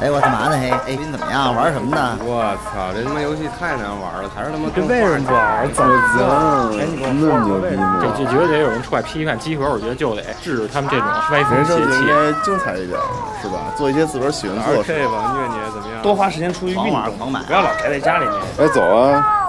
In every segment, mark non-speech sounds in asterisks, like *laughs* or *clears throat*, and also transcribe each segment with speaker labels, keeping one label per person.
Speaker 1: 哎，我干嘛呢？嘿，哎，你怎么样？玩什么呢？
Speaker 2: 我操，这他妈游戏太难玩了，还是他妈
Speaker 3: 啊这为什么不玩？怎么
Speaker 4: 我
Speaker 2: 哎你给我
Speaker 4: 操，啊那么牛逼吗？
Speaker 3: 这就觉得得有人出来批判集合，我觉得就得制止他们这种歪
Speaker 4: 人
Speaker 3: 风邪
Speaker 4: 生就
Speaker 3: 气。
Speaker 4: 应该精彩一点，是吧？做一些自个儿喜欢做的事。
Speaker 2: RK 吧，虐你怎么样？
Speaker 3: 多花时间出去运
Speaker 1: 狂玩
Speaker 3: 动，
Speaker 1: 狂买
Speaker 3: 不要老宅在家里面。
Speaker 4: 哎，走啊！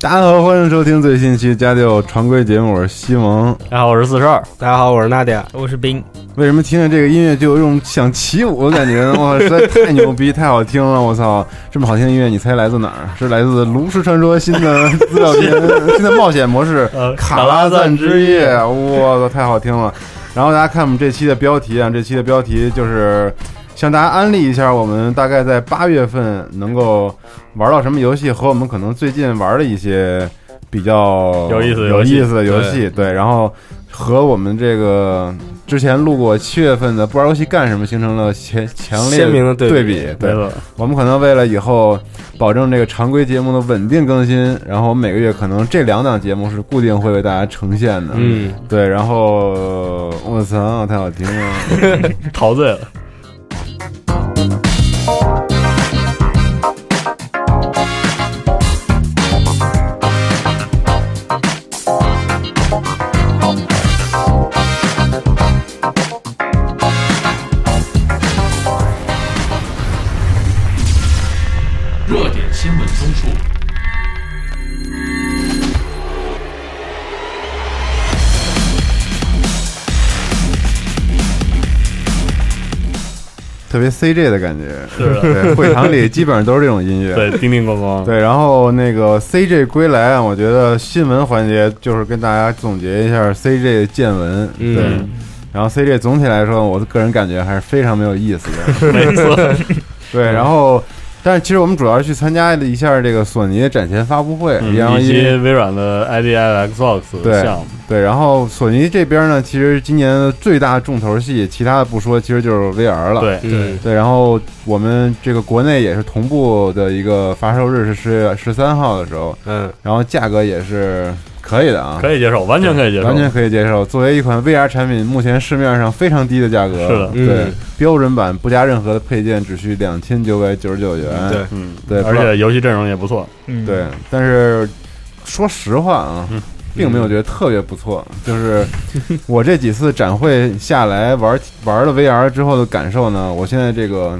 Speaker 5: 大家好，欢迎收听最新一期《家教常规节目》，我是西蒙。
Speaker 6: 大家好，我是四十二。大家好，我是娜迪亚，我是冰。
Speaker 5: 为什么听着这个音乐就有一种想起舞的感觉呢？哇，实在太牛逼，太好听了！我操，这么好听的音乐，你猜来自哪儿？是来自《炉石传说》新的资料片，新的冒险模式
Speaker 6: 呃
Speaker 5: 《卡拉赞之夜》。我操，太好听了！然后大家看我们这期的标题啊，这期的标题就是向大家安利一下，我们大概在八月份能够玩到什么游戏和我们可能最近玩的一些比较
Speaker 6: 有意思的
Speaker 5: 有
Speaker 6: 游戏
Speaker 5: 意思的游戏。对，然后和我们这个之前录过七月份的不玩游戏干什么形成了强强烈
Speaker 6: 鲜明的
Speaker 5: 对
Speaker 6: 对
Speaker 5: 比。
Speaker 6: 没
Speaker 5: 对，
Speaker 6: 错，
Speaker 5: 我们可能为了以后保证这个常规节目的稳定更新，然后每个月可能这两档节目是固定会为大家呈现的。，
Speaker 6: 嗯，
Speaker 5: 对，然后我操，太好
Speaker 6: *laughs*
Speaker 5: 听了！
Speaker 6: 陶醉了。
Speaker 7: 热点新闻综述。
Speaker 5: 特别 CJ 的感觉，
Speaker 6: 是的，
Speaker 5: 对，会场里基本上都是这种音乐。
Speaker 6: 对，叮叮咣
Speaker 5: *laughs*
Speaker 6: 咣。
Speaker 5: 对，然后那个 CJ 归来啊，我觉得新闻环节就是跟大家总结一下 CJ 见闻。对，
Speaker 6: 嗯
Speaker 5: 然后 CJ 总体来说，我个人感觉还是非常没有意思的。
Speaker 6: 没错，
Speaker 5: 对，
Speaker 6: 嗯
Speaker 5: 然后但是其实我们主要是去参加了一下这个索尼的展前发布会，然后
Speaker 6: 嗯以及微软的 IDI Xbox
Speaker 5: 对
Speaker 6: 项目，
Speaker 5: 对，然后索尼这边呢，其实今年最大重头戏，其他的不说，其实就是 VR 了。
Speaker 6: 对
Speaker 3: 嗯，
Speaker 5: 对，然后我们这个国内也是同步的一个发售日是十月十三号的时候，
Speaker 6: 嗯，
Speaker 5: 然后价格也是可以的啊，
Speaker 6: 可以接受，完全可以接受，
Speaker 5: 完全可以接受。作为一款 VR 产品，目前市面上非常低的价
Speaker 6: 是
Speaker 5: 格，
Speaker 6: 的
Speaker 5: 对
Speaker 6: 嗯，
Speaker 5: 标准版不加任何的配件，只需两千九百九十九元，
Speaker 6: 对，
Speaker 4: 嗯，
Speaker 5: 对，
Speaker 6: 而且游戏阵容也不错，
Speaker 5: 不对，但是说实话啊。
Speaker 6: 嗯
Speaker 5: 并没有觉得特别不错，就是我这几次展会下来玩玩了 VR 之后的感受呢，我现在这个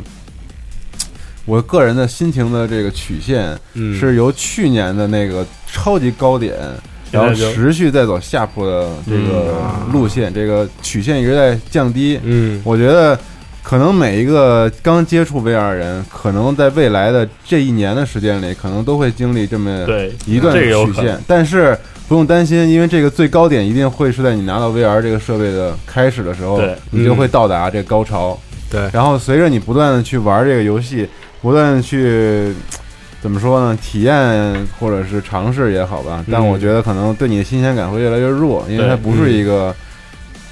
Speaker 5: 我个人的心情的这个曲线
Speaker 6: 嗯
Speaker 5: 是由去年的那个超级高点，
Speaker 6: 现
Speaker 5: 然后
Speaker 6: 在就
Speaker 5: 持续在走下坡的这个路线，这个曲线一直在降低。
Speaker 6: 嗯，
Speaker 5: 我觉得可能每一个刚接触 VR 的人，可能在未来的这一年的时间里，可能都会经历这么
Speaker 6: 对，
Speaker 5: 一段
Speaker 6: 这个有
Speaker 5: 曲
Speaker 6: 可能
Speaker 5: 线，但是不用担心，因为这个最高点一定会是在你拿到 VR 这个设备的开始的时候
Speaker 6: 对，
Speaker 5: 你就会到达这个高潮。
Speaker 6: 对
Speaker 5: 然后随着你不断的去玩这个游戏，不断的去怎么说呢，体验或者是尝试也好吧，但
Speaker 6: 嗯
Speaker 5: 我觉得可能对你的新鲜感会越来越弱，因为
Speaker 6: 对
Speaker 5: 它不是一个。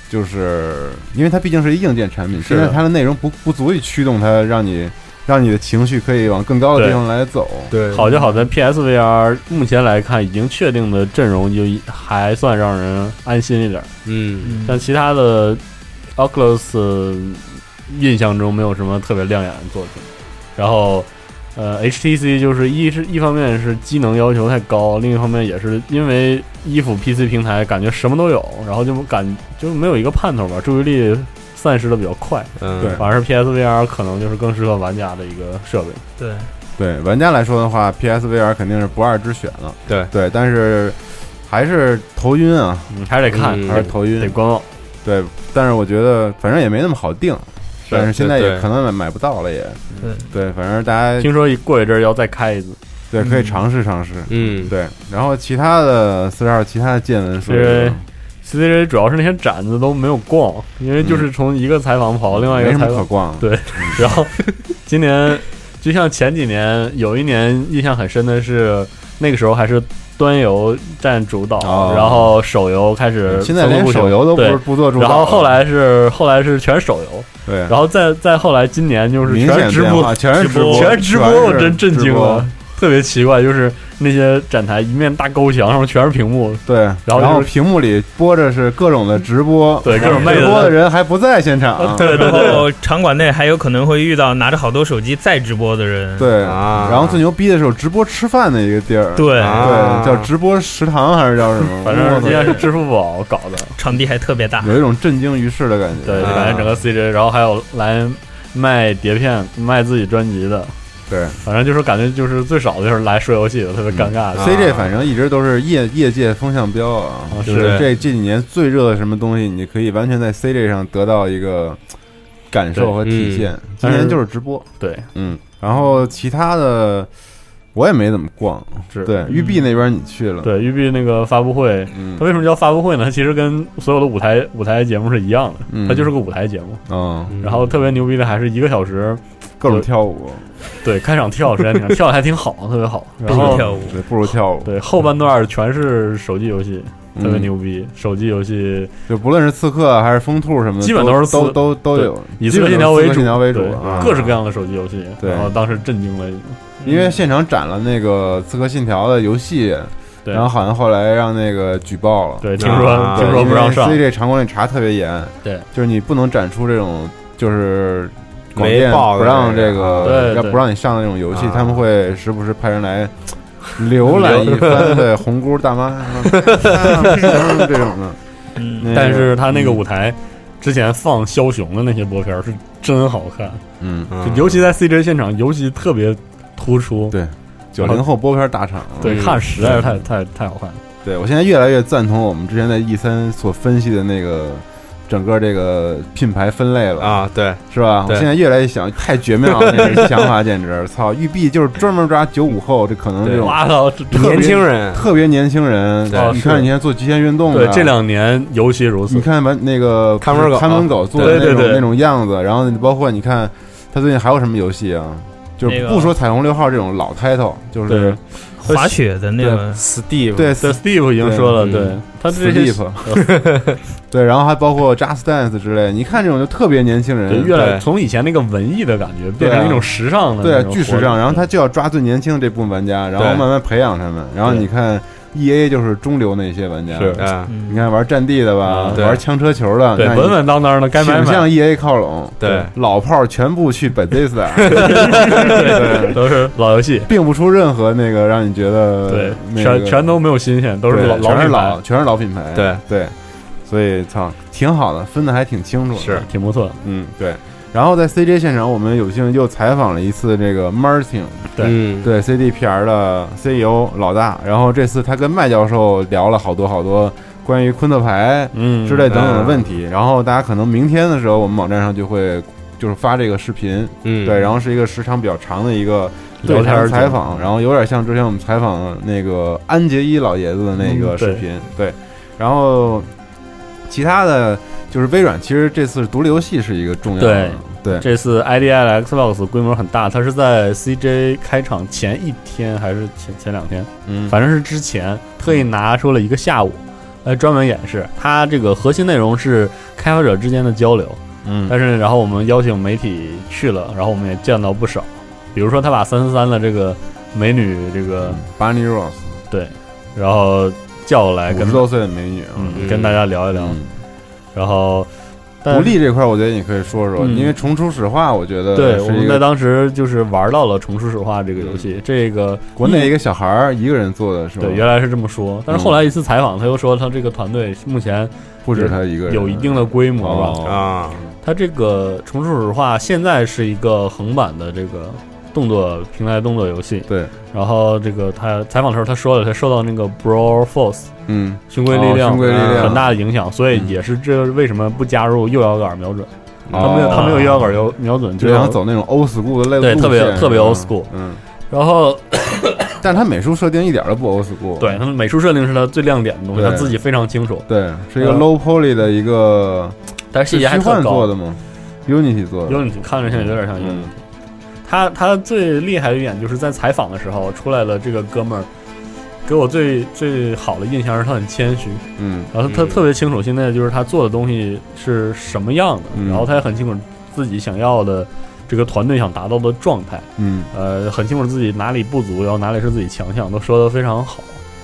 Speaker 5: 就是因为它毕竟是一硬件产品，
Speaker 6: 是
Speaker 5: 现
Speaker 6: 的
Speaker 5: 在它的内容不不足以驱动它，让你让你的情绪可以往更高的地方来走。
Speaker 6: 对，好就好在 PSVR 目前来看，已经确定的阵容就还算让人安心一点。嗯，像其他的 Oculus，呃印象中没有什么特别亮眼的作品。然后，呃，HTC 就是一是一方面是机能要求太高，另一方面也是因为依附 PC 平台，感觉什么都有，然后就感就没有一个盼头吧，注意力散失的比较快。
Speaker 5: 对
Speaker 6: 反而是 PSVR 可能就是更适合玩家的一个设备。
Speaker 5: 对玩家来说的话，PSVR 肯定是不二之选了。
Speaker 6: 对
Speaker 5: 对，但是还是头晕啊，
Speaker 6: 嗯，还是得看，
Speaker 5: 还是头
Speaker 6: 得
Speaker 5: 晕。
Speaker 6: 观望。
Speaker 5: 对，但是我觉得反正也没那么好定。但是现在
Speaker 6: 对
Speaker 5: 也
Speaker 6: 对
Speaker 5: 可能买不到了也，
Speaker 8: 对
Speaker 5: 对，反正大家
Speaker 6: 听说一过一阵儿要再开一次，
Speaker 5: 对可以尝试尝试，
Speaker 2: 嗯，
Speaker 5: 对。然后其他的四十二，其他的见闻说一
Speaker 6: 对
Speaker 5: 说，
Speaker 6: CCJ 主要是那些展子都没有逛，因为就是从一个采访跑到哦另外一
Speaker 5: 嗯没
Speaker 6: 个
Speaker 5: 什
Speaker 6: 采
Speaker 5: 么可
Speaker 6: 访，
Speaker 5: 逛，
Speaker 6: 对，然后今年就像前几年，有一年印象很深的是那个时候还是端游占主导，
Speaker 5: 哦
Speaker 6: 然后手游开始
Speaker 5: 嗯现在
Speaker 6: 层出
Speaker 5: 连
Speaker 6: 不穷
Speaker 5: 手游都不
Speaker 6: 对
Speaker 5: 是不做主导
Speaker 6: 然后
Speaker 5: 了，
Speaker 6: 后来是后来是全手游，
Speaker 5: 对，
Speaker 6: 然后再再后来今年就是
Speaker 5: 明
Speaker 6: 全
Speaker 5: 显
Speaker 6: 是直
Speaker 5: 变
Speaker 6: 播
Speaker 5: 化，全是直播，
Speaker 6: 全是直播，我
Speaker 5: 是
Speaker 6: 真震惊
Speaker 5: 直播
Speaker 6: 了。，特别奇怪，就是那些展台一面大高墙上面全是屏幕，
Speaker 5: 对，
Speaker 6: 然后
Speaker 5: 然后
Speaker 6: 就是
Speaker 5: 屏幕里播着是各种的直播，
Speaker 6: 对各种妹
Speaker 5: 直
Speaker 6: 子
Speaker 5: 播的人还不在
Speaker 6: *laughs*
Speaker 5: 现场，
Speaker 8: 对，啊然后场馆内还有可能会遇到拿着好多手机在直播的
Speaker 6: 嗯
Speaker 8: 人。
Speaker 5: 对，
Speaker 2: 啊
Speaker 5: 然后最牛逼的是有直播吃饭的一个地儿，
Speaker 8: 对
Speaker 2: 啊
Speaker 5: 对，叫直播食堂还是叫什么？
Speaker 6: *laughs* 反
Speaker 5: 我
Speaker 6: 正
Speaker 5: 操
Speaker 6: 应该是支付宝搞的，
Speaker 8: 场地还特别大。
Speaker 5: 有一种震惊于世的感觉，啊
Speaker 6: 对，就感觉整个 CJ，然后还有来卖碟片、卖自己专辑的，
Speaker 5: 对。
Speaker 6: 反正就是感觉就是最少的就是来说游戏的，特别尴尬的。
Speaker 5: CJ 反正一直都是业业界风向标啊，
Speaker 6: 啊
Speaker 5: 就是是这这几年最热的什么东西，你可以完全在 CJ 上得到一个感受和体现。今
Speaker 6: 嗯但
Speaker 5: 年
Speaker 6: 是
Speaker 5: 就是直播，
Speaker 6: 对，
Speaker 5: 嗯，然后其他的我也没怎么逛，
Speaker 6: 是
Speaker 5: 啊
Speaker 6: 嗯
Speaker 5: 对，育碧那边你去了，，
Speaker 6: 对，育碧那个发布会，
Speaker 5: 嗯
Speaker 6: 它为什么叫发布会呢？它其实跟所有的舞台舞台节目是一样的，
Speaker 5: 嗯
Speaker 6: 它就是个舞台节目。
Speaker 5: 嗯，
Speaker 6: 然后特别牛逼的还是一个小时，
Speaker 5: 各种跳舞，
Speaker 6: 对，开场跳实在
Speaker 5: *laughs*
Speaker 6: 挺跳的还挺好，特别好。
Speaker 5: 嗯
Speaker 6: 然
Speaker 8: 不
Speaker 6: 后
Speaker 8: 如跳舞
Speaker 5: 对，不如跳舞，
Speaker 6: 对后半段全是手机游戏，特别
Speaker 5: 嗯
Speaker 6: 牛逼。手机游戏
Speaker 5: 就不论是刺客还是风兔什么的，
Speaker 6: 基本都
Speaker 5: 都
Speaker 6: 是
Speaker 5: 都
Speaker 6: 刺
Speaker 5: 都都
Speaker 6: 对
Speaker 5: 有，
Speaker 6: 以
Speaker 5: 基
Speaker 6: 刺客
Speaker 5: 本
Speaker 6: 信
Speaker 5: 都
Speaker 6: 条
Speaker 5: 是
Speaker 6: 为
Speaker 5: 刺
Speaker 6: 主，
Speaker 5: 客信条为主
Speaker 6: 对
Speaker 5: 啊，
Speaker 6: 各式各样的手机游戏。
Speaker 5: 对
Speaker 6: 然后当时震惊了已经。
Speaker 5: 因
Speaker 6: 嗯
Speaker 5: 为现场展了那个《刺客信条》的游戏，
Speaker 6: 对
Speaker 5: 然后好像后来让那个举报了，
Speaker 6: 对，听说、
Speaker 2: 啊
Speaker 6: 听说不让上，
Speaker 5: CJ 场馆里查特别严，
Speaker 6: 对，
Speaker 5: 就是你不能展出这种就是广
Speaker 2: 没
Speaker 5: 电
Speaker 2: 报
Speaker 5: 不
Speaker 2: 的
Speaker 5: 让
Speaker 2: 那个
Speaker 5: 这个
Speaker 6: 对
Speaker 5: 要
Speaker 6: 对
Speaker 5: 不让你上的那种游戏
Speaker 2: 啊，
Speaker 5: 他们会时不时派人来浏览一番，对红姑
Speaker 6: *laughs*
Speaker 5: 大妈啊这种的，
Speaker 8: 嗯，
Speaker 5: 那
Speaker 6: 但
Speaker 5: 个
Speaker 6: 是他那个舞台之前放枭雄的那些播片儿是真好看，
Speaker 5: 嗯，
Speaker 6: 就尤其在 CJ 现场，尤其特别突出。
Speaker 5: 对九零后播片大厂，啊
Speaker 6: 对，看实在是太太太好看了。
Speaker 5: 对我现在越来越赞同我们之前在 E 三所分析的那个。整个这个品牌分类了，
Speaker 2: 啊，对，
Speaker 5: 是吧？我
Speaker 2: 对
Speaker 5: 现在越来越想，太绝妙了，那个想法简直，操！育碧就是专门抓九五后，这可能这
Speaker 6: 对，
Speaker 5: 种
Speaker 6: 哇操，这这
Speaker 2: 年轻人，
Speaker 5: 特别年轻人，哦
Speaker 2: 对
Speaker 5: 你
Speaker 6: 是
Speaker 5: 看你看做极限运动的，
Speaker 6: 对啊这两年尤其如
Speaker 5: 你
Speaker 6: 此。
Speaker 5: 看完那个
Speaker 2: 看门狗
Speaker 5: 看门狗做的
Speaker 6: 对
Speaker 5: 那
Speaker 6: 对
Speaker 5: 种
Speaker 6: 对
Speaker 5: 那种样子，然后你包括你看他最近还有什么游戏啊？就是
Speaker 8: 那个
Speaker 5: 不说彩虹六号这种老 title，就是
Speaker 6: 对
Speaker 8: 滑雪的那个
Speaker 2: Steve，
Speaker 6: 对
Speaker 5: 对
Speaker 6: Steve 已经说了，
Speaker 2: 嗯
Speaker 6: 对他这些
Speaker 5: Sleep，
Speaker 6: *laughs*
Speaker 5: 对，然后还包括 Just Dance 之类，你看这种就特别年轻
Speaker 6: 对
Speaker 5: 人，
Speaker 6: 越来
Speaker 2: 对
Speaker 6: 从以前那个文艺的感觉
Speaker 5: 对啊
Speaker 6: 变成一种时尚的那
Speaker 5: 对
Speaker 6: 种活动，
Speaker 5: 巨时尚，然后他就要抓最年轻这部分玩家，然后
Speaker 2: 对
Speaker 5: 慢慢培养他们，然后
Speaker 6: 对
Speaker 5: 你看 E A 就是中流那些玩家，
Speaker 6: 是
Speaker 2: 啊，
Speaker 5: 你看玩战地的吧
Speaker 6: 啊，
Speaker 2: 对
Speaker 5: 玩枪车球的，
Speaker 6: 对
Speaker 5: 你看
Speaker 6: 稳稳当当的，该买
Speaker 5: 挺
Speaker 6: 买
Speaker 5: 向 E A 靠拢，
Speaker 2: 对，
Speaker 5: 老炮儿全部
Speaker 6: *laughs*
Speaker 5: 去 Bethesda，
Speaker 6: 对都是老游戏，
Speaker 5: 并不出任何那个让你觉得
Speaker 6: 对，
Speaker 5: 呃那个
Speaker 6: 全全都没有新鲜，都是
Speaker 5: 对
Speaker 6: 老
Speaker 5: 全是
Speaker 6: 品
Speaker 5: 老
Speaker 6: 牌，
Speaker 5: 全是老品牌，
Speaker 2: 对
Speaker 5: 对，所以操挺好的，分的还挺清楚的，
Speaker 2: 是
Speaker 6: 挺不错的。
Speaker 5: 嗯对。然后在 CJ 现场，我们有幸又采访了一次这个 Martin，
Speaker 6: 对
Speaker 2: 嗯，
Speaker 5: 对 CDPR 的 CEO 老大。然后这次他跟麦教授聊了好多好多关于昆特牌
Speaker 6: 嗯
Speaker 5: 之类等等的问题。然后大家可能明天的时候，我们网站上就会就是发这个视频，
Speaker 2: 嗯，
Speaker 5: 对，然后是一个时长比较长的一个
Speaker 6: 聊
Speaker 5: 对
Speaker 6: 天
Speaker 5: 谈
Speaker 6: 儿
Speaker 5: 采
Speaker 6: 节
Speaker 5: 访，然后有点像之前我们采访那个安杰一老爷子的那个
Speaker 6: 嗯
Speaker 5: 视
Speaker 6: 对
Speaker 5: 频，对，然后其他的就是微软，其实这次独立游戏是一个重要的，对
Speaker 6: 这次 IDI Xbox 规模很大，它是在 CJ 开场前一天还是前前两天，
Speaker 5: 嗯，
Speaker 6: 反正是之前特意拿出了一个下午来专门演示。它这个核心内容是开发者之间的交流，
Speaker 5: 嗯
Speaker 6: 但是然后我们邀请媒体去了，然后我们也见到不少，比如说他把三四三的这个美女这
Speaker 5: 嗯
Speaker 6: 个，
Speaker 5: ，Bunny Rose
Speaker 6: 然后叫来
Speaker 5: 五
Speaker 6: 哎跟
Speaker 5: 十多岁的美女啊，
Speaker 6: 嗯跟大家聊一聊，
Speaker 5: 嗯
Speaker 6: 然后但
Speaker 5: 独立这块，我觉得你可以说说，
Speaker 6: 嗯
Speaker 5: 因为重出史话，我觉得
Speaker 6: 对，我
Speaker 5: 是一
Speaker 6: 们在
Speaker 5: 个嗯
Speaker 6: 当时就是玩到了《重出史话》这个游戏，这个
Speaker 5: 国内一个嗯小孩儿一个人做的是吧？
Speaker 6: 对原来是这么说，但是后来一次采访，他又说他这个团队目前
Speaker 5: 不止他一个人，
Speaker 6: 有一定的规模吧。
Speaker 5: 哦
Speaker 2: 啊，
Speaker 6: 他这个《重出史话》现在是一个横版的这个动作平台动作游戏，
Speaker 5: 对，
Speaker 6: 然后这个他采访的时候他说了，他受到那个 Brawl Force
Speaker 5: 嗯，
Speaker 6: 循规
Speaker 5: 哦
Speaker 6: 力量
Speaker 5: 循规力量
Speaker 6: 很大的影响，所以也是这为什么不加入右摇杆瞄准。
Speaker 5: 嗯
Speaker 6: 它没有它没
Speaker 5: 啊
Speaker 6: 有摇杆瞄瞄准，
Speaker 5: 就
Speaker 6: 只有
Speaker 5: 想哦走那种 old school 的类
Speaker 6: 啊对
Speaker 5: 路
Speaker 6: 特别
Speaker 5: 线
Speaker 6: 特别
Speaker 5: 是吧
Speaker 6: old school
Speaker 5: 嗯，
Speaker 6: 然后
Speaker 5: 但它美术设定一点都不 old school，
Speaker 6: 对它的美术设定是它最亮点的东西，
Speaker 5: 对
Speaker 6: 它自己非常清楚，
Speaker 5: 对，是一个
Speaker 6: 嗯
Speaker 5: low poly 的一个
Speaker 6: 但是细
Speaker 5: 是
Speaker 6: 节还
Speaker 5: 虚
Speaker 6: 特
Speaker 5: 幻
Speaker 6: 高
Speaker 5: 做。的吗？Unity 做的，
Speaker 6: 有你看着现在有点像有
Speaker 5: 嗯
Speaker 6: 他他最厉害的一点就是在采访的时候出来了，这个哥们儿给我最最好的印象是他很谦虚，
Speaker 5: 嗯
Speaker 6: 然后他
Speaker 3: 嗯
Speaker 6: 特别清楚现在就是他做的东西是什么样的，
Speaker 5: 嗯
Speaker 6: 然后他也很清楚自己想要的这个团队想达到的状态，
Speaker 5: 嗯
Speaker 6: 呃，很清楚自己哪里不足，然后哪里是自己强项，都说的非常好。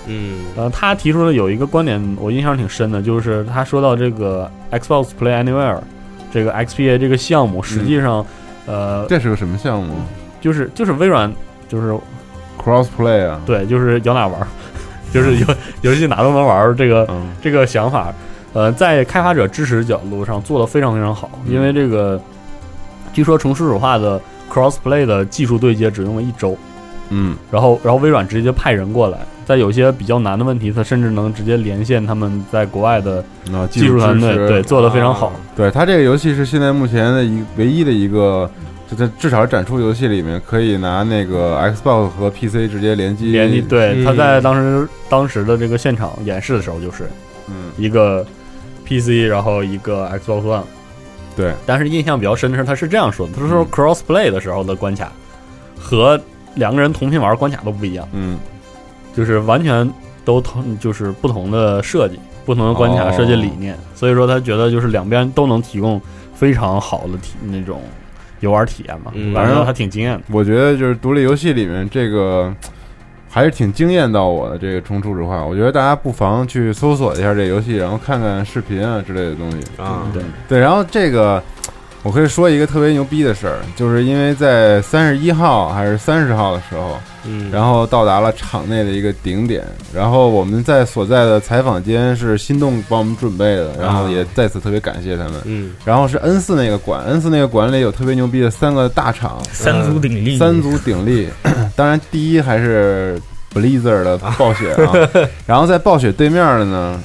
Speaker 2: 嗯
Speaker 6: 然后他提出了有一个观点，我印象挺深的，就是他说到这个 Xbox Play Anywhere 这个 XPA 这个项目，实际上，呃，
Speaker 5: 这是个什么项目
Speaker 6: 就是就是微软就是
Speaker 5: ？Crossplay 啊，
Speaker 6: 对，就是摇哪玩儿， *laughs* 就是游游戏哪都能玩儿这个
Speaker 5: 嗯
Speaker 6: 这个想法，呃，在开发者支持角度上做得非常非常好，因为这个据说从数字化的 Crossplay 的技术对接只用了一周，
Speaker 5: 嗯
Speaker 6: 然后然后微软直接派人过来，在有些比较难的问题，他甚至能直接连线他们在国外的
Speaker 5: 啊，
Speaker 6: 技术团队
Speaker 5: 支，持
Speaker 6: 对，做得非常好
Speaker 3: 啊。
Speaker 5: 对它这个游戏是现在目前的一唯一的一个，就在至少展出游戏里面可以拿那个 Xbox 和 PC 直接联机
Speaker 6: 联系对，
Speaker 3: 嗯
Speaker 6: 他在当时当时的这个现场演示的时候，就是
Speaker 5: 嗯
Speaker 6: 一个 PC，然后一个 Xbox One。
Speaker 5: 对，
Speaker 6: 但是印象比较深的是，他是这样说的：他说
Speaker 5: 嗯
Speaker 6: crossplay 的时候的关卡和两个人同频玩关卡都不一样，
Speaker 5: 嗯
Speaker 6: 就是完全都同，就是不同的设计、不同的关卡
Speaker 5: 哦
Speaker 6: 设计理念。所以说，他觉得就是两边都能提供非常好的体那种游玩体验嘛。
Speaker 2: 嗯
Speaker 6: 反正还挺惊艳的。
Speaker 5: 我觉得就是独立游戏里面这个还是挺惊艳到我的。这个冲初始化，我觉得大家不妨去搜索一下这游戏，然后看看视频啊之类的东西。
Speaker 2: 啊，
Speaker 6: 对，
Speaker 5: 对，然后这个我可以说一个特别牛逼的事儿，就是因为在三十一号还是三十号的时候，
Speaker 2: 嗯，
Speaker 5: 然后到达了场内的一个顶点，然后我们在所在的采访间是心动帮我们准
Speaker 2: 啊
Speaker 5: 备的，然后也再次特别感谢他们。
Speaker 2: 嗯
Speaker 5: 然后是 N 四那个馆，N 四那个馆里有特别牛逼的三个大厂，
Speaker 8: 三足鼎立，
Speaker 5: 三足鼎立。 *clears throat* 当然，第一还是 Blizzard 的暴雪
Speaker 8: *laughs*
Speaker 5: 啊，然后在暴雪对面的呢，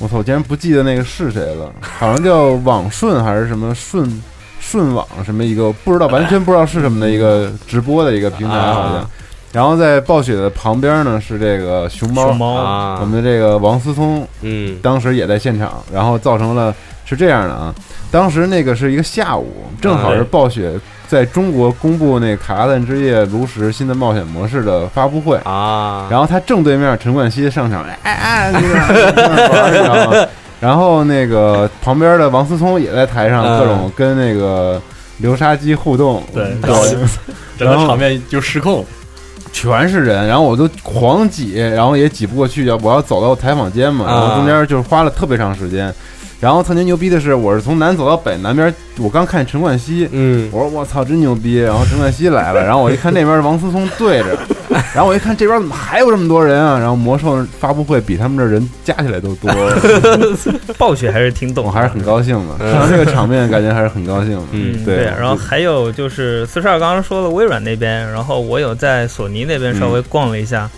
Speaker 5: 我操，我竟然不记得那个是谁了，好像叫网顺还是什么顺顺网什么一个，不知道完全不知道是什么的一个直播的一个平台，
Speaker 2: 啊
Speaker 5: 好像。然后在暴雪的旁边呢是这个熊猫，
Speaker 8: 熊猫，
Speaker 5: 我
Speaker 2: 啊，
Speaker 5: 们的这个王思聪
Speaker 2: 嗯
Speaker 5: 当时也在现场，然后造成了是这样的啊，当时那个是一个下午，正好是暴雪在中国公布那《卡拉赞之夜》炉石新的冒险模式的发布会，
Speaker 2: 啊，
Speaker 5: 然后他正对面陈冠希上场，哎哎，那个那个玩儿你知道吗？然后那个旁边的王思聪也在台上
Speaker 2: 嗯
Speaker 5: 各种跟那个流沙机互动，
Speaker 6: 对
Speaker 5: 然后
Speaker 6: *laughs* 整个场面就失控。
Speaker 5: 全是人，然后我就狂挤，然后也挤不过去，要我要走到采访间嘛，然
Speaker 2: 啊
Speaker 5: 后中间就是花了特别长时间。然后特别牛逼的是，我是从南走到北，南边我刚看陈冠希，
Speaker 2: 嗯，
Speaker 5: 我说我操真牛逼，然后陈冠希来了，然后我一看那边是王思聪对着，然后我一看这边怎么还有这么多人啊，然后魔兽发布会比他们这人加起来都多，
Speaker 8: 暴雪还是挺懂
Speaker 5: 我
Speaker 8: 的，
Speaker 5: 还是很高兴的，看到这个场面感觉还是很高兴的，
Speaker 8: 嗯，
Speaker 5: 对
Speaker 8: 对，然后还有就是四十二刚刚说了微软那边，然后我有在索尼那边稍微逛了一下，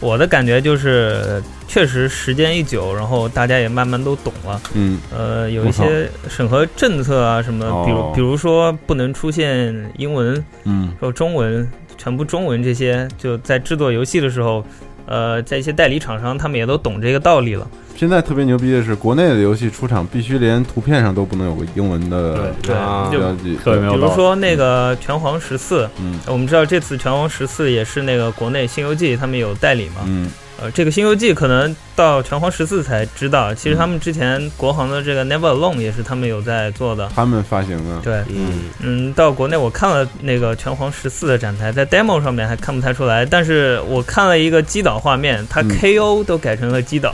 Speaker 8: 我的感觉就是呃确实时间一久，然后大家也慢慢都懂了，
Speaker 5: 嗯
Speaker 8: 呃，有一些审核政策啊什么的，比
Speaker 5: 哦
Speaker 8: 如比如说不能出现英文
Speaker 5: 嗯
Speaker 8: 和中文，全部中文这些，就在制作游戏的时候，呃，在一些代理厂商他们也都懂这个道理了，
Speaker 5: 现在特别牛逼的是，国内的游戏出厂必须连图片上都不能有个英文的
Speaker 6: 对
Speaker 2: 啊
Speaker 8: 就
Speaker 5: 标记，
Speaker 6: 特别没有
Speaker 8: 比
Speaker 6: 道
Speaker 8: 如
Speaker 6: 理
Speaker 8: 说那个《拳皇十四》，
Speaker 5: 嗯
Speaker 8: 我们知道这次《拳皇十四》也是那个国内《新游记》他们有代理嘛，
Speaker 5: 嗯
Speaker 8: 呃，这个《新游记》可能到《拳皇十四》才知道，其实他们之前国行的这个《Never Alone》也是他们有在做的。
Speaker 5: 他们发行的，
Speaker 8: 对，
Speaker 2: 嗯
Speaker 8: 嗯，到国内我看了那个《拳皇十四》的展台，在 demo 上面还看不太出来，但是我看了一个击倒画面，它
Speaker 5: 嗯
Speaker 8: KO 都改成了击倒，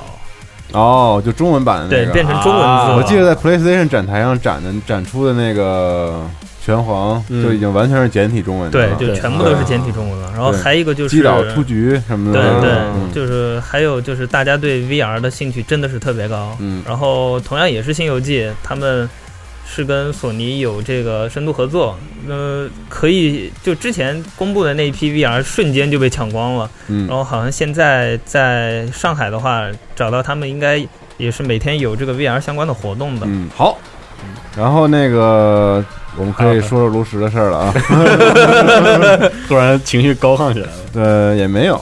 Speaker 5: 哦，就中文版的那
Speaker 8: 对，
Speaker 5: 个。
Speaker 8: 变成中文字
Speaker 2: 啊
Speaker 8: 了。
Speaker 5: 我记得在 PlayStation 展台上展的展出的那个拳皇，
Speaker 6: 嗯
Speaker 5: 就已经完全是简体中文的
Speaker 8: 对
Speaker 5: 了，，
Speaker 8: 就
Speaker 6: 对
Speaker 8: 全部都是简体中文了。然后
Speaker 5: 啊对
Speaker 8: 还一个就是
Speaker 5: 击倒出局什么
Speaker 8: 对
Speaker 5: 的，
Speaker 8: 对，
Speaker 5: 嗯
Speaker 8: 就是还有就是大家对 VR 的兴趣真的是特别高。
Speaker 5: 嗯
Speaker 8: 然后同样也是《新游记》，他们是跟索尼有这个深度合作，呃，可以就之前公布的那一批 VR 瞬间就被抢光了。然
Speaker 5: 嗯
Speaker 8: 后好像现在在上海的话，找到他们应该也是每天有这个 VR 相关的活动的。
Speaker 5: 嗯，好。然后那个我们可以说说炉石的事儿了啊。
Speaker 6: 突然情绪高亢起来了。
Speaker 5: *laughs* 呃，也没有，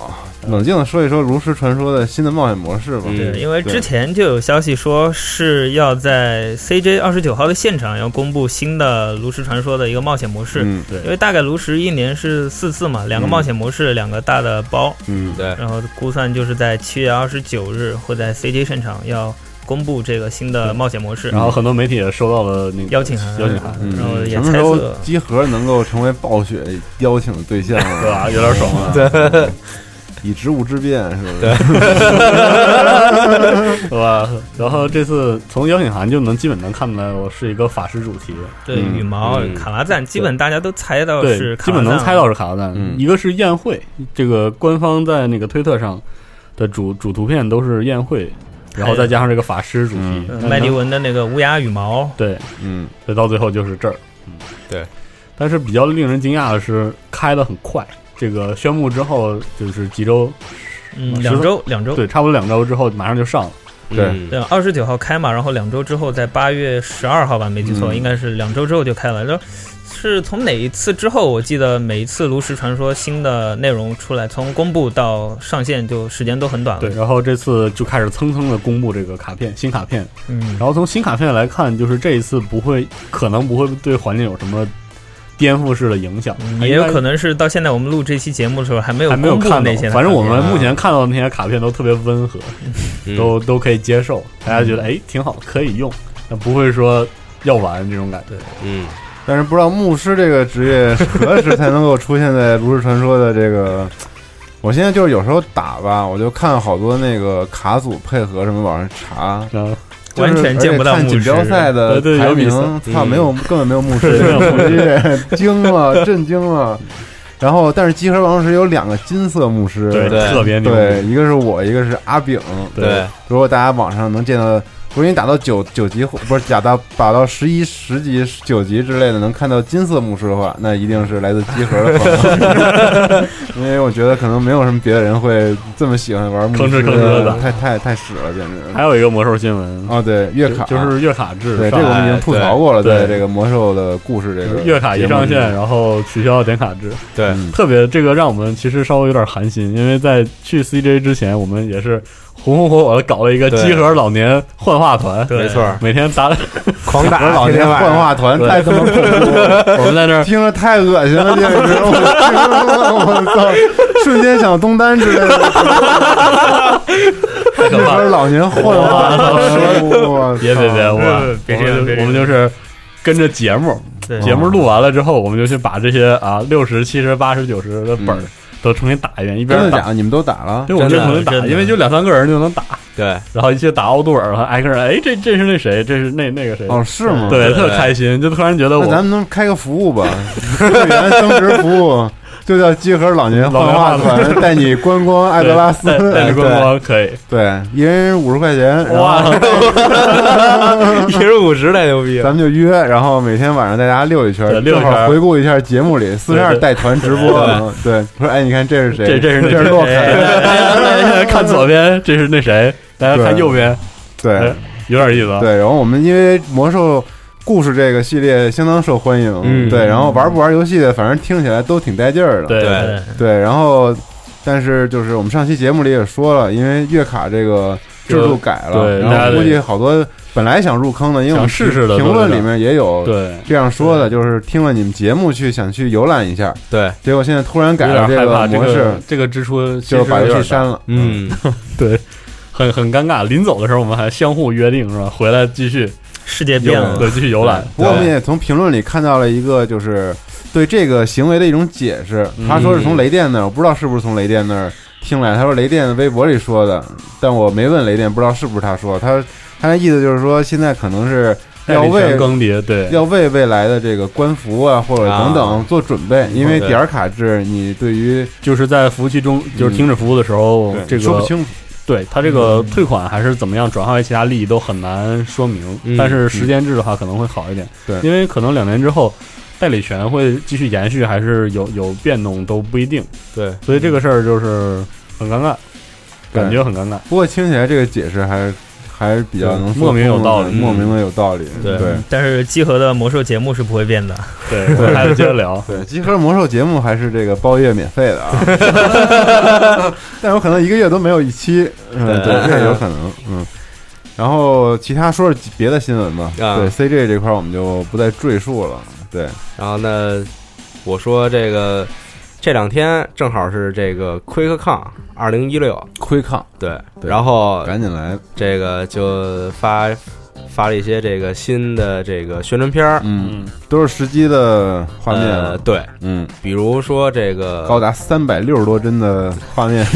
Speaker 5: 冷静的说一说炉石传说的新的冒险模式吧。
Speaker 8: 对，嗯因为
Speaker 5: 对
Speaker 8: 之前就有消息说是要在 CJ 二十九号的现场要公布新的炉石传说的一个冒险模式，
Speaker 5: 嗯
Speaker 8: 因为大概炉石一年是四次嘛，两个
Speaker 5: 嗯
Speaker 8: 冒险模式，两个大的包，
Speaker 5: 嗯，
Speaker 2: 对，
Speaker 8: 然后估算就是在七月二十九日会在 CJ 现场要公布这个新的冒险模式
Speaker 6: 嗯然后很多媒体也收到了那个
Speaker 8: 邀请函，
Speaker 6: 邀请函，
Speaker 5: 嗯
Speaker 8: 然后也
Speaker 5: 什么
Speaker 8: 猜
Speaker 5: 时候
Speaker 8: 测。
Speaker 5: 集合能够成为暴雪邀请的对象啊？
Speaker 6: 对吧？有点爽
Speaker 8: *laughs*
Speaker 6: 啊，
Speaker 5: 对，以职务之便是不是？
Speaker 6: 对吧？然后这次从邀请函就能基本能看出来，我是一个法师主题，
Speaker 8: 对羽毛、
Speaker 2: 嗯
Speaker 8: 卡拉赞，基本大家都猜到哦
Speaker 6: 对，
Speaker 8: 是卡
Speaker 6: 基
Speaker 8: 拉赞
Speaker 6: 本
Speaker 8: 了，
Speaker 6: 能猜到是卡拉赞。
Speaker 5: 嗯
Speaker 6: 一个是宴会，这个官方在那个推特上的主主图片都是宴会，然后再加上这个法师主题，
Speaker 8: 呃哎麦迪文的那个乌鸦羽毛，
Speaker 6: 对，
Speaker 5: 嗯，
Speaker 6: 所以到最后就是这儿。嗯，
Speaker 2: 对。
Speaker 6: 但是比较令人惊讶的是，开的很快。这个宣布之后，就是几周，
Speaker 8: 嗯，
Speaker 6: 十
Speaker 8: 两
Speaker 6: 分
Speaker 8: 周两周，
Speaker 6: 啊对，差不多两周之后，马上就上了。
Speaker 5: 对
Speaker 2: 嗯
Speaker 8: 对，二十九号开嘛，然后两周之后，在八月十二号吧，没记错，
Speaker 5: 嗯
Speaker 8: 应该是两周之后就开了。然后是从哪一次之后？我记得每一次炉石传说新的内容出来，从公布到上线就时间都很短了。
Speaker 6: 对，，然后这次就开始蹭蹭的公布这个卡片，新卡片。
Speaker 8: 嗯，
Speaker 6: 然后从新卡片来看，就是这一次不会，可能不会对环境有什么颠覆式的影响，
Speaker 8: 嗯也有可能是到现在我们录这期节目的时候还没有
Speaker 6: 啊还没有
Speaker 8: 公布
Speaker 6: 看到
Speaker 8: 那些。。啊嗯
Speaker 6: 反正我们目前看到的那些卡片都特别温和，
Speaker 2: 嗯
Speaker 6: 都都可以接受，大家觉
Speaker 8: 嗯
Speaker 6: 得哎挺好，可以用，但不会说要玩这种感觉。
Speaker 2: 嗯，
Speaker 5: 但是不知道牧师这个职业何时才能够出现在《炉石传说》的这个。我现在就是有时候打吧，我就看好多那个卡组配合什么往上查，
Speaker 6: 啊， *laughs*
Speaker 5: 就是
Speaker 8: 完全见不到
Speaker 5: 而且看锦标赛的
Speaker 6: 牧师对对
Speaker 5: 排
Speaker 6: 有比
Speaker 5: 名
Speaker 6: 赛，
Speaker 5: 操，没有根本没有牧师，
Speaker 6: *laughs* 没有牧
Speaker 5: *laughs* 这惊了，震惊了。然后，但是集合王石有两个金色牧师，
Speaker 6: 对，
Speaker 2: 对
Speaker 6: 特别牛逼。
Speaker 5: 对，一个是我，一个是阿炳。
Speaker 2: 对，
Speaker 5: 如果大家网上能见到，如果你打到九九级或不是打到打到十一、十级、九级之类的，能看到金色牧师的话，那一定是来自集合的
Speaker 6: *laughs*
Speaker 5: 朋友因为我觉得可能没有什么别的人会这么喜欢玩牧
Speaker 6: 吭哧
Speaker 5: 师
Speaker 6: 吭哧的
Speaker 5: 太太太屎了，简直
Speaker 6: 还。有一个魔兽新闻，
Speaker 5: 哦，对，月卡
Speaker 6: 就是月卡制，
Speaker 5: 对，这
Speaker 6: 上
Speaker 5: 个我
Speaker 6: 来
Speaker 5: 们已经吐槽过了，
Speaker 6: 对
Speaker 5: 在这个魔兽的故事这个
Speaker 6: 月卡一上
Speaker 5: 节
Speaker 6: 线，
Speaker 5: 目里，
Speaker 6: 然后取消点卡制，
Speaker 2: 对
Speaker 5: 嗯
Speaker 6: 特别这个让我们其实稍微有点寒心，因为在去 CJ 之前，我们也是红红火火的搞了一个
Speaker 2: 对
Speaker 6: 集合老年幻化团，
Speaker 8: 对没错
Speaker 6: *laughs* 每天打，
Speaker 5: 狂打老年幻化团
Speaker 6: 对
Speaker 5: 太他妈恐怖了。
Speaker 6: 我们 *laughs* 在那
Speaker 5: *laughs*
Speaker 6: 儿
Speaker 5: 听着太恶心了，简直！我听着我操，瞬间想东单之类的。那边老年混化，我操
Speaker 6: 别别别，我 *laughs*
Speaker 8: 呃别
Speaker 6: 我
Speaker 8: 这
Speaker 6: 们
Speaker 8: 样别
Speaker 6: 就
Speaker 8: 这样
Speaker 6: 我们就是跟着节目，
Speaker 8: 对
Speaker 6: 节目录完了之后，我们就去把这些啊六十、七十、八十、九十的本儿
Speaker 5: 嗯
Speaker 6: 都重新打一遍，一
Speaker 5: 真
Speaker 6: 边
Speaker 5: 的
Speaker 6: 打
Speaker 5: 假。的？你们都打了？
Speaker 6: 对，我们就
Speaker 8: 真的
Speaker 6: 重新打，
Speaker 8: 真的
Speaker 6: 因为就两三个人就能打，
Speaker 2: 对，
Speaker 6: 然后一起打奥杜尔，然后挨个人，哎，这这是那谁，这是那那个谁，
Speaker 5: 哦，是吗？
Speaker 6: 对，
Speaker 2: 对
Speaker 6: 特开心，就突然觉得
Speaker 5: 那咱
Speaker 6: 我
Speaker 5: 们能开个服务吧？会员增值服务就叫集合老年幻化团，带你观光艾
Speaker 6: *laughs* 对
Speaker 5: 德拉斯哎
Speaker 6: 带，
Speaker 5: *laughs*
Speaker 6: 带着观光可以，
Speaker 5: 对，对，一人五十块钱，然后
Speaker 6: 哇，
Speaker 5: *laughs*
Speaker 2: 一人五十太牛逼了，
Speaker 5: 咱们就约，然后每天晚上带大家溜一圈，
Speaker 6: 对溜一圈
Speaker 5: 正好回顾一下节目里四十二
Speaker 6: 对
Speaker 5: 带团直播。
Speaker 2: 对
Speaker 5: 嗯对，说哎，你看这是谁？
Speaker 6: 这这是那
Speaker 5: 这是洛
Speaker 6: 谁
Speaker 5: 凯。
Speaker 6: 哎哎哎哎哎 *laughs* 看左边，这是那谁？大家看右边，
Speaker 5: 对
Speaker 6: 哎有点意思啊。
Speaker 5: 对，然后我们因为魔兽故事这个系列相当受欢迎，
Speaker 2: 嗯
Speaker 5: 对，然后玩不玩游戏的，反正听起来都挺带劲儿的。
Speaker 6: 对
Speaker 2: 对
Speaker 8: 对
Speaker 5: 对，然后但是就是我们上期节目里也说了，因为月卡这个制度改了，
Speaker 6: 对大
Speaker 5: 然
Speaker 6: 家
Speaker 5: 后
Speaker 6: 得
Speaker 5: 估计好多本来想入坑的，因为我们
Speaker 6: 想试试的
Speaker 5: 评
Speaker 6: 都
Speaker 5: 论
Speaker 6: 是
Speaker 5: 里面也有
Speaker 6: 对
Speaker 5: 这样说的，就是听了你们节目去想去浏览一下，
Speaker 2: 对，
Speaker 5: 结果现在突然改了
Speaker 6: 有点害
Speaker 5: 个
Speaker 6: 怕这
Speaker 5: 模
Speaker 6: 个
Speaker 5: 式，
Speaker 6: 这个支出其实
Speaker 5: 就把游
Speaker 6: 有
Speaker 5: 戏
Speaker 6: 点大
Speaker 5: 删，了。
Speaker 2: 嗯，
Speaker 6: 对，很很尴尬。临走的时候，我们还相互约定是吧？回来继续
Speaker 8: 世界
Speaker 6: 游
Speaker 8: 变了，
Speaker 6: 对，继续游览。
Speaker 5: 不过我们也从评论里看到了一个就是对这个行为的一种解释，
Speaker 6: 嗯
Speaker 5: 他说是从雷电那儿，我不知道是不是从雷电那儿听来，他说雷电微博里说的，但我没问雷电，不知道是不是他说，他他的意思就是说现在可能是要
Speaker 6: 代理权
Speaker 5: 为
Speaker 6: 更迭，对，
Speaker 5: 要为未来的这个官服啊或者等等做准备，因为
Speaker 6: 对
Speaker 5: 点儿卡制，你对于
Speaker 6: 就是在服务器中，就是停止服务的时候，这
Speaker 5: 嗯说
Speaker 6: 个
Speaker 5: 不清楚，
Speaker 6: 对它这个退款还是怎么样转化为其他利益都很难说明，
Speaker 2: 嗯
Speaker 6: 但是时间制的话可能会好一点，
Speaker 5: 对
Speaker 6: 因为可能两年之后代理权会继续延续，还是有有变动都不一定，
Speaker 2: 对，
Speaker 6: 所以这个事儿就是很尴尬，感觉很尴尬，
Speaker 5: 不过听起来这个解释还。还是比较
Speaker 6: 对
Speaker 5: 能说
Speaker 6: 莫名有道理
Speaker 5: 通的莫名的有道理。
Speaker 8: 对
Speaker 5: 对。
Speaker 8: 但是集合的魔兽节目是不会变的。
Speaker 6: *laughs* 对，我们还得接着聊
Speaker 5: 对，集合魔兽节目还是这个包月免费的啊，但有可能一个月都没有一期，嗯，
Speaker 2: 对
Speaker 5: 对，这也有可能，嗯。然后其他说说别的新闻吧，
Speaker 2: 啊
Speaker 5: 对 CJ 这块我们就不再赘述了，对，
Speaker 2: 然后呢，我说这个这两天正好是这个 QuickCon 二零一六，
Speaker 5: 亏抗，
Speaker 2: 对，
Speaker 5: 对
Speaker 2: 然后
Speaker 5: 赶紧来，
Speaker 2: 这个就发发了一些这个新的这个宣传片儿，
Speaker 5: 嗯，都是实机的画面了，
Speaker 2: 呃，对，
Speaker 5: 嗯，
Speaker 2: 比如说这个
Speaker 5: 高达三百六十多帧的画面，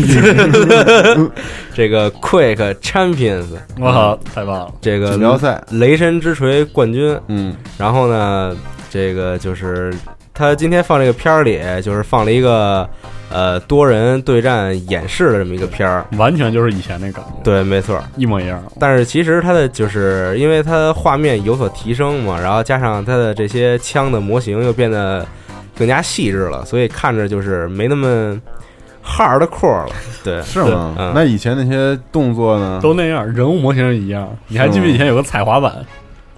Speaker 2: 这个 Quick Champions
Speaker 6: 我靠，嗯太棒了！
Speaker 2: 这
Speaker 5: 锦标
Speaker 2: 个
Speaker 5: 赛，
Speaker 2: 雷神之锤冠军，
Speaker 5: 嗯，
Speaker 2: 然后呢，这个就是他今天放这个片儿里，就是放了一个呃多人对战演示的这么一个片儿。
Speaker 6: 完全就是以前那感觉，
Speaker 2: 对，没错儿。
Speaker 6: 一模一样。
Speaker 2: 但是其实它的就是因为它画面有所提升嘛，然后加上它的这些枪的模型又变得更加细致了，所以看着就是没那么 hardcore 了。对，
Speaker 5: 是吗
Speaker 2: 嗯？
Speaker 5: 那以前那些动作呢？
Speaker 6: 都那样，人物模型一样。你还记不记得以前有个踩滑板，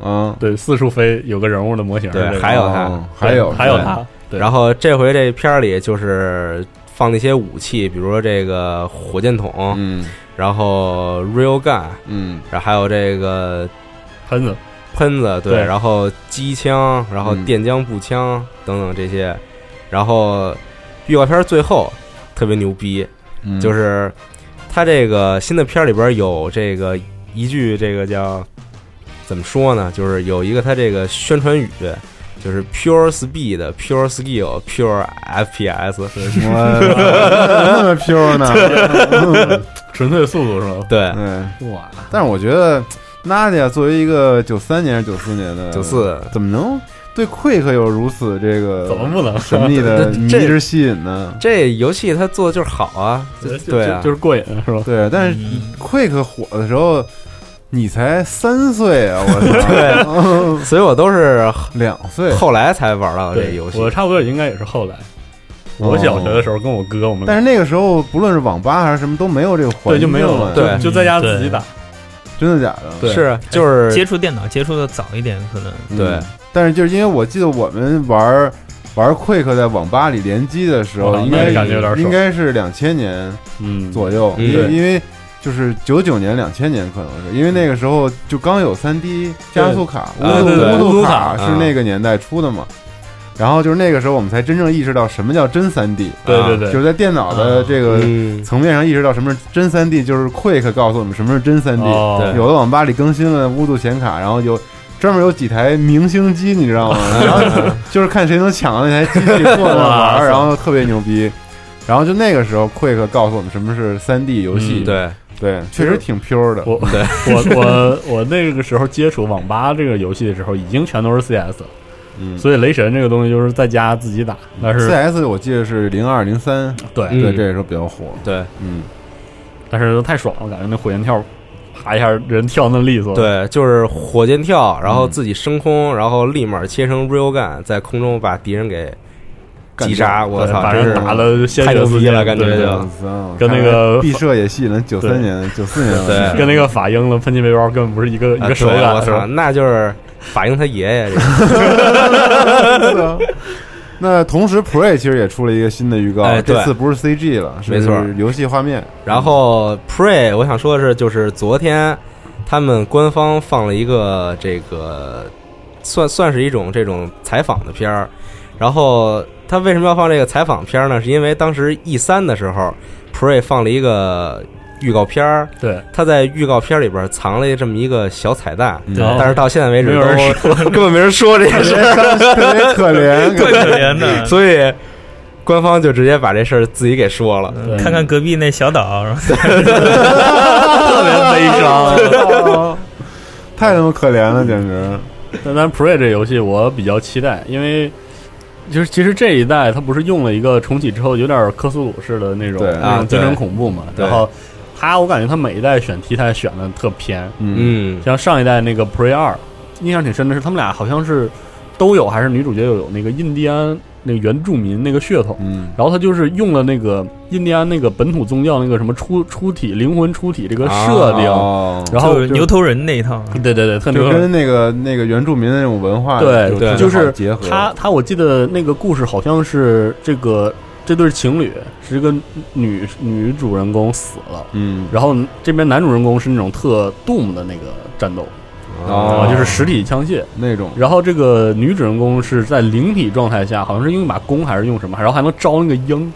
Speaker 5: 嗯，
Speaker 6: 对，四处飞，有个人物的模型。
Speaker 2: 对
Speaker 6: 这个
Speaker 2: 还有它
Speaker 5: 哦还有
Speaker 6: 还有
Speaker 5: 对
Speaker 6: 他，对
Speaker 2: 然后这回这片儿里就是放那些武器，比如说这个火箭筒，
Speaker 5: 嗯
Speaker 2: 然后 real gun，
Speaker 5: 嗯
Speaker 2: 然后还有这个
Speaker 6: 喷子，
Speaker 2: 喷子，对，
Speaker 6: 对
Speaker 2: 然后机枪，然后
Speaker 5: 嗯
Speaker 2: 电浆步枪等等这些，然后预告片最后特别牛逼，
Speaker 5: 嗯，
Speaker 2: 就是它这个新的片儿里边有这个一句这个叫怎么说呢？就是有一个它这个宣传语，就是 pure speed, pure skill, pure FPS，
Speaker 6: *laughs*
Speaker 5: 我那么 Q 呢？
Speaker 6: 纯粹速度是吧？
Speaker 2: 对，
Speaker 5: 对，
Speaker 6: 哇，
Speaker 5: 但是我觉得 Nadia 作为一个九三年还是九四年的，
Speaker 2: 九四
Speaker 5: 怎么能对 Quick 有如此这个
Speaker 6: 怎么不
Speaker 2: 呃
Speaker 6: 能？
Speaker 5: 神
Speaker 6: *laughs*
Speaker 5: 秘的迷
Speaker 2: 这
Speaker 5: 之吸引呢？
Speaker 2: 这游戏它做的就是好啊，就
Speaker 6: 就
Speaker 2: 对啊，
Speaker 6: 就就是过瘾是吧？
Speaker 5: 对，但是 Quick 火的时候，你才三岁啊！我
Speaker 2: 所以我都是
Speaker 5: 操，两岁。
Speaker 2: 后来才玩到啊这
Speaker 6: 对，
Speaker 2: 游戏。哦
Speaker 6: 我差不多应该也是后来，我小学的时候跟我哥我们，
Speaker 5: 但是那个时候，不论是网吧还是什么，都没有这个环
Speaker 6: 对就
Speaker 5: 境
Speaker 6: 没有了，
Speaker 5: 了。
Speaker 2: 对
Speaker 6: 就就在家自己打，
Speaker 5: 真的假的？
Speaker 6: 对哎
Speaker 2: 是就
Speaker 8: 接
Speaker 2: 是
Speaker 8: 触电脑接触的早一点，可
Speaker 6: *laughs*
Speaker 8: 能
Speaker 5: 嗯
Speaker 2: 对，
Speaker 5: 但是就是因为我记得我们玩玩 Quick 在网吧里联机的时候，
Speaker 6: 哇
Speaker 5: 应
Speaker 6: 那
Speaker 5: 该
Speaker 6: 感觉有点爽
Speaker 5: 应该是两千年
Speaker 6: 嗯，
Speaker 5: 左右，
Speaker 2: 嗯
Speaker 5: 因为
Speaker 2: 对
Speaker 5: 因为就是九九年、两千年可能是因为那个时候就刚有三 D 加速卡，
Speaker 2: 对啊
Speaker 5: 乌
Speaker 2: 对对
Speaker 5: 杜乌
Speaker 2: 乌
Speaker 5: 杜
Speaker 2: 杜卡
Speaker 5: 是那个年代出的嘛。然后就是那个时候，我们才真正意识到什么叫真三 D，
Speaker 6: 对
Speaker 2: 啊
Speaker 6: 对
Speaker 5: 就
Speaker 6: 对，
Speaker 5: 是在电脑的这个
Speaker 2: 嗯，
Speaker 5: 层面上意识到什么是真三 D，就是 Quick 告诉我们什么是真三 D。
Speaker 6: 哦
Speaker 2: 对
Speaker 5: 有的网吧里更新了乌度显卡，然后有专门有几台明星机，你知
Speaker 6: *laughs*
Speaker 5: 道吗？然后就是看谁能抢到那台机器过来玩
Speaker 6: 哇
Speaker 5: 儿，
Speaker 6: 塞
Speaker 5: 然后特别牛逼。然后就那个时候，Quick 告诉我们什么是3 D 游
Speaker 6: 嗯
Speaker 5: 戏，
Speaker 2: 对，
Speaker 5: 对，确实挺 pure 的。
Speaker 2: *laughs*
Speaker 6: 我我我我那个时候接触网吧这个游戏的时候，已经全都是 CS 了，
Speaker 5: 嗯
Speaker 6: 所以雷神这个东西就是在家自己打，但是
Speaker 5: ，CS 我记得是零二零三，
Speaker 6: 对，
Speaker 2: 嗯
Speaker 5: 对，这个时候比较火。
Speaker 2: 对
Speaker 5: 嗯，
Speaker 6: 但是太爽了，感觉那火箭跳，啪一下人跳那利索，，
Speaker 2: 对，就是火箭跳，然后自己升空，然后立马切成 real gun，在空中把敌人给击杀。我操，
Speaker 6: 反
Speaker 2: 真
Speaker 6: 正
Speaker 2: 是啊
Speaker 6: 打的鲜
Speaker 2: 太
Speaker 6: 血
Speaker 2: 牛
Speaker 6: 四
Speaker 2: 逼
Speaker 6: 溅
Speaker 2: 了感觉
Speaker 6: 对
Speaker 2: 就
Speaker 6: 对对
Speaker 5: 我操
Speaker 6: 跟那个
Speaker 5: 啊看来毕设也吸引了九三年、九四年
Speaker 2: 对
Speaker 5: 的
Speaker 6: 跟那个法英的喷气背包根本不是一个一
Speaker 2: 啊
Speaker 6: 个手
Speaker 2: 对我
Speaker 6: 感，是
Speaker 2: 操，
Speaker 6: 吧？
Speaker 2: 那就是法英他爷爷这个。
Speaker 5: *laughs* 啊那同时，Prey 其实也出了一个新的预告，
Speaker 2: 哎对
Speaker 5: 这次不是 CG 了，是
Speaker 2: 没错
Speaker 5: 游戏画面。
Speaker 2: 然
Speaker 6: *laughs*
Speaker 2: 后 Pray，我想说的是，就是昨天他们官方放了一个这个算算是一种这种采访的片儿。然后他为什么要放这个采访片儿呢？是因为当时 E 三的时候，Pray 放了一个预告片儿，
Speaker 6: 对，
Speaker 2: 他在预告片里边藏了这么一个小彩蛋，
Speaker 5: 嗯
Speaker 6: 哦
Speaker 2: 但是到现在为止
Speaker 6: 没有人
Speaker 2: 都 *laughs* 根本没人说这件事儿，
Speaker 5: *laughs* 特别
Speaker 6: *laughs*
Speaker 5: 可怜，
Speaker 8: 怪可怜 *laughs* 的。
Speaker 2: 所以官方就直接把这事儿自己给说了。
Speaker 8: 嗯看看隔壁那
Speaker 6: *laughs*
Speaker 8: 小岛，
Speaker 6: 特别悲伤。
Speaker 5: *laughs*
Speaker 6: 啊
Speaker 5: 太他妈可怜了，简直。
Speaker 6: *laughs* 但咱 Prey 这游戏我比较期待，因为就是其实这一代它不是用了一个重启之后有点科苏鲁式的那种
Speaker 5: 对
Speaker 6: 那
Speaker 2: 啊
Speaker 6: 种精神恐怖嘛，
Speaker 2: 对
Speaker 6: 然后它我感觉它每一代选题材选的特偏，
Speaker 5: 嗯，
Speaker 2: 嗯，
Speaker 6: 像上一代那个 Prey 二，印象挺深的是他们俩好像是都有还是女主角又有那个印第安那个原住民那个血统，
Speaker 5: 嗯，
Speaker 6: 然后他就是用了那个印第安那个本土宗教那个什么出出体灵魂出体这个设定，
Speaker 5: 哦
Speaker 6: 然后
Speaker 8: 啊就是牛头人那一套，
Speaker 6: 对对对，特
Speaker 5: 就
Speaker 6: 牛。
Speaker 5: 跟那个那个原住民的那种文化
Speaker 6: 对
Speaker 5: 就
Speaker 2: 对
Speaker 5: 就
Speaker 6: 就是
Speaker 5: 结合
Speaker 6: 他他，我记得那个故事好像是这个这对情侣是一个女女主人公死了，
Speaker 5: 嗯
Speaker 6: 然后这边男主人公是那种特 doom 的那个战斗，
Speaker 5: 哦
Speaker 2: 嗯
Speaker 6: 啊，就是实体枪械。
Speaker 5: 那种
Speaker 6: 然后这个女主人公是在灵体状态下，好像是用一把弓还是用什么，然后还能招那个鹰。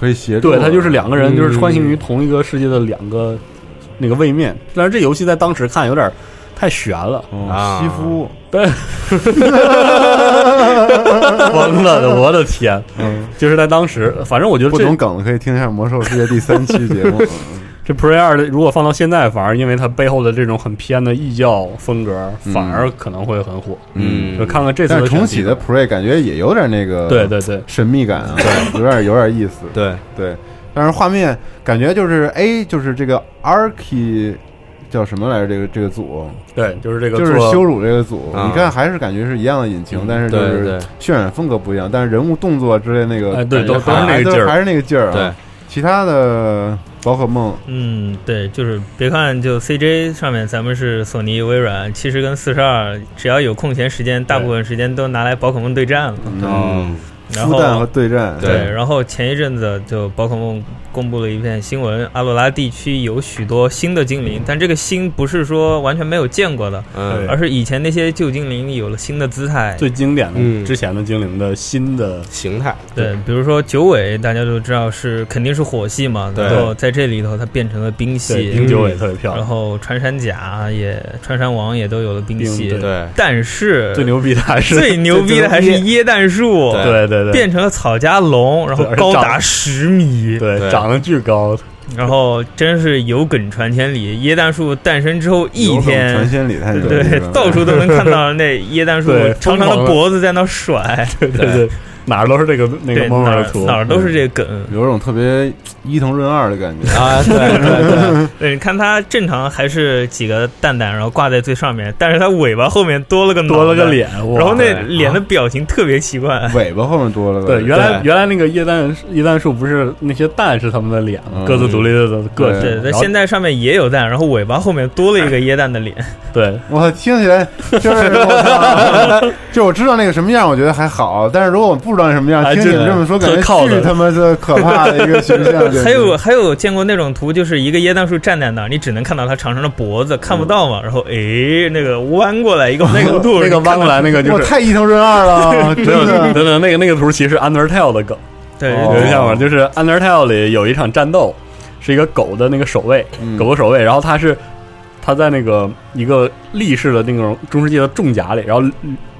Speaker 5: 可以协助，
Speaker 6: 对，它就是两个人，
Speaker 2: 嗯
Speaker 6: 就是穿行于同一个世界的两个那个位面。但是这游戏在当时看有点太悬了，
Speaker 5: 嗯
Speaker 2: 啊
Speaker 5: 西夫，
Speaker 6: 疯了的，我的天！
Speaker 5: 嗯，
Speaker 6: 就是在当时，反正我觉得
Speaker 5: 不
Speaker 6: 这
Speaker 5: 懂梗的可以听一下《魔兽世界》第三期节目，
Speaker 6: *laughs* 这 Pre 二的，如果放到现在，反而因为它背后的这种很偏的异教风格，
Speaker 5: 嗯
Speaker 6: 反而可能会很火。
Speaker 5: 嗯
Speaker 6: 就看看这次
Speaker 5: 但
Speaker 6: 的
Speaker 5: 是重
Speaker 6: 选题
Speaker 5: 启的 Prey 感觉也有点那个
Speaker 6: 对对对，
Speaker 5: 神秘感啊，有点有点意思，
Speaker 2: 对，
Speaker 5: 对，但是画面感觉就是 A 就是这个 Arky 叫什么来着？这个这个组
Speaker 6: 对，就是这个
Speaker 5: 就是
Speaker 6: 做
Speaker 5: 羞辱这个组，
Speaker 2: 啊嗯
Speaker 5: 你看还是感觉是一样的引擎，但是就
Speaker 2: 对对
Speaker 5: 是渲染风格不一样，但是人物动作之类那个
Speaker 6: 哎对
Speaker 5: 感
Speaker 6: 都
Speaker 5: 觉
Speaker 6: 都是
Speaker 5: 还
Speaker 6: 那个劲儿
Speaker 5: 还是那个劲儿啊。
Speaker 6: 哦
Speaker 2: 对，
Speaker 5: 其他的宝可梦
Speaker 8: 嗯，对，就是别看就 CJ 上面咱们是索尼、微软，其实跟四十二只要有空闲时间，大部分时间都拿来宝可梦对战了。
Speaker 5: 嗯，
Speaker 8: 然
Speaker 5: 孵蛋和
Speaker 8: 后
Speaker 5: 对战，
Speaker 2: 对
Speaker 8: 然后前一阵子就宝可梦公布了一篇新闻，阿罗拉地区有许多新的精灵，但这个新不是说完全没有见过的，
Speaker 2: 嗯
Speaker 8: 而是以前那些旧精灵有了新的姿态。
Speaker 6: 最经典的、
Speaker 2: 嗯
Speaker 6: 之前的精灵的新的
Speaker 2: 形态，
Speaker 8: 对，比如说九尾，大家都知道是肯定是火系嘛，
Speaker 2: 对
Speaker 8: 然后在这里头它变成了冰
Speaker 6: 对
Speaker 8: 系，
Speaker 6: 冰九尾特别漂
Speaker 8: 嗯然
Speaker 6: 亮，
Speaker 8: 后穿山甲也、穿山王也都有了冰系，
Speaker 6: 冰
Speaker 2: 对，
Speaker 8: 但是
Speaker 6: 最牛逼的还是
Speaker 8: 最牛逼的还是椰蛋树，
Speaker 2: 对
Speaker 6: 对对对
Speaker 8: 变成了草夹龙，然后
Speaker 6: 对而且
Speaker 8: 高
Speaker 6: 长
Speaker 8: 达十米，
Speaker 6: 对
Speaker 2: 对
Speaker 6: 长得巨高，
Speaker 8: 然后真是有梗传千里。椰蛋树诞生之后一
Speaker 5: 有种传
Speaker 8: 天。
Speaker 5: 仙里太牛逼
Speaker 8: 对
Speaker 5: 了，
Speaker 8: 到处都能看到那椰蛋树
Speaker 6: *laughs* 对疯
Speaker 8: 长长
Speaker 6: 狂
Speaker 8: 的
Speaker 6: 了
Speaker 8: 脖子在那甩，
Speaker 6: 对对对，哪儿都是这个那
Speaker 8: 对
Speaker 6: 个猫猫
Speaker 8: 哪
Speaker 6: 的
Speaker 8: 儿
Speaker 6: 图
Speaker 8: 哪，儿都是这个梗。
Speaker 5: 有种特别伊藤润二的感觉。
Speaker 2: 啊，对对对，
Speaker 8: *laughs* 对，你看它正常还是几个蛋蛋，然后挂在最上面，但是它尾巴后面多了个脑
Speaker 6: 多了
Speaker 8: 袋
Speaker 6: 个，脸，哇
Speaker 8: 然后那
Speaker 6: 对
Speaker 8: 脸的表情特别奇怪。
Speaker 5: 尾巴后面多了个，
Speaker 6: 对，原来
Speaker 2: 对
Speaker 6: 原来那个液氮液氮树不是那些蛋是他们的脸吗
Speaker 5: 嗯？
Speaker 6: 各自独立的个体。
Speaker 8: 对，
Speaker 6: 然
Speaker 8: 但
Speaker 6: 后
Speaker 8: 现在上面也有蛋，然后尾巴后面多了一个椰蛋的脸。
Speaker 6: 对
Speaker 5: 我听起来就是 *laughs* 我操，就我知道那个什么样，我觉得还好。但是如果我不知道那什么样，
Speaker 6: 哎
Speaker 5: 听你
Speaker 6: 就是
Speaker 5: 这么说，感觉
Speaker 6: 特靠
Speaker 5: 巨
Speaker 6: 的
Speaker 5: 他妈的可怕的一个形
Speaker 6: *laughs*
Speaker 5: 象。简直
Speaker 8: 还有还有见过那种图，就是一个椰蛋树站在那儿，你只能看到它长长的脖子，看不到嘛。然后诶，那个弯过来一个
Speaker 6: 嗯那
Speaker 8: 弧
Speaker 6: 个
Speaker 8: 度，
Speaker 6: 那个
Speaker 8: 你看
Speaker 6: 弯过来那个就
Speaker 5: 我
Speaker 6: 是。
Speaker 5: 太伊藤润二了，
Speaker 6: *laughs*
Speaker 5: 真
Speaker 6: 没有，
Speaker 5: 的。
Speaker 6: 等等，那个那个图其实是 Undertale 的梗，
Speaker 8: 对
Speaker 5: 哦
Speaker 6: 有印象吗？就是 Undertale 里有一场战斗，是一个狗的那个守卫，
Speaker 5: 嗯
Speaker 6: 狗狗守卫，然后他是他在那个一个立式的那种中世纪的重甲里，然后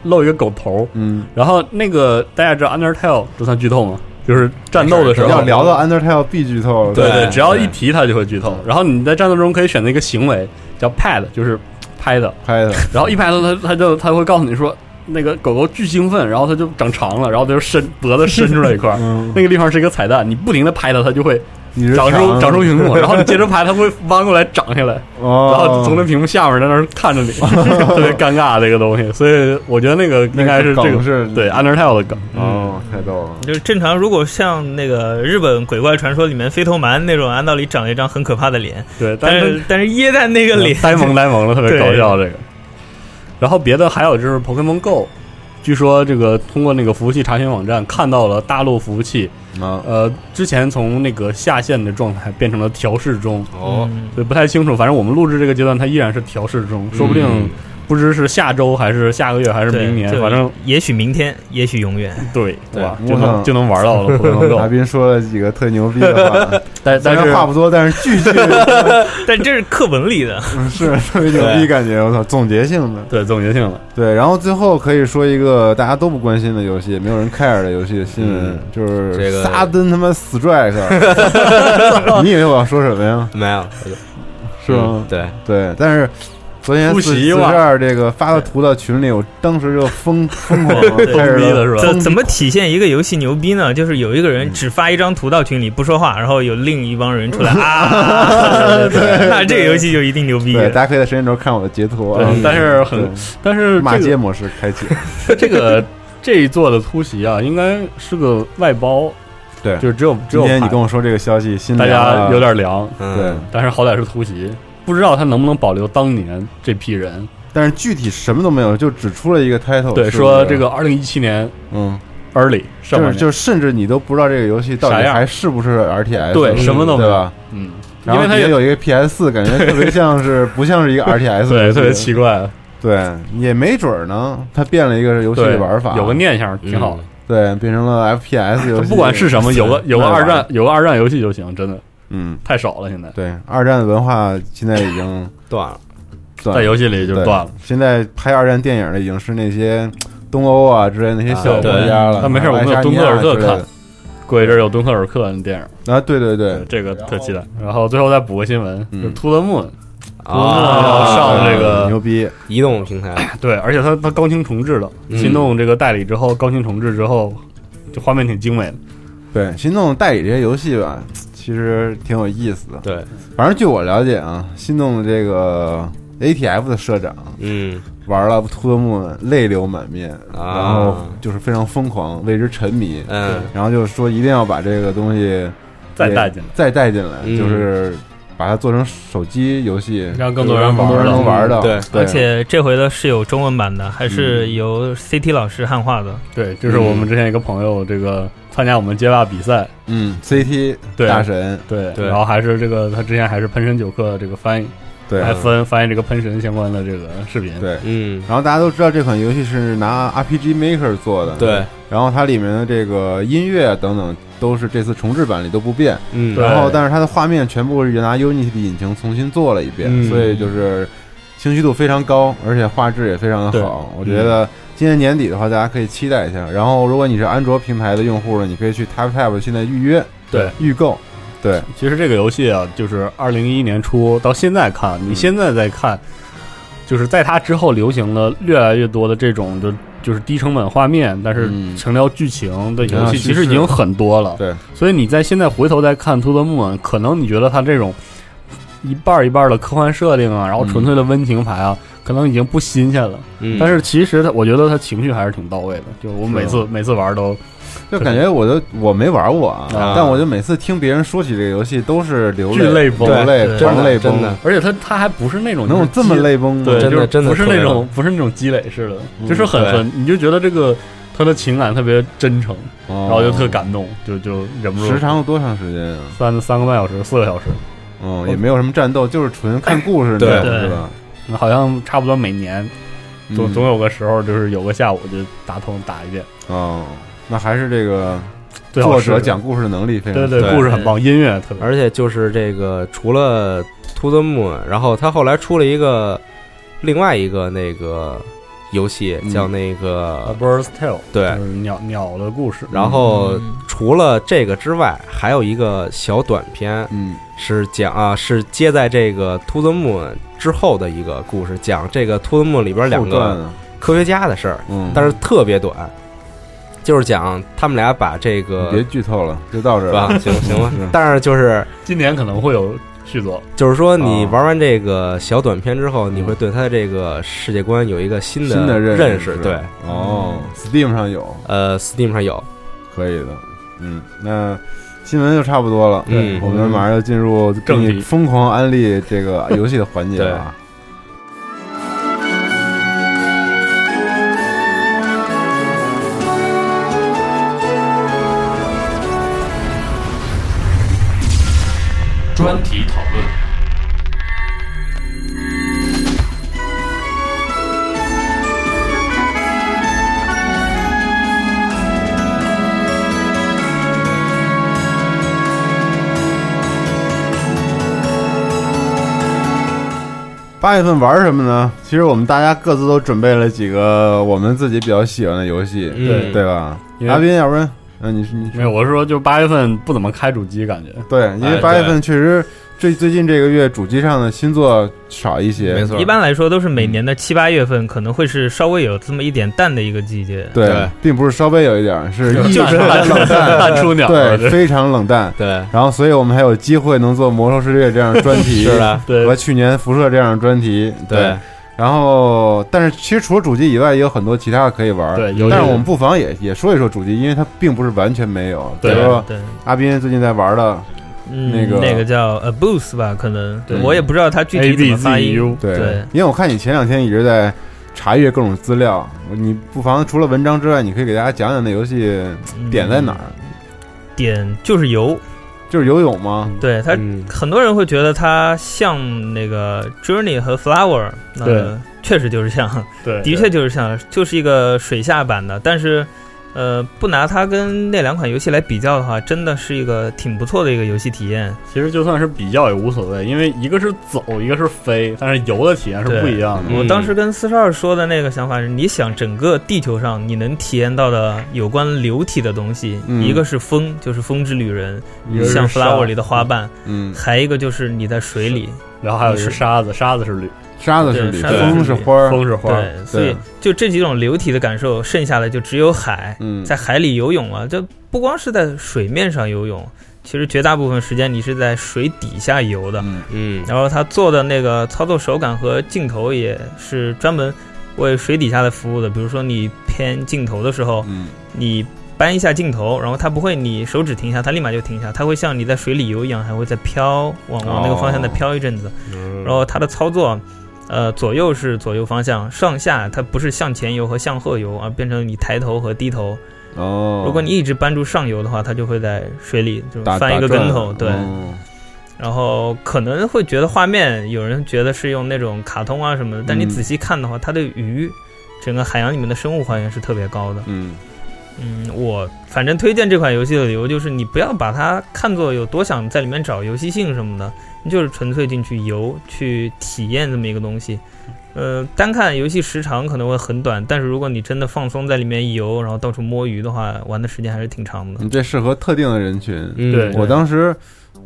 Speaker 6: 露一个狗头，
Speaker 5: 嗯，
Speaker 6: 然后那个大家知道 Undertale 这算剧透吗？就是战斗的时候
Speaker 5: 要聊到 Undertale 必剧透了，
Speaker 6: 对
Speaker 2: 对
Speaker 6: 只要一提它就会剧透。然后你在战斗中可以选择一个行为叫 pad，就是拍的。
Speaker 5: 拍的，
Speaker 6: 然后一拍它，它它就它会告诉你说，那个狗狗巨兴奋，然后它就长长了，然后它就伸脖子伸出来一块儿，
Speaker 5: *laughs* 嗯，
Speaker 6: 那个地方是一个彩蛋，你不停的拍它，它就会
Speaker 5: 你是
Speaker 6: 长出
Speaker 5: 长
Speaker 6: 长出屏
Speaker 5: *laughs*
Speaker 6: 幕，然后你接着拍，它会弯过来长下来，然后
Speaker 5: 哦，
Speaker 6: 从那屏幕下面在那儿看
Speaker 5: *laughs*
Speaker 6: 着你，特别尴尬这个东西。所以我觉得那个应该是这
Speaker 5: 那个梗
Speaker 6: 个
Speaker 5: 是
Speaker 6: 对啊嗯 Undertale 的梗。
Speaker 5: 哦，太逗了，
Speaker 8: 就是正常，如果像那个日本鬼怪传说里面飞头蛮那种，按道理长了一张很可怕的脸，
Speaker 6: 对，
Speaker 8: 但
Speaker 6: 但是
Speaker 8: 是但是椰蛋那个 *laughs* 脸，
Speaker 6: 呆萌呆萌的，特别
Speaker 8: 对
Speaker 6: 搞笑这个。然后别的还有就是 Pokemon Go，据说这个通过那个服务器查询网站看到了大陆服务器，
Speaker 5: 啊，
Speaker 6: 呃，之前从那个下线的状态变成了调试中，
Speaker 2: 哦，
Speaker 8: 嗯
Speaker 6: 所以不太清楚。反正我们录制这个阶段，它依然是调试中，说不定
Speaker 2: 嗯
Speaker 6: 不知是下周还是下个月还是
Speaker 8: 嗯对
Speaker 6: 哦明年
Speaker 8: 就，
Speaker 6: 反正
Speaker 8: 也许明天，也许永远。
Speaker 6: 对，
Speaker 2: 对
Speaker 6: 哇，
Speaker 5: 我
Speaker 6: 就能
Speaker 5: 想
Speaker 6: 就能玩到
Speaker 5: *laughs*
Speaker 6: 了 *laughs* Pokemon
Speaker 5: 阿
Speaker 6: Go。
Speaker 5: 斌说了几个特牛逼
Speaker 6: *laughs*
Speaker 5: 的话，
Speaker 6: 但
Speaker 5: 虽
Speaker 6: 但
Speaker 5: 然
Speaker 6: 是
Speaker 5: 话不多，但是
Speaker 6: *laughs*
Speaker 5: 句句
Speaker 8: 但这是课文里的，
Speaker 5: 是特别牛逼，感觉我操，总结性的。
Speaker 6: 对总结性了，
Speaker 5: 对，然后最后可以说一个大家都不关心的游戏，没有人 care 的游戏的新闻，
Speaker 2: 嗯
Speaker 5: 就是
Speaker 2: 这个
Speaker 5: 撒登他妈 Strike。你以
Speaker 6: *laughs*
Speaker 5: 为我要说什么呀？
Speaker 6: 嗯
Speaker 2: 没有，
Speaker 5: 是吗？
Speaker 2: 嗯对，
Speaker 5: 对，但是昨天
Speaker 6: 出
Speaker 5: 四
Speaker 6: 席
Speaker 5: 四十
Speaker 6: 吧
Speaker 5: 二这个发到图到群里，我当时就
Speaker 6: *laughs*
Speaker 5: 疯疯 *laughs* 狂了，
Speaker 8: 哦对
Speaker 5: 开始
Speaker 6: 疯逼了是吧
Speaker 8: 怎怎么体现一个游戏牛逼呢？就是有一个人只发一张图到群里不说话，然后有另一帮人
Speaker 5: *laughs*
Speaker 8: 出来啊， *laughs* 那这个游戏就一定牛逼。
Speaker 5: 对，大家可以在时间轴看我的截图啊 *laughs*
Speaker 6: 对。但是很
Speaker 5: 对
Speaker 6: 但是
Speaker 5: 骂
Speaker 6: 这个
Speaker 5: 街模式开启，
Speaker 6: 这个这一座的突袭啊，应该是个外包，
Speaker 5: *laughs* 对，
Speaker 6: 就是只有 *laughs* 只
Speaker 5: 今
Speaker 6: 有
Speaker 5: 天你
Speaker 6: 牌
Speaker 5: 跟我啊说这个消息，心
Speaker 6: 大
Speaker 5: 凉
Speaker 6: 家
Speaker 5: 了
Speaker 6: 有点嗯凉，
Speaker 2: 嗯
Speaker 5: 对，
Speaker 6: 但是好歹是突袭，不知道他能不能保留当年这批人。
Speaker 5: 但是具体什么都没有，就只出了一个 title，
Speaker 6: 对，
Speaker 5: 是不是
Speaker 6: 说这个二零一七年
Speaker 5: 嗯
Speaker 6: ，early 上半
Speaker 5: 就是
Speaker 6: 年，
Speaker 5: 就是甚至你都不知道这个游戏到底
Speaker 6: 啥样
Speaker 5: 还是不是 RTS，
Speaker 6: 对什么都没
Speaker 5: 对
Speaker 6: 有
Speaker 5: 吧？
Speaker 6: 嗯，因
Speaker 5: 然后
Speaker 6: 为他
Speaker 5: 也
Speaker 6: 也
Speaker 5: 有一个 PS 四，感觉特别像是不像
Speaker 6: *laughs*
Speaker 5: 是一个 RTS，
Speaker 6: 对
Speaker 5: 游戏
Speaker 6: 特别奇怪，
Speaker 5: 对，也没准儿呢，它变了一个游戏
Speaker 6: 对
Speaker 5: 的玩法，
Speaker 6: 有个念想
Speaker 2: 嗯
Speaker 6: 挺好的。
Speaker 5: 对，变成了 FPS 游戏，
Speaker 6: 不管是
Speaker 5: *laughs*
Speaker 6: 什么，有个有个
Speaker 5: 那玩
Speaker 6: 二
Speaker 5: 意儿
Speaker 6: 战，有个二战游戏就行，真的
Speaker 5: 嗯，
Speaker 6: 太少了。现在
Speaker 5: 对，二战文化现在已经
Speaker 2: 断了，
Speaker 5: 断
Speaker 6: 在游戏里就
Speaker 5: 对
Speaker 6: 断了。
Speaker 5: 现在拍二战电影的已经是那些东欧啊之类的那些
Speaker 6: 啊
Speaker 5: 小国
Speaker 6: 对
Speaker 5: 家了，
Speaker 6: 那没事，
Speaker 5: 然
Speaker 6: 我
Speaker 5: 后
Speaker 6: 们有
Speaker 5: 爱沙
Speaker 6: 敦
Speaker 5: 尼
Speaker 6: 刻
Speaker 5: 亚
Speaker 6: 尔克
Speaker 5: 之类的
Speaker 6: 看，过一阵儿有敦刻尔克的电影，
Speaker 5: 啊，对对对，
Speaker 6: 这个特期待。然后最后再补个新闻，
Speaker 5: 嗯
Speaker 6: 就是 To the Moon
Speaker 2: 啊
Speaker 6: 上这个
Speaker 5: 牛逼，
Speaker 2: 移动平台，
Speaker 6: 对，而且它它高清重置了，
Speaker 2: 嗯
Speaker 6: 心动这个代理之后，高清重置之后，就画面挺精美的。
Speaker 5: 对，心动代理这些游戏吧，其实挺有意思的。
Speaker 2: 对，
Speaker 5: 反正据我了解啊，心动的这个 ATF 的社长
Speaker 2: 嗯，
Speaker 5: 玩了《托木》，泪流满面，
Speaker 2: 啊
Speaker 5: 然后就是非常疯狂，为之沉迷，
Speaker 2: 嗯，
Speaker 5: 然后就说一定要把这个东西
Speaker 6: 再
Speaker 5: 也
Speaker 6: 带进来
Speaker 5: 再带进来，
Speaker 2: 嗯
Speaker 5: 就是把它做成手机游戏，
Speaker 6: 让更多人
Speaker 5: 就是
Speaker 6: 玩
Speaker 5: 玩
Speaker 6: 到
Speaker 5: 能玩到。
Speaker 2: 对
Speaker 5: 对
Speaker 8: 而且这回的是有中文版的，还
Speaker 5: 嗯
Speaker 8: 是由 CT 老师汉化的。
Speaker 6: 对，这是我们之前一个朋友，这个参加我们街霸比赛，
Speaker 5: 嗯，CT
Speaker 6: 对
Speaker 5: 大神，
Speaker 6: 对，
Speaker 2: 对
Speaker 6: 然后还是这个他之前还是喷神九克这个翻译，
Speaker 5: 对。
Speaker 6: 还翻翻译这个喷神相关的这个视频。
Speaker 5: 对，
Speaker 2: 嗯，
Speaker 5: 然后大家都知道这款游戏是拿 RPG Maker 做的，
Speaker 2: 对，
Speaker 5: 然后它里面的这个音乐等等都是这次重置版里都不变，
Speaker 2: 嗯，
Speaker 6: 对
Speaker 5: 然后但是它的画面全部是拿 Unity 引擎重新做了一遍，
Speaker 2: 嗯
Speaker 5: 所以就是清晰度非常高，而且画质也非常的好。我觉得今年年底的话，大家可以期待一下。然后如果你是安卓平台的用户呢，你可以去 TapTap 现在预约，
Speaker 6: 对，
Speaker 5: 预购，对，
Speaker 6: 其实这个游戏啊，就是二零一一年初到现在看，
Speaker 5: 嗯
Speaker 6: 你现在再看，就是在它之后流行了越来越多的这种就就是低成本画面，但是
Speaker 5: 嗯
Speaker 6: 强调剧情的游
Speaker 5: 啊
Speaker 6: 戏，
Speaker 5: 叙
Speaker 6: 其实已
Speaker 5: 事
Speaker 6: 经很多了。
Speaker 5: 对，
Speaker 6: 所以你在现在回头再看《To the Moon》，可能你觉得它这种一半儿一半儿的科幻设定啊，然后纯粹的温情牌啊，
Speaker 5: 嗯
Speaker 6: 可能已经不新鲜了。
Speaker 2: 嗯，
Speaker 6: 但是其实它，我觉得它情绪还是挺到位的。就我每
Speaker 5: 啊
Speaker 6: 次每次玩都
Speaker 5: 就感觉我都我没玩过啊，
Speaker 2: 啊
Speaker 5: 但我就每次听别人说起这个游戏都是流
Speaker 6: 巨
Speaker 5: 泪
Speaker 6: 泪崩
Speaker 5: 流泪
Speaker 2: 真
Speaker 8: 对
Speaker 5: 狂
Speaker 2: 的
Speaker 5: 泪
Speaker 2: 真
Speaker 5: 崩
Speaker 2: 的，
Speaker 6: 而且它它还不是那种
Speaker 5: 能有这么
Speaker 6: 累。
Speaker 5: 泪崩吗？
Speaker 6: 对，
Speaker 2: 真的
Speaker 6: 就是
Speaker 2: 真的
Speaker 6: 不是
Speaker 2: 特
Speaker 6: 那
Speaker 2: 别
Speaker 6: 种不是那种积累式的，
Speaker 5: 嗯
Speaker 6: 就是很
Speaker 2: 对
Speaker 6: 很，你就觉得这个他的情感特别真诚，
Speaker 5: 然
Speaker 6: 然后就特。感动，就就忍不住。
Speaker 5: 哦时长有多长时间啊？
Speaker 6: 三三个半小时，四个小时，
Speaker 5: 嗯，也没有什么战斗，就是纯看故事那种，
Speaker 8: 对
Speaker 5: 是吧？
Speaker 6: 那好像差不多每年总
Speaker 5: 嗯
Speaker 6: 总有个时候，就是有个下午就打通打一遍。
Speaker 5: 哦，那还是这个
Speaker 6: 最好
Speaker 5: 作
Speaker 6: 是
Speaker 5: 者讲故事的能力非常
Speaker 6: 对
Speaker 5: 强。
Speaker 6: 对
Speaker 2: 对
Speaker 6: 故事很棒，音乐特别
Speaker 2: 而且就是这个，除了 To the Moon，然后他后来出了一个另外一个那个游戏，
Speaker 5: 嗯
Speaker 2: 叫那
Speaker 6: 《A
Speaker 2: 个、
Speaker 6: Bird's Tale》
Speaker 2: 对
Speaker 6: 就是鸟鸟的故事。
Speaker 2: 然
Speaker 5: 哦
Speaker 2: 后
Speaker 8: 嗯
Speaker 2: 除了这个之外，还有一个小短片
Speaker 5: 嗯，
Speaker 2: 是讲啊，是接在这个 To the Moon 之后的一个故事，讲这个 To the Moon 里边两
Speaker 5: 后段
Speaker 2: 个
Speaker 5: 啊，
Speaker 2: 科学家的事儿，
Speaker 5: 嗯，
Speaker 2: 但是特别短，就是讲他们俩把这
Speaker 5: 你
Speaker 2: 个
Speaker 5: 别剧透了，就到这
Speaker 2: 是
Speaker 5: 儿
Speaker 2: 吧？
Speaker 5: 了。嗯
Speaker 2: 行行
Speaker 5: *laughs*
Speaker 2: 吧
Speaker 5: 是，
Speaker 2: 但是就是
Speaker 6: 嗯今年可能会有续作，
Speaker 2: 就是说，你
Speaker 5: 啊
Speaker 2: 玩完这个小短片之后，你会对它的这个世界观有一个新
Speaker 5: 新的
Speaker 2: 的
Speaker 5: 认
Speaker 2: 识。
Speaker 5: 识
Speaker 2: 对，嗯
Speaker 5: 哦，Steam 上有，
Speaker 2: 呃，Steam 上有，
Speaker 5: 可以的。嗯，那新闻就差不多了。
Speaker 2: 嗯
Speaker 5: 我们马上要进入给
Speaker 6: 正
Speaker 5: 你
Speaker 6: 题
Speaker 5: 疯狂安利这个
Speaker 2: *laughs*
Speaker 5: 游戏的环节了啊。
Speaker 7: 专题讨论。
Speaker 5: 八月份玩什么呢？其实我们大家各自都准备了几个我们自己比较喜欢的游戏，
Speaker 2: 嗯
Speaker 5: 对吧？
Speaker 6: 因为
Speaker 5: 阿斌，要不然，嗯，你是你
Speaker 6: 没有，我是说就八月份不怎么开主机，感觉
Speaker 5: 对，因为
Speaker 6: 哎
Speaker 5: 八月份确实最最近这个月主机上的新作少一些，
Speaker 2: 没错
Speaker 8: 一般来说都是每年
Speaker 5: 嗯
Speaker 8: 的七八月份，可能会是稍微有这么一点淡的一个季节。
Speaker 5: 对，
Speaker 2: 对
Speaker 5: 并不是稍微有一点儿，是异
Speaker 6: 就 *laughs*
Speaker 5: 常
Speaker 6: 是淡
Speaker 5: 冷淡，
Speaker 6: 淡出鸟了， *laughs*
Speaker 5: 对，
Speaker 6: 这
Speaker 5: 非常冷淡。
Speaker 2: 对，
Speaker 5: 然后，所以我们还有机会能做《魔兽世界》这样的专题，
Speaker 2: *laughs* 是的，
Speaker 6: 对
Speaker 5: 和去年《辐射》这样的专题，
Speaker 2: 对，
Speaker 5: 然后，但是其实除了主机以外，也有很多其他可以玩。
Speaker 6: 对有
Speaker 5: 但是
Speaker 6: 有
Speaker 5: 我们不妨也也说一说主机，因为它并不是完全没有。
Speaker 6: 对
Speaker 5: 比如说
Speaker 8: 对
Speaker 5: 阿斌最近在玩的，
Speaker 8: 嗯，
Speaker 5: 那个
Speaker 8: 那个叫 a b u s 吧，可能
Speaker 5: 对
Speaker 8: 我也不知道它具体怎么发音嗯
Speaker 6: ABZU。
Speaker 5: 对，
Speaker 8: 对
Speaker 5: 因为我看你前两天一直在查阅各种资料，你不妨除了文章之外，你可以给大家讲讲那游戏
Speaker 8: 嗯
Speaker 5: 点在哪儿？
Speaker 8: 点就是游，
Speaker 5: 就是游泳吗？
Speaker 8: 对它
Speaker 2: 嗯
Speaker 8: 很多人会觉得它像那个 Journey 和 Flower，那
Speaker 6: 对
Speaker 8: 确实就是像，
Speaker 6: 对，
Speaker 8: 的确就是像，就是一个水下版的，但是。呃，不拿它跟那两款游戏来比较的话，真的是一个挺不错的一个游戏体验。
Speaker 6: 其实就算是比较也无所谓，因为一个是走，一个是飞，但是游的体验是不一样的。
Speaker 8: 我
Speaker 2: 嗯
Speaker 8: 当时跟四十二说的那个想法是，你想整个地球上你能体验到的有关流体的东西，
Speaker 5: 嗯
Speaker 8: 一个是风，就是风之旅人，
Speaker 6: 一个是
Speaker 8: 像
Speaker 6: 沙
Speaker 8: flower 里的花瓣，
Speaker 5: 嗯，
Speaker 8: 还一个就是你在水里，
Speaker 6: 然后还有一个
Speaker 8: 是
Speaker 6: 沙子，沙子是铝，
Speaker 5: 沙子是
Speaker 8: 对
Speaker 5: 里，
Speaker 8: 沙子
Speaker 5: 风
Speaker 8: 是
Speaker 5: 是
Speaker 8: 里
Speaker 5: 花儿，
Speaker 6: 风是花，
Speaker 8: 对，所以就这几种流体的感受，剩下的就只有海，
Speaker 5: 嗯，
Speaker 8: 在海里游泳啊，这不光是在水面上游泳，其实绝大部分时间你是在水底下游的，
Speaker 5: 嗯
Speaker 2: 嗯
Speaker 8: 然后他做的那个操作手感和镜头也是专门为水底下的服务的。比如说你偏镜头的时候，
Speaker 5: 嗯
Speaker 8: 你扳一下镜头，然后它不会你手指停下，它立马就停下，它会像你在水里游一样，还会再飘，往往那个方向再飘一阵
Speaker 5: 哦
Speaker 8: 子。
Speaker 2: 嗯
Speaker 8: 然后它的操作，呃，左右是左右方向，上下它不是向前游和向后游，而变成你抬头和低头。
Speaker 5: 哦，
Speaker 8: 如果你一直扳住上游的话，它就会在水里就
Speaker 5: 打
Speaker 8: 翻一个
Speaker 5: 打转
Speaker 8: 跟头，对。
Speaker 5: 哦
Speaker 8: 然后可能会觉得画面，有人觉得是用那种卡通啊什么的，但你
Speaker 5: 嗯
Speaker 8: 仔细看的话，它对鱼，整个海洋里面的生物还原是特别高的。
Speaker 5: 嗯
Speaker 8: 嗯，我反正推荐这款游戏的理由就是，你不要把它看作有多想在里面找游戏性什么的，你就是纯粹进去游去体验这么一个东西。呃，单看游戏时长可能会很短，但是如果你真的放松在里面游，然后到处摸鱼的话，玩的时间还是挺长的。
Speaker 5: 你这适合特定的人群。
Speaker 2: 嗯
Speaker 6: 对
Speaker 5: 我当时，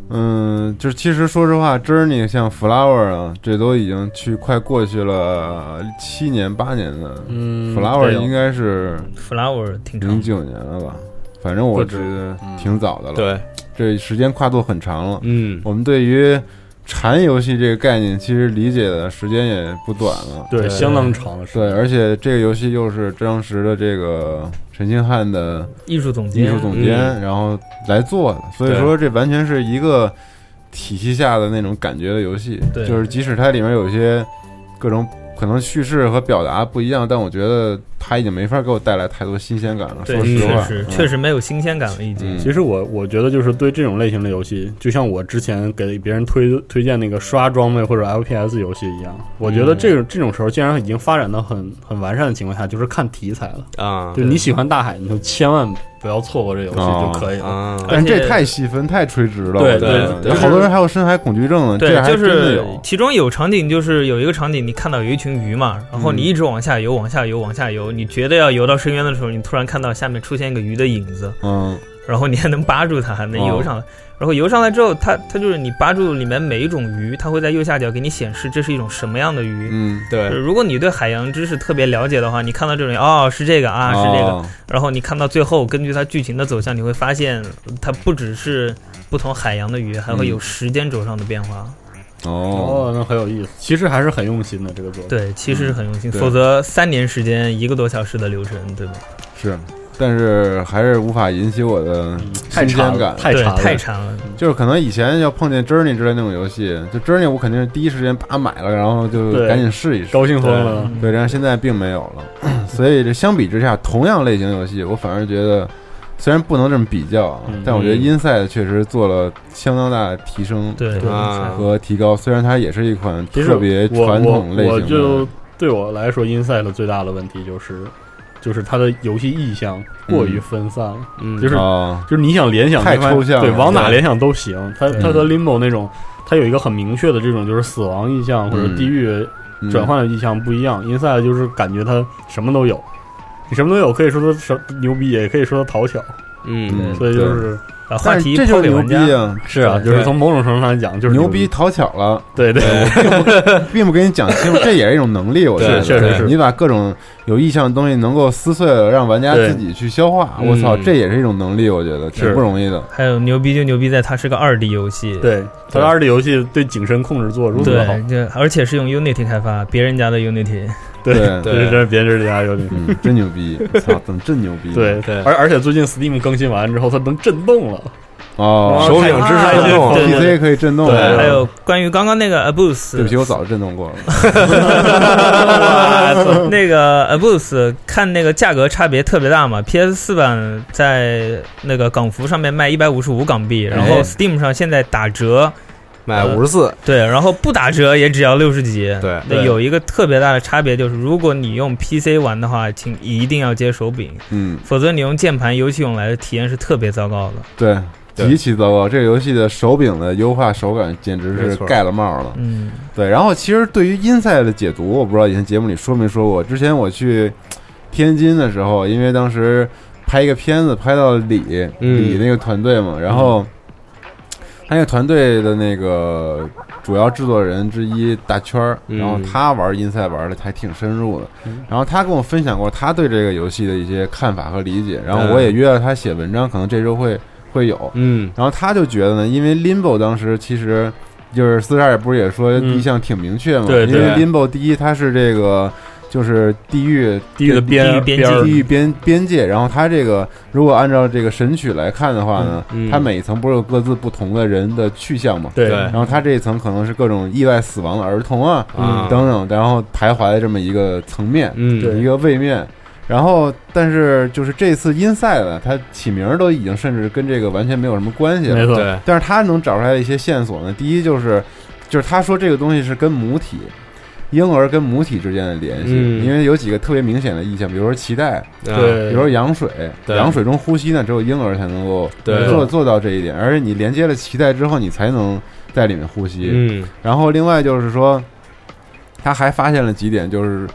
Speaker 5: 嗯，就是其实说实话，Journey 像 Flower 啊，这都已经去快过去了七年八年了。
Speaker 6: 嗯
Speaker 5: Flower 应该是
Speaker 8: Flower 挺长
Speaker 5: 零
Speaker 8: 的，
Speaker 5: 九年了吧？反正我
Speaker 6: 不
Speaker 5: 觉
Speaker 6: 止
Speaker 5: 得
Speaker 8: 嗯
Speaker 5: 挺早的了。，
Speaker 2: 对，
Speaker 5: 这时间跨度很长了。
Speaker 2: 嗯
Speaker 5: 我们对于馋游戏这个概念，其实理解的时间也不短了。
Speaker 6: 对
Speaker 2: 对
Speaker 6: 相当长的时间
Speaker 5: 对，而且这个游戏又是当时的这个陈星汉的
Speaker 8: 艺术总
Speaker 5: 艺
Speaker 8: 监
Speaker 5: 术，总监，然后来做的，所以说这完全是一个体系下的那种感觉的游戏。
Speaker 8: 对
Speaker 5: 就是即使它里面有些各种可能叙事和表达不一样，但我觉得它已经没法给我带来太多新鲜感了。
Speaker 8: 对，
Speaker 5: 说实
Speaker 8: 确
Speaker 5: 话，
Speaker 8: 实
Speaker 5: 嗯
Speaker 8: 确实没有新鲜感了，已经。
Speaker 5: 嗯
Speaker 6: 其实我我觉得就是对这种类型的游戏，就像我之前给别人推推荐那个刷装备或者 FPS 游戏一样，我觉得这种、这种时候竟然已经发展到很很完善的情况下，就是看题材了。
Speaker 2: 啊
Speaker 6: 就你喜欢大海，你就千万不要错过这游戏
Speaker 5: 哦
Speaker 6: 就可以了。
Speaker 2: 啊，
Speaker 5: 但
Speaker 8: 而
Speaker 5: 这
Speaker 8: 且
Speaker 5: 太细分、太垂直了。
Speaker 6: 对
Speaker 5: 我觉得
Speaker 2: 对对
Speaker 5: 有好多人还有深海恐惧症呢，嗯这
Speaker 8: 对，
Speaker 5: 还
Speaker 8: 就
Speaker 5: 真的
Speaker 8: 是
Speaker 5: 有。
Speaker 8: 其中有场景，就是有一个场景，你看到有一群鱼嘛，
Speaker 5: 嗯
Speaker 8: 然后你一直往下游，往下游，往下游，你觉得要游到深渊的时候，你突然看到下面出现一个鱼的影子，
Speaker 5: 嗯，
Speaker 8: 然后你还能扒住它，还能
Speaker 5: 哦
Speaker 8: 游上来。然后游上来之后，它它就是你扒住里面每一种鱼，它会在右下角给你显示这是一种什么样的鱼。
Speaker 5: 嗯，
Speaker 8: 就是
Speaker 2: 对，
Speaker 8: 如果你对海洋知识特别了解的话，你看到这种哦是这个啊是这个，
Speaker 5: 哦
Speaker 8: 然后你看到最后根据它剧情的走向，你会发现它不只是不同海洋的鱼，还会有
Speaker 5: 嗯
Speaker 8: 时间轴上的变化。
Speaker 5: 哦，
Speaker 6: 哦，那很有意思，其实还是很用心的这个作品。
Speaker 8: 嗯对，其实是很用心，
Speaker 5: 对
Speaker 8: 否则三年时间一个多小时的流程，对吧？
Speaker 5: 是，但是还是无法引起我的
Speaker 6: 嗯太
Speaker 5: 嗯新
Speaker 6: 长
Speaker 5: 鲜感。
Speaker 6: 太
Speaker 8: 对
Speaker 6: 长，
Speaker 8: 太长了。
Speaker 5: 就是可能以前要碰见 Journey 之类那种游戏，就 Journey 我肯定是第一时间啪买了，然后就
Speaker 6: 对
Speaker 5: 赶紧试一试。
Speaker 6: 高兴疯了。
Speaker 5: 对，然后现在并没有了， *clears throat* 所以这相比之下，同样类型游戏，我反而觉得虽然不能这么比较啊
Speaker 6: 嗯，
Speaker 5: 但我觉得 Inside 确实做了相当大的提升
Speaker 8: 对，
Speaker 6: 对
Speaker 2: 啊
Speaker 5: 和提高，虽然它也是一款
Speaker 6: 其实
Speaker 5: 特别
Speaker 6: 我
Speaker 5: 传统类
Speaker 6: 我我
Speaker 5: 型
Speaker 6: 就
Speaker 5: 的，
Speaker 6: 对我来说，Inside 最大的问题就是，就是它的游戏意向过于分散了。
Speaker 2: 嗯
Speaker 6: 就是
Speaker 5: 啊，
Speaker 6: 就是你想联想
Speaker 5: 太
Speaker 6: 这块
Speaker 5: 抽象了
Speaker 6: 对，往哪
Speaker 5: 对嗯
Speaker 6: 联想都行。它
Speaker 5: 对
Speaker 6: 它和 Limbo 那种，它有一个很明确的这种就是死亡意向或者
Speaker 5: 嗯
Speaker 6: 地狱
Speaker 5: 嗯
Speaker 6: 转换的意向不一样。Inside 就是感觉它什么都有，你什么都有，可以说它什牛逼，也可以说它讨巧。
Speaker 2: 嗯
Speaker 6: 所以就是，
Speaker 8: 把话题
Speaker 5: 但是
Speaker 8: 抛
Speaker 5: 这就是
Speaker 8: 给
Speaker 5: 牛
Speaker 8: 玩
Speaker 5: 逼
Speaker 8: 家。
Speaker 5: 啊！
Speaker 6: 是啊，
Speaker 8: 对
Speaker 6: 就是从某种程度上讲，就是
Speaker 5: 牛逼，讨巧了，
Speaker 6: 对对，
Speaker 5: 并不给你讲
Speaker 6: *laughs*
Speaker 5: 清楚，这也是一种能力，我觉得
Speaker 6: 对确实是
Speaker 5: 你把各种有意向的东西能够撕碎了，让玩家
Speaker 6: 对
Speaker 5: 自己去消化，
Speaker 2: 嗯
Speaker 5: 我操，这也是一种能力，我觉
Speaker 6: 是
Speaker 5: 得挺不容
Speaker 6: *laughs*
Speaker 5: 易的。
Speaker 8: 还有牛逼就牛逼在它是个二 D 游戏，
Speaker 6: *laughs* 对，它的二 D 游戏对景深控制做得如此好，
Speaker 8: 对，这而且是用 Unity 开发，别人家的 Unity，
Speaker 6: 对
Speaker 5: 对
Speaker 6: 这真是别人家有点。
Speaker 5: 嗯，真牛逼！我操， *laughs* 怎么真牛逼？
Speaker 6: 对
Speaker 2: 对
Speaker 6: 而而且最近 Steam 更新完之后，它能震动了，
Speaker 5: 哦，
Speaker 2: 手柄支持震动，
Speaker 6: 啊对对对
Speaker 5: PC 可以震动，
Speaker 6: 对
Speaker 8: 还有关于刚刚那个
Speaker 5: 啊
Speaker 8: Abuse，
Speaker 5: 对不起，我早就震动过了。
Speaker 8: *laughs*
Speaker 6: *laughs*
Speaker 8: 那个 Abus 看那个价格差别特别大嘛，PS 四版在那个港服上面卖一百五十五港
Speaker 6: 哎
Speaker 8: 币，然后 Steam 上现在打折，
Speaker 2: 买五十四，
Speaker 8: 对，然后不打折也只要六十几。
Speaker 2: 对
Speaker 8: 那有一个特别大的差别就是，如果你用 PC 玩的话，请一定要接手柄，
Speaker 5: 嗯，
Speaker 8: 否则你用键盘游戏用来的体验是特别糟糕的。
Speaker 5: 对，
Speaker 2: 对
Speaker 5: 极其糟糕。这个游戏的手柄的优化手感简直
Speaker 2: 没
Speaker 5: 是
Speaker 2: 错
Speaker 5: 盖了帽了。
Speaker 8: 嗯，
Speaker 5: 对，然后其实对于 Inside 的解读，我不知道以前节目里说没说过。之前我去天津的时候，因为当时拍一个片子，拍到李、
Speaker 2: 嗯
Speaker 5: 李那个团队嘛，然后他那个团队的那个主要制作人之一大圈儿，
Speaker 2: 嗯
Speaker 5: 然后他玩 Inside 玩的还挺深入的，然后他跟我分享过他对这个游戏的一些看法和理解，然后我也约了他写文章，可能这周会会有，
Speaker 2: 嗯
Speaker 5: 然后他就觉得呢，因为 Limbo 当时其实就是四十二不是也说
Speaker 6: 嗯
Speaker 5: 意向挺明确嘛，
Speaker 6: 对
Speaker 5: 因为
Speaker 2: 对
Speaker 5: Limbo 第一它是这个就是地狱
Speaker 6: 地狱的
Speaker 8: 地狱
Speaker 6: 边
Speaker 8: 边
Speaker 6: 边儿
Speaker 5: 地狱边边界，然后它这个如果按照这个神曲来看的话呢，
Speaker 2: 嗯嗯
Speaker 5: 它每一层不是有各自不同的人的去向嘛，
Speaker 6: 对
Speaker 2: 对
Speaker 5: 然后它这一层可能是各种意外死亡的儿童啊、
Speaker 6: 嗯
Speaker 2: 啊
Speaker 5: 等等，然后徘徊的这么一个层面，
Speaker 2: 嗯，
Speaker 5: 一个位面。然后，但是就是这次 Inside 它起名儿都已经甚至跟这个完全没有什么关系
Speaker 6: 没
Speaker 5: 了。
Speaker 6: 错，
Speaker 2: 对，啊
Speaker 5: 但是他能找出来的一些线索呢，第一就是，就是他说这个东西是跟母体、婴儿跟母体之间的联系，
Speaker 2: 嗯
Speaker 5: 因为有几个特别明显的意象，比如说脐带，
Speaker 2: 啊
Speaker 5: 比
Speaker 6: 对，
Speaker 5: 如说羊水，
Speaker 2: 对
Speaker 5: 羊水中呼吸呢，只有婴儿才能够
Speaker 2: 对
Speaker 5: 做做到这一点，而且你连接了脐带之后，你才能在里面呼吸。
Speaker 2: 嗯
Speaker 5: 然后另外就是说，他还发现了几点，就是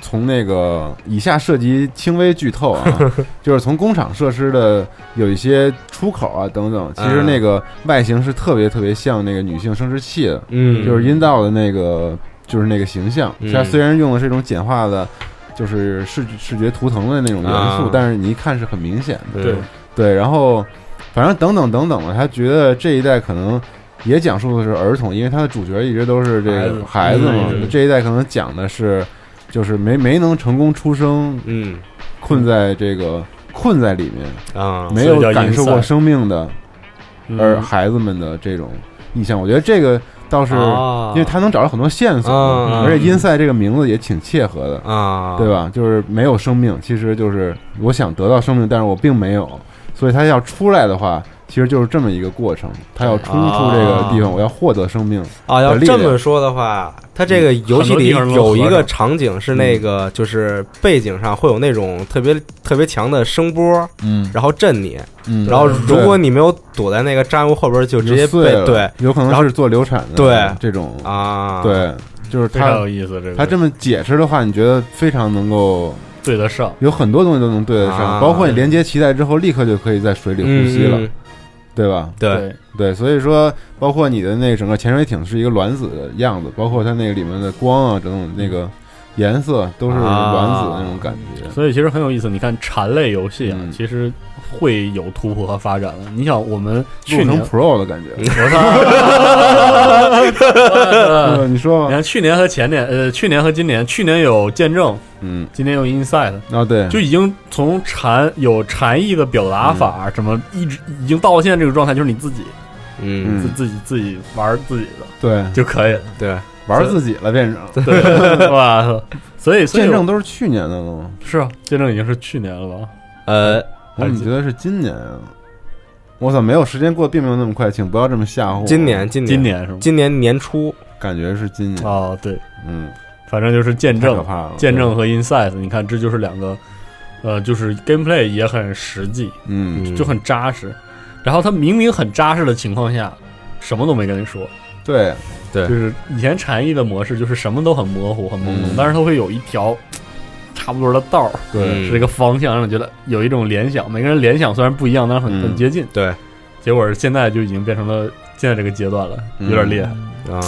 Speaker 5: 从那个以下涉及轻微剧透
Speaker 2: *laughs*
Speaker 5: 啊，就是从工厂设施的有一些出口啊等等，
Speaker 2: 嗯
Speaker 5: 其实那个外形是特别特别像那个女性生殖器的，
Speaker 2: 嗯，
Speaker 5: 就是阴道的那个就是那个形象。
Speaker 2: 嗯
Speaker 5: 它虽然用的是一种简化的，就是视视觉图腾的那种元素
Speaker 2: 啊，
Speaker 5: 但是你一看是很明显的。
Speaker 6: 对，
Speaker 5: 对，然后反正等等等等吧，他觉得这一代可能也讲述的是儿童，因为他的主角一直都是这个孩子嘛，
Speaker 2: 嗯嗯嗯
Speaker 5: 这一代可能讲的是就是没没能成功出生，
Speaker 2: 嗯
Speaker 5: 困在这个困在里面，
Speaker 2: 啊，
Speaker 5: 没
Speaker 6: 所以
Speaker 5: 有
Speaker 6: 叫
Speaker 5: 感受
Speaker 6: inside
Speaker 5: 过生命的
Speaker 6: 嗯
Speaker 5: 而孩子们的这种意向，我觉得这个倒是
Speaker 2: 啊
Speaker 5: 因为他能找到很多线索，
Speaker 2: 啊
Speaker 5: 而且 inside 这个名字也挺切合的，
Speaker 2: 啊，
Speaker 5: 对？吧？就是没有生命，其实就是我想得到生命，但是我并没有，所以它要出来的话，其实就是这么一个过程，它要冲出这个地
Speaker 2: 啊
Speaker 5: 方，我要获得生命。
Speaker 2: 啊，要
Speaker 5: 的力
Speaker 2: 这
Speaker 5: 量嗯
Speaker 2: 么说的话，它这个游戏里有一个场景是那个，就是背景上会有那种特别特别强的声波，
Speaker 5: 嗯
Speaker 2: 然后震你，
Speaker 5: 嗯
Speaker 2: 然后如果你没有躲在那个渣屋后边，就直接
Speaker 5: 碎
Speaker 2: 被
Speaker 5: 了，
Speaker 2: 对，
Speaker 5: 有可
Speaker 2: 然
Speaker 5: 能
Speaker 2: 后
Speaker 5: 是做流产的，
Speaker 2: 对
Speaker 5: 这种，
Speaker 2: 啊，，
Speaker 5: 对，就是
Speaker 6: 非常
Speaker 5: 他
Speaker 6: 有意思，这个
Speaker 5: 他这么解释的话，你觉得非常能够
Speaker 6: 对得上，
Speaker 5: 有很多东西都能对得上，
Speaker 2: 啊
Speaker 5: 包括你连接脐带之后，立刻就可以在水里呼吸了，
Speaker 2: 嗯，嗯
Speaker 5: 对吧？
Speaker 2: 对，
Speaker 5: 对，所以说，包括你的那个整个潜水艇是一个卵子的样子，包括它那个里面的光啊，等等那
Speaker 6: 嗯
Speaker 5: 个颜色都是卵子的那种感觉。
Speaker 6: 所以其实很有意思。你看蝉类游戏啊，
Speaker 5: 嗯
Speaker 6: 其实会有突破和发展的。你想，我们去
Speaker 5: 变成
Speaker 6: 年
Speaker 5: Pro 的感觉。
Speaker 6: *laughs* 我操！
Speaker 5: 呃，你说
Speaker 6: 你
Speaker 5: 吧。
Speaker 6: 看去年和前年，呃，去年和今年，去年有见证，
Speaker 5: 嗯，
Speaker 6: 今年有 inside，
Speaker 5: 啊对，
Speaker 6: 就已经从禅有禅意的表达法，
Speaker 5: 嗯
Speaker 6: 什么一直已经到现在这个状态，就是你自己
Speaker 2: 嗯，
Speaker 6: 自
Speaker 5: 嗯
Speaker 6: 自己自己玩自己的
Speaker 5: 对，
Speaker 6: 就可以了，
Speaker 2: 对，
Speaker 5: 玩自己了变成。
Speaker 6: 对，
Speaker 5: *laughs*
Speaker 6: 哇塞！所以所以
Speaker 5: 见证都是去年的了吗？
Speaker 6: 是啊，见证已经是去年了吧？
Speaker 2: 呃，
Speaker 5: 我怎么觉得是今年啊？我操，没有时间过得并没有那么快，请不要这么吓唬我。
Speaker 2: 今年今
Speaker 6: 今
Speaker 2: 年
Speaker 6: 年是吗？
Speaker 2: 今年年初，
Speaker 5: 感觉是今年，
Speaker 6: 哦，对，
Speaker 5: 嗯，
Speaker 6: 反正就是见
Speaker 5: 太可
Speaker 6: 证、
Speaker 5: 怕了。
Speaker 6: 见证，和 inside，你看这就是两个，呃，就是 gameplay 也很实际，
Speaker 5: 嗯，
Speaker 6: 就很扎实。然后他明明很扎实的情况下，什么都没跟你说，
Speaker 5: 对，
Speaker 2: 对
Speaker 6: 就是以前禅意的模式就是什么都很模糊、很朦胧，
Speaker 5: 嗯
Speaker 6: 但是它会有一条差不多的道儿，
Speaker 2: 对
Speaker 6: 是一个方向，让你觉得有一种联想。每个人联想虽然不一样，但是很
Speaker 5: 嗯
Speaker 6: 很接近。
Speaker 2: 对，
Speaker 6: 结果是现在就已经变成了现在这个阶段了，有点厉害。
Speaker 2: 啊，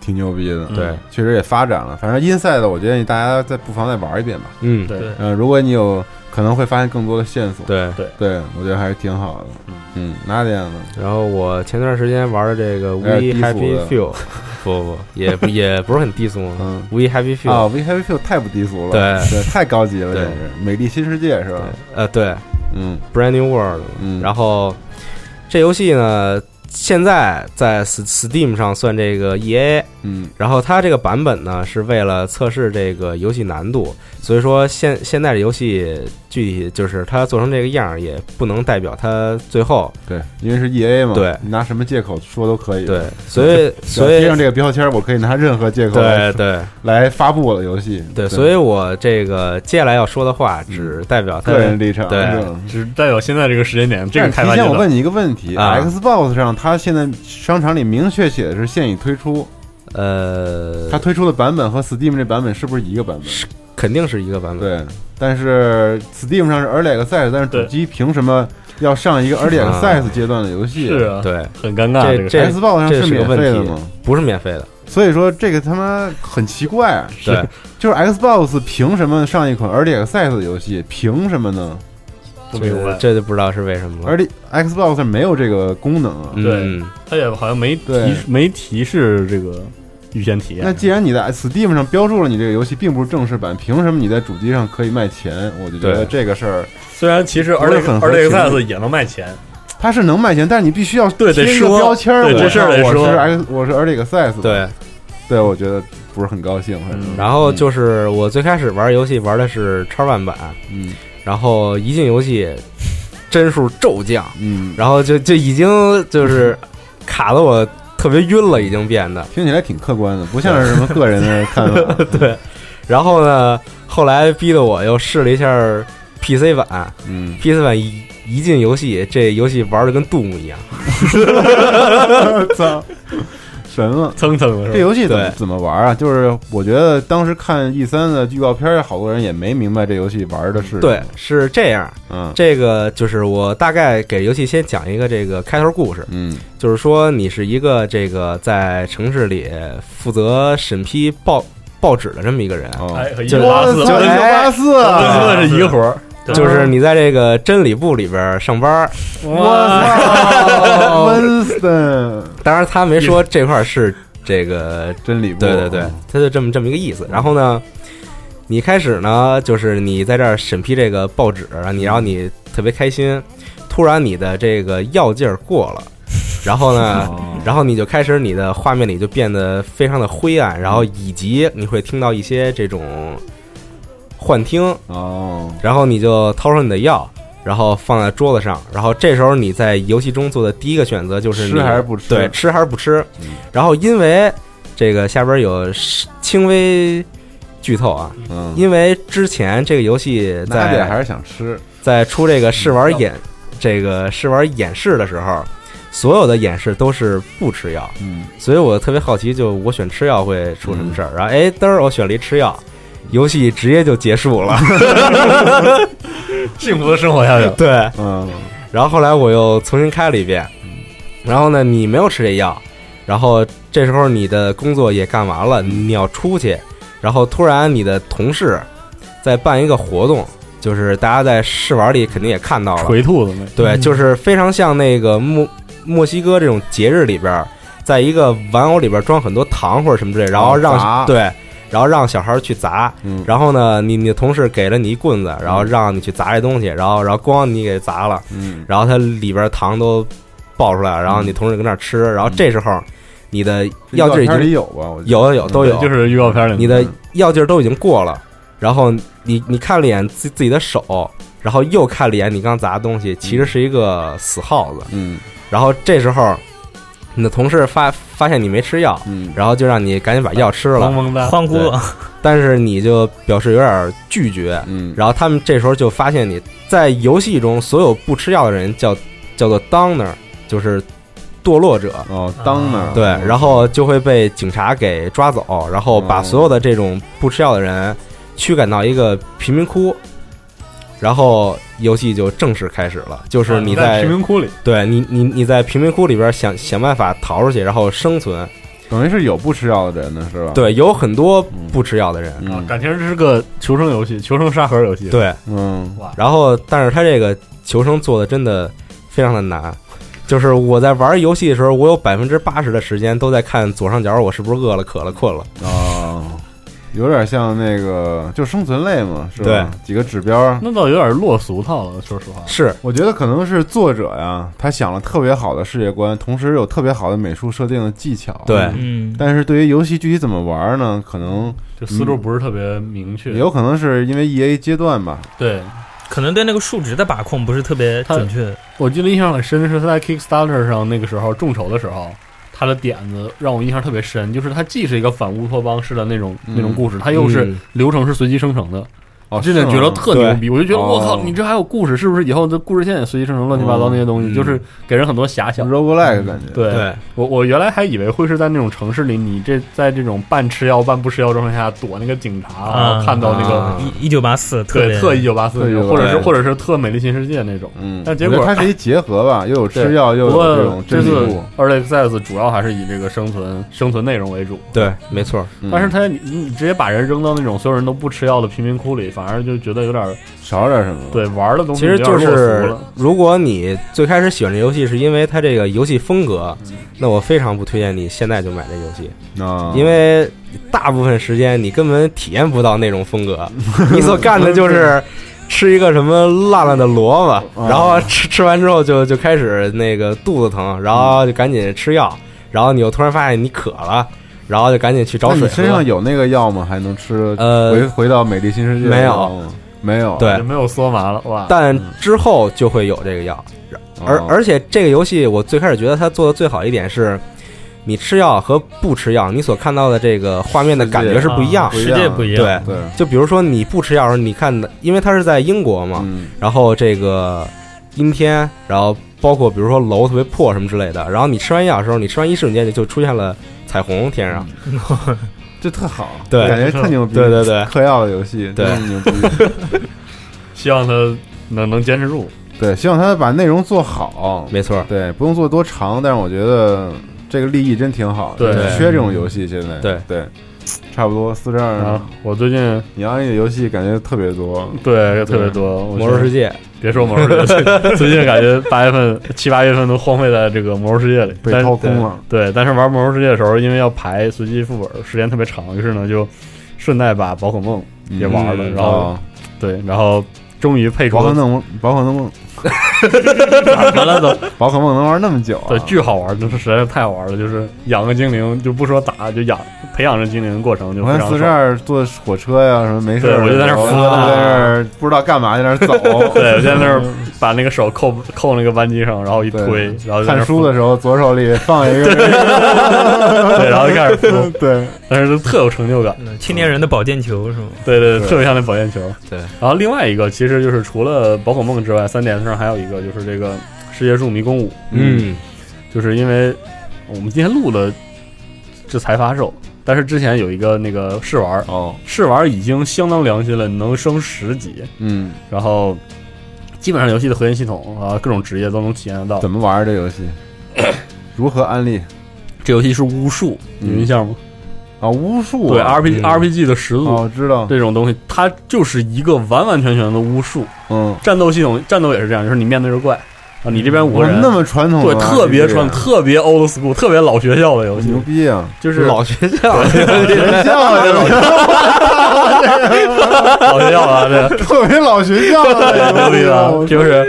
Speaker 5: 挺牛逼的，
Speaker 6: 对嗯，
Speaker 5: 确实也发展了。反正 Inside 我建议大家再不妨再玩一遍吧，
Speaker 2: 嗯
Speaker 6: 对
Speaker 5: 嗯，如果你有可能会发现更多的线索，
Speaker 2: 对
Speaker 6: 对
Speaker 5: 对，我觉得还是挺好的，嗯，那这样的，
Speaker 2: 然后我前段时间玩的这个 We
Speaker 5: 有啊点低俗
Speaker 2: Happy
Speaker 5: 的
Speaker 2: Few，不不，也 *laughs* 不也不是很低俗
Speaker 5: 嗯
Speaker 2: ，We Happy
Speaker 5: 啊
Speaker 2: Few，
Speaker 5: ，We Happy Few 太不低俗了，
Speaker 2: 对
Speaker 5: 对，太高级了，
Speaker 2: 对
Speaker 5: 简直，美丽新世界是吧？
Speaker 2: 呃，对
Speaker 5: 嗯
Speaker 2: ，Brand New World，
Speaker 5: 嗯，
Speaker 2: 然后这游戏呢，现在在 S- Steam 上算这个 EA，
Speaker 5: 嗯
Speaker 2: 然后它这个版本呢，是为了测试这个游戏难度，所以说现现在的游戏具体就是它做成这个样儿，也不能代表它最后
Speaker 5: 对，因为是 E A 嘛，
Speaker 2: 对
Speaker 5: 你拿什么借口说都可以，
Speaker 2: 对，所以
Speaker 5: 只要
Speaker 2: 所以
Speaker 5: 贴上这个标签，我可以拿任何借口来
Speaker 2: 对对
Speaker 5: 来发布我的游戏，
Speaker 2: 对，所以我这个接下来要说的话，只代表它
Speaker 5: 个人立场，
Speaker 2: 对
Speaker 5: 嗯
Speaker 6: 只代表现在这个时间点，这个
Speaker 5: 但
Speaker 6: 开
Speaker 5: 提
Speaker 6: 发阶
Speaker 5: 前
Speaker 6: 段。
Speaker 5: 我问你一个问题、
Speaker 2: 啊
Speaker 5: x b o x 上它现在商场里明确写的是现已推出，
Speaker 2: 呃，
Speaker 5: 它推出的版本和 Steam 这版本是不是一个版本？
Speaker 2: 肯定是一个
Speaker 6: 嗯
Speaker 2: 版本。
Speaker 5: 对，但是 Steam 上是 Early Access，但是主
Speaker 6: 对
Speaker 5: 机凭什么要上一个 E Early
Speaker 2: 啊
Speaker 5: Access 阶段的游戏？
Speaker 6: 是啊，，
Speaker 2: 对，
Speaker 6: 很尴尬
Speaker 2: 这
Speaker 6: 这个
Speaker 2: 这
Speaker 6: 事儿。
Speaker 5: Xbox 上
Speaker 2: 这是个
Speaker 5: 免
Speaker 2: 问
Speaker 5: 费的
Speaker 2: 题
Speaker 5: 吗？
Speaker 2: 不是免费的，
Speaker 5: 所以说这个他妈很奇怪、啊，
Speaker 2: 对，
Speaker 5: 就是 Xbox 凭什么上一款 E Early Access 的游戏？凭什么呢？
Speaker 6: 不明白
Speaker 2: 这这就不知道是为什
Speaker 6: 嗯
Speaker 2: 么了。
Speaker 5: 而且 Xbox 上没有这个功能啊。
Speaker 2: 嗯，
Speaker 6: 他也好像没
Speaker 5: 对
Speaker 6: 提示没提示这个预先啊体验。
Speaker 5: 那既然你在 Steam 上标注了你这个游戏并不是正式版，凭什么你在主机上可以卖钱？我就觉得
Speaker 2: 对
Speaker 5: 这个事儿，
Speaker 6: 虽然其实
Speaker 5: 不是
Speaker 6: Early
Speaker 5: 很合
Speaker 6: Early
Speaker 5: 群
Speaker 6: Access 也能卖钱，
Speaker 5: 它是能卖钱，但是你必须要
Speaker 6: 对得
Speaker 5: 贴一个
Speaker 6: 说
Speaker 5: 标签儿。
Speaker 6: 对
Speaker 5: 我
Speaker 6: 这事儿得
Speaker 5: 我
Speaker 6: 说
Speaker 5: 是 X，我是 Early Access。，
Speaker 2: 对。
Speaker 5: 对我觉得不是很高兴，反正
Speaker 6: 嗯
Speaker 2: 然后就是我最开始玩游戏玩的是叉 One 版，
Speaker 5: 嗯
Speaker 2: 然后一进游戏，帧数骤降，
Speaker 5: 嗯，
Speaker 2: 然后就就已经就是卡的我特别晕了，已经变得。
Speaker 5: 听起来挺客观的，不像是什么个人的看法。
Speaker 2: *laughs* 对，然后呢，后来逼得我又试了一下 PC 版 *laughs*
Speaker 5: 嗯，
Speaker 2: ，PC 版一一进游戏，这游戏玩的跟 Doom 一样。
Speaker 5: 操，神了！
Speaker 6: 蹭蹭的
Speaker 5: 这
Speaker 6: 是吧？
Speaker 5: 游戏怎么
Speaker 2: 对
Speaker 5: 怎么玩啊？就是我觉得当时看 E 三的预告片儿，好多人也没明白这游戏玩的是
Speaker 2: 对，，是这样。
Speaker 5: 嗯
Speaker 2: 这个就是我大概给游戏先讲一个这个开头故事，
Speaker 5: 嗯
Speaker 2: 就是说你是一个这个在城市里负责审批报报纸的这么一个人，
Speaker 5: 哦，
Speaker 6: 哎，和一
Speaker 2: 就
Speaker 6: 九八四，
Speaker 5: 九零
Speaker 2: 哎
Speaker 5: 八四啊，
Speaker 6: 这说的是一个活儿。
Speaker 2: 就是你在这个真理部里边上班。
Speaker 5: 我操，Winston
Speaker 2: 当然，他没说这块是这个
Speaker 5: 真理部，
Speaker 2: 对对对，他就这么这么一个意思。然后呢，你开始呢，就是你在这儿审批这个报纸，你然后你特别开心，突然你的这个药劲儿过了，然后呢，
Speaker 5: 哦
Speaker 2: 然后你就开始你的画面里就变得非常的灰暗，然后以及你会听到一些这种幻听，
Speaker 5: 哦，
Speaker 2: 然后你就掏出你的药。然后放在桌子上，然后这时候你在游戏中做的第一个选择就是你
Speaker 5: 吃还是不吃？
Speaker 2: 对，吃还是不吃
Speaker 5: 嗯。
Speaker 2: 然后因为这个下边有是轻微剧透啊，
Speaker 5: 嗯，
Speaker 2: 因为之前这个游戏
Speaker 5: 拿点还
Speaker 2: 在
Speaker 5: 是想吃，
Speaker 2: 在出这个试玩演这个试玩演示的时候，所有的演示都是不吃药，
Speaker 5: 嗯，
Speaker 2: 所以我特别好奇，就我选吃药会出什么事儿。然后哎，嘚儿，我选了一吃药。游戏直接就结束了，
Speaker 6: 幸福的生活下去了。
Speaker 2: 对。
Speaker 5: 嗯，
Speaker 2: 然后后来我又重新开了一遍，然后呢，你没有吃这药，然后这时候你的工作也干完了，你要出去，然后突然你的同事在办一个活动，就是大家在试玩里肯定也看到了，
Speaker 6: 锤兔子那
Speaker 2: 对，就是非常像那个墨墨西哥这种节日里边儿，在一个玩偶里边儿装很多糖或者什么之类，然后让、
Speaker 5: 砸
Speaker 2: 对。然后让小孩儿去砸，
Speaker 5: 嗯
Speaker 2: 然后呢，你你的同事给了你一棍子，然后让你去砸这东西，然后然后咣你给砸了，
Speaker 5: 嗯
Speaker 2: 然后它里边糖都爆出来了，然后你同事跟那儿吃，然后这时候你的药劲儿已
Speaker 5: 片里
Speaker 2: 经
Speaker 5: 有吧？我觉得
Speaker 2: 有有有都有，
Speaker 6: 就是预告片里
Speaker 2: 你的药劲儿都已经过了，然后你你看了一眼自自己的手，然后又看了一眼你刚砸的东西，其实是一个死耗子，
Speaker 5: 嗯
Speaker 2: 然后这时候你的同事发发现你没吃药，
Speaker 5: 嗯，
Speaker 2: 然后就让你赶紧把药吃
Speaker 6: 萌
Speaker 2: 了，
Speaker 6: 萌哒，
Speaker 8: 欢呼
Speaker 2: 对但是你就表示有点拒绝，
Speaker 5: 嗯，
Speaker 2: 然后他们这时候就发现你在游戏中所有不吃药的人叫叫做 downer，就是堕落者，
Speaker 5: 哦，当那儿
Speaker 2: 对，然后就会被警察给抓走，然后把所有的这种不吃药的人驱赶到一个贫民窟，然后游戏就正式开始了，就是你在
Speaker 6: 啊贫民窟里，
Speaker 2: 对你你你在贫民窟里边想想办法逃出去，然后生
Speaker 6: 啊
Speaker 2: 存。
Speaker 5: 等于是有不吃药的人呢，是吧？
Speaker 2: 对，有很多不吃药的人，
Speaker 5: 嗯，
Speaker 6: 啊感情这是个求生游戏，求生沙盒游戏。，
Speaker 2: 对。
Speaker 5: 嗯，
Speaker 2: 然后，但是他这个求生做的真的非常的难。就是我在玩游戏的时候，我有百分之八十的时间都在看左上角，我是不是饿了、渴了、困了。
Speaker 5: 哦，有点像那个就生存类嘛，是吧？
Speaker 2: 对，
Speaker 5: 几个指标。
Speaker 6: 那倒有点落俗套了，说实话。
Speaker 2: 是，
Speaker 5: 我觉得可能是作者呀，他想了特别好的世界观，同时有特别好的美术设定的技巧。
Speaker 2: 对
Speaker 8: 嗯，
Speaker 5: 但是对于游戏具体怎么玩呢？可能
Speaker 6: 就思路不是特别明确。
Speaker 5: 也有可能是因为 E A 阶段吧，
Speaker 6: 对，
Speaker 8: 可能对那个数值的把控不是特别准确。
Speaker 6: 我记得印象很深是他在 Kickstarter 上那个时候众筹的时候，他的点子让我印象特别深，就是他既是一个反乌托邦式的那种、那种故事，他又是
Speaker 2: 嗯
Speaker 6: 流程是随机生成的。
Speaker 5: 哦，
Speaker 6: 这点
Speaker 5: 是吗
Speaker 6: 觉得特牛
Speaker 2: 对
Speaker 6: 逼，我就觉得
Speaker 5: 哦
Speaker 6: 我靠，你这还有故事，是不是？以后这故事线也随机生成，乱七八糟那些东西，
Speaker 2: 嗯
Speaker 6: 就是给人很多遐想。
Speaker 5: roguelike 感觉。
Speaker 6: 对，
Speaker 2: 对，
Speaker 6: 我我原来还以为会是在那种城市里，你这在这种半吃药半不吃药状态下躲那个警察，然后看到那个
Speaker 2: 啊
Speaker 8: 嗯一一九八四
Speaker 6: *laughs*
Speaker 8: 特
Speaker 6: 对
Speaker 8: 别
Speaker 6: 特一九八四，
Speaker 5: 1984
Speaker 6: 或者是
Speaker 2: 对
Speaker 6: 或者是特美丽新世界那种。
Speaker 5: 嗯，
Speaker 6: 但结果
Speaker 5: 我觉得它是一结合吧，又有吃药，又
Speaker 6: 不
Speaker 5: 有这
Speaker 6: 过
Speaker 5: 种
Speaker 6: 这
Speaker 5: 真
Speaker 6: 次
Speaker 5: 理部。
Speaker 6: Early Access 主要还是以这个生存生存内容为主，
Speaker 2: 对，没错。
Speaker 5: 嗯
Speaker 6: 但是他你你直接把人扔到那种所有人都不吃药的贫民窟里，反而就觉得有点儿
Speaker 5: 少点什么？，
Speaker 6: 对玩儿的东西
Speaker 2: 其实就
Speaker 6: 有点落俗
Speaker 2: 是
Speaker 6: 了，
Speaker 2: 如果你最开始喜欢这游戏是因为它这个游戏风格，那我非常不推荐你现在就买这游戏，
Speaker 5: 嗯啊，
Speaker 2: 因为大部分时间你根本体验不到那种风
Speaker 5: *laughs*
Speaker 2: 格，你所干的就是吃一个什么烂烂的萝卜，
Speaker 5: 嗯啊
Speaker 2: 然后吃吃完之后就就开始那个肚子疼，然后就赶紧吃药，然后你又突然发现你渴了，然后就赶紧去找
Speaker 5: 那
Speaker 2: 水
Speaker 5: 你
Speaker 2: 喝
Speaker 5: 身上有那个药吗？还能吃？
Speaker 2: 呃
Speaker 5: 回回到美丽新世界
Speaker 2: 没有
Speaker 5: 有，没有。啊
Speaker 2: 对
Speaker 6: 也没有缩麻了哇。
Speaker 2: 但之后就会有这个药。而
Speaker 5: 哦
Speaker 2: 而且这个游戏，我最开始觉得它做的最好一点是，你吃药和不吃药，你所看到的这个画面的感觉是不一样
Speaker 8: 啊。
Speaker 5: 不一
Speaker 8: 世
Speaker 5: 样
Speaker 8: 界不一样。
Speaker 2: 对，嗯
Speaker 5: 对，
Speaker 2: 就比如说你不吃药的时候，你看的，因为它是在英国嘛，
Speaker 5: 嗯
Speaker 2: 然后这个阴天，然后包括比如说楼特别破什么之类的，然后你吃完药的时候，你吃完一瞬间就出现了彩虹天上。
Speaker 5: 这特好，
Speaker 2: 对
Speaker 5: 感觉特牛逼，
Speaker 2: 对对对
Speaker 5: 嗑药的游戏，
Speaker 2: 对
Speaker 5: 真牛逼，
Speaker 6: 希望他能能坚持住。
Speaker 5: 对，希望他把内容做好，
Speaker 2: 没错，
Speaker 5: 对，不用做多长，但是我觉得这个立意真挺好的，
Speaker 6: 对
Speaker 5: 缺这种游戏现在，
Speaker 2: 对
Speaker 5: 对，差不多四十
Speaker 6: 然
Speaker 5: 二
Speaker 6: 后，啊我最近
Speaker 5: 你安利的游戏感觉特别多，
Speaker 6: 对特别多，
Speaker 2: 《
Speaker 6: 我
Speaker 2: 魔兽世界》
Speaker 6: 别说魔兽世界，最 *laughs* 近感觉八月份七八月份都荒废在这个魔兽世界里，
Speaker 5: 被
Speaker 6: 但是
Speaker 5: 掏空了，
Speaker 6: 对，但是玩魔兽世界的时候，因为要排随机副本，时间特别长，于是呢就顺带把宝可梦也玩了，
Speaker 2: 嗯
Speaker 6: 然后、
Speaker 5: 哦
Speaker 6: 对，然后终于配出 *laughs*
Speaker 5: 宝可梦，宝可梦，
Speaker 6: 完了都
Speaker 5: 宝可梦能玩那么久啊，
Speaker 6: 对巨好玩，就是实在是太好玩了，就是养个精灵就不说打，就养培养这精灵的过程就
Speaker 5: 我
Speaker 6: 非
Speaker 5: 看
Speaker 6: 常
Speaker 5: 四十
Speaker 6: 爽。
Speaker 5: 二坐火车呀，什么没事
Speaker 6: 对
Speaker 5: 儿，
Speaker 6: 我就在那儿
Speaker 5: 我
Speaker 6: 扶
Speaker 5: 在
Speaker 6: 着他。
Speaker 5: 那儿不知道干嘛，在那儿走
Speaker 6: *laughs* 对，我在那儿把那个手扣扣那个扳机上，然后一
Speaker 5: 对
Speaker 6: 推，然
Speaker 5: *laughs*
Speaker 6: 后在那
Speaker 5: 看
Speaker 6: 儿
Speaker 5: 书的时候，左手里
Speaker 6: *laughs*
Speaker 5: 放一个，
Speaker 6: 扶对，然后就开始扶，
Speaker 5: *laughs* 对，
Speaker 6: 但是就特有成就感。
Speaker 8: 嗯青年人的保健球是吗？
Speaker 6: *laughs* 对对，
Speaker 5: 对
Speaker 6: 特别像那保健球。
Speaker 2: 对
Speaker 6: 然后另外一个其实就是除了宝可梦之外，三 DS 上还有一个就是这个世界树迷宫五，，
Speaker 2: 嗯，
Speaker 6: 就是因为我们今天录了这才发售，但是之前有一个那个试玩，
Speaker 5: 哦，
Speaker 6: 试玩已经相当良心了，能升十级，
Speaker 5: 嗯，
Speaker 6: 然后基本上游戏的核心系统啊，各种职业都能体验得到
Speaker 5: 怎。么玩这游
Speaker 6: *coughs*
Speaker 5: 戏？如何安利
Speaker 6: 这游戏是巫术，你有印象吗？
Speaker 5: 啊？巫术
Speaker 6: 对
Speaker 5: 啊，
Speaker 6: ，RPG
Speaker 2: 嗯
Speaker 6: RPG 的始祖。
Speaker 5: 哦，我知道，
Speaker 6: 这种东西，它就是一个完完全全的巫术，
Speaker 5: 嗯，
Speaker 6: 战斗系统，战斗也是这样，就是你面对着怪啊，你这边五
Speaker 5: 我
Speaker 6: 个人，
Speaker 5: 那么传统啊，
Speaker 6: 对，特别
Speaker 5: 这个
Speaker 6: 传，特别 old school，特别老学校的游戏
Speaker 5: 牛，逼啊！
Speaker 6: 就是
Speaker 2: 老学校，
Speaker 5: *laughs* 学校的，
Speaker 6: 老学校啊，这
Speaker 5: 特别老
Speaker 6: *laughs*
Speaker 5: 学校的，
Speaker 6: 牛逼吧？
Speaker 5: *laughs* 我
Speaker 6: 就是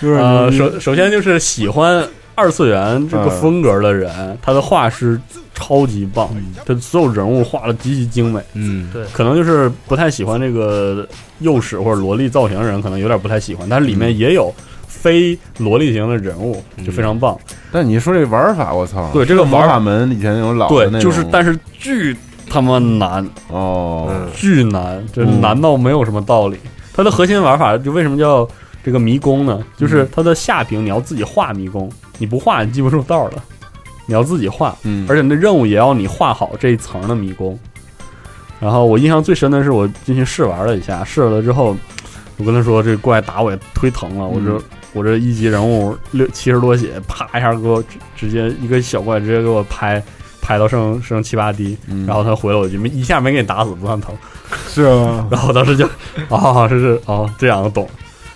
Speaker 5: 就是
Speaker 6: 呃，
Speaker 5: 牛逼
Speaker 6: 首首先就是喜欢二次元这个风格的人，他的画师超级棒，
Speaker 5: 嗯
Speaker 6: 他所有人物画的极其精美。
Speaker 2: *laughs* 嗯，
Speaker 6: 可能就是不太喜欢这个幼齿或者萝莉造型的人，可能有点不太喜欢，但是里面也有非萝莉型的人物，就非常棒。
Speaker 5: 但你说这玩法，我操，
Speaker 6: 对这个
Speaker 5: 魔
Speaker 6: 玩
Speaker 5: 法门以前那种老的
Speaker 6: 对，
Speaker 5: 那
Speaker 6: 就是
Speaker 5: 种
Speaker 6: 但是巨他妈难，
Speaker 5: 哦，
Speaker 6: 巨难，这
Speaker 5: 嗯
Speaker 6: 难到没有什么道理。它的核心玩法就为什么叫这个迷宫呢？就是它的下屏你要自己画迷宫，你不画你记不住道儿了，你要自己画，
Speaker 5: 嗯，
Speaker 6: 而且你的任务也要你画好这一层的迷宫。然后我印象最深的是我进去试玩了一下，试了之后，我跟他说这怪打我也忒疼了，我这、
Speaker 5: 嗯
Speaker 6: 我这一级人物六七十多血，啪一下给我直直接一个小怪直接给我拍拍到剩剩七八滴，
Speaker 5: 嗯
Speaker 6: 然后他回了我一句，没一下没给你打死不算疼。
Speaker 5: 是啊，
Speaker 6: *laughs* 然后我当时就，哦，是是哦，这样懂了。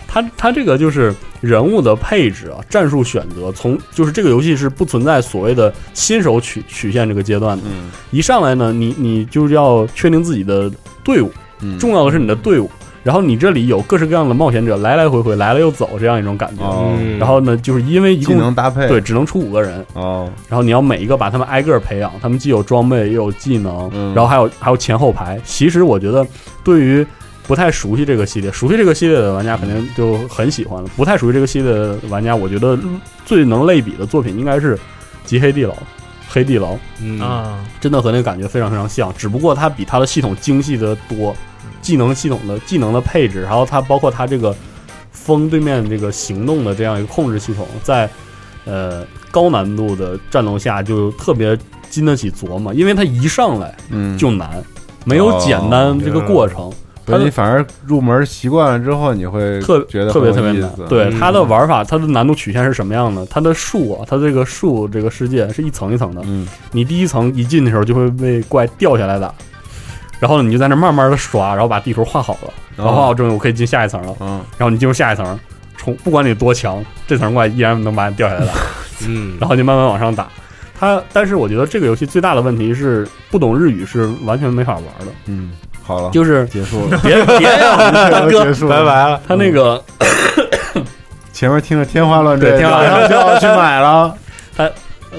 Speaker 6: 他他这个就是人物的配置啊，战术选择，从就是这个游戏是不存在所谓的新手曲曲线这个阶段的。
Speaker 5: 嗯
Speaker 6: 一上来呢，你你就是要确定自己的队伍，
Speaker 5: 嗯，
Speaker 6: 重要的是你的队伍。然后你这里有各式各样的冒险者，来来回回，来了又走，这样一种感觉。
Speaker 5: 哦
Speaker 2: 嗯
Speaker 6: 然后呢，就是因为一
Speaker 5: 技
Speaker 6: 共
Speaker 5: 能搭配
Speaker 6: 对只能出五个人，
Speaker 5: 哦，
Speaker 6: 然后你要每一个把他们挨个儿培养，他们既有装备，又有技能，
Speaker 5: 嗯
Speaker 6: 然后还有还有前后排。其实我觉得，对于不太熟悉这个系列、熟悉这个系列的玩家，肯定就很喜欢了；不太熟悉这个系列的玩家，我觉得最能类比的作品应该是《极黑地牢》。黑地牢
Speaker 2: 嗯
Speaker 8: 啊，
Speaker 6: 真的和那个感觉非常非常像，只不过它比它的系统精细的多，技能系统的技能的配置，然后它包括它这个风对面这个行动的这样一个控制系统，在呃高难度的战斗下就特别经得起琢磨，因为它一上来
Speaker 5: 嗯，
Speaker 6: 就难，没有简
Speaker 5: 哦
Speaker 6: 单这个过程，它
Speaker 5: 对
Speaker 6: 的
Speaker 5: 你反而入门习惯了之后，你会
Speaker 6: 特
Speaker 5: 觉得
Speaker 6: 特别
Speaker 5: 很
Speaker 6: 特
Speaker 5: 有
Speaker 6: 别
Speaker 5: 意
Speaker 6: 难
Speaker 5: 思。
Speaker 6: 对
Speaker 2: 嗯
Speaker 6: 它的玩法，它的难度曲线是什么样的？它的树啊，它这个树这个世界是一层一层的。
Speaker 5: 嗯，
Speaker 6: 你第一层一进的时候就会被怪掉下来打，然后你就在那慢慢的刷，然后把地图画好了，然后画好
Speaker 5: 哦
Speaker 6: 之后我可以进下一层了，
Speaker 5: 嗯，
Speaker 6: 然后你进入下一层，冲不管你多强，这层怪依然能把你掉下来打，
Speaker 2: 嗯，
Speaker 6: 然后就慢慢往上打。它，但是我觉得这个游戏最大的问题是不懂日语是完全没法玩的，
Speaker 5: 嗯，好了，
Speaker 6: 就是
Speaker 5: 结束 *laughs* 了，
Speaker 6: 别别呀、大
Speaker 5: 要
Speaker 6: *laughs* 哥
Speaker 5: 结，束
Speaker 2: 拜
Speaker 5: 了，。
Speaker 2: 拜了。
Speaker 6: 他那个
Speaker 5: 前面听着天花乱坠，
Speaker 6: 对天花
Speaker 5: 马上就要去买了。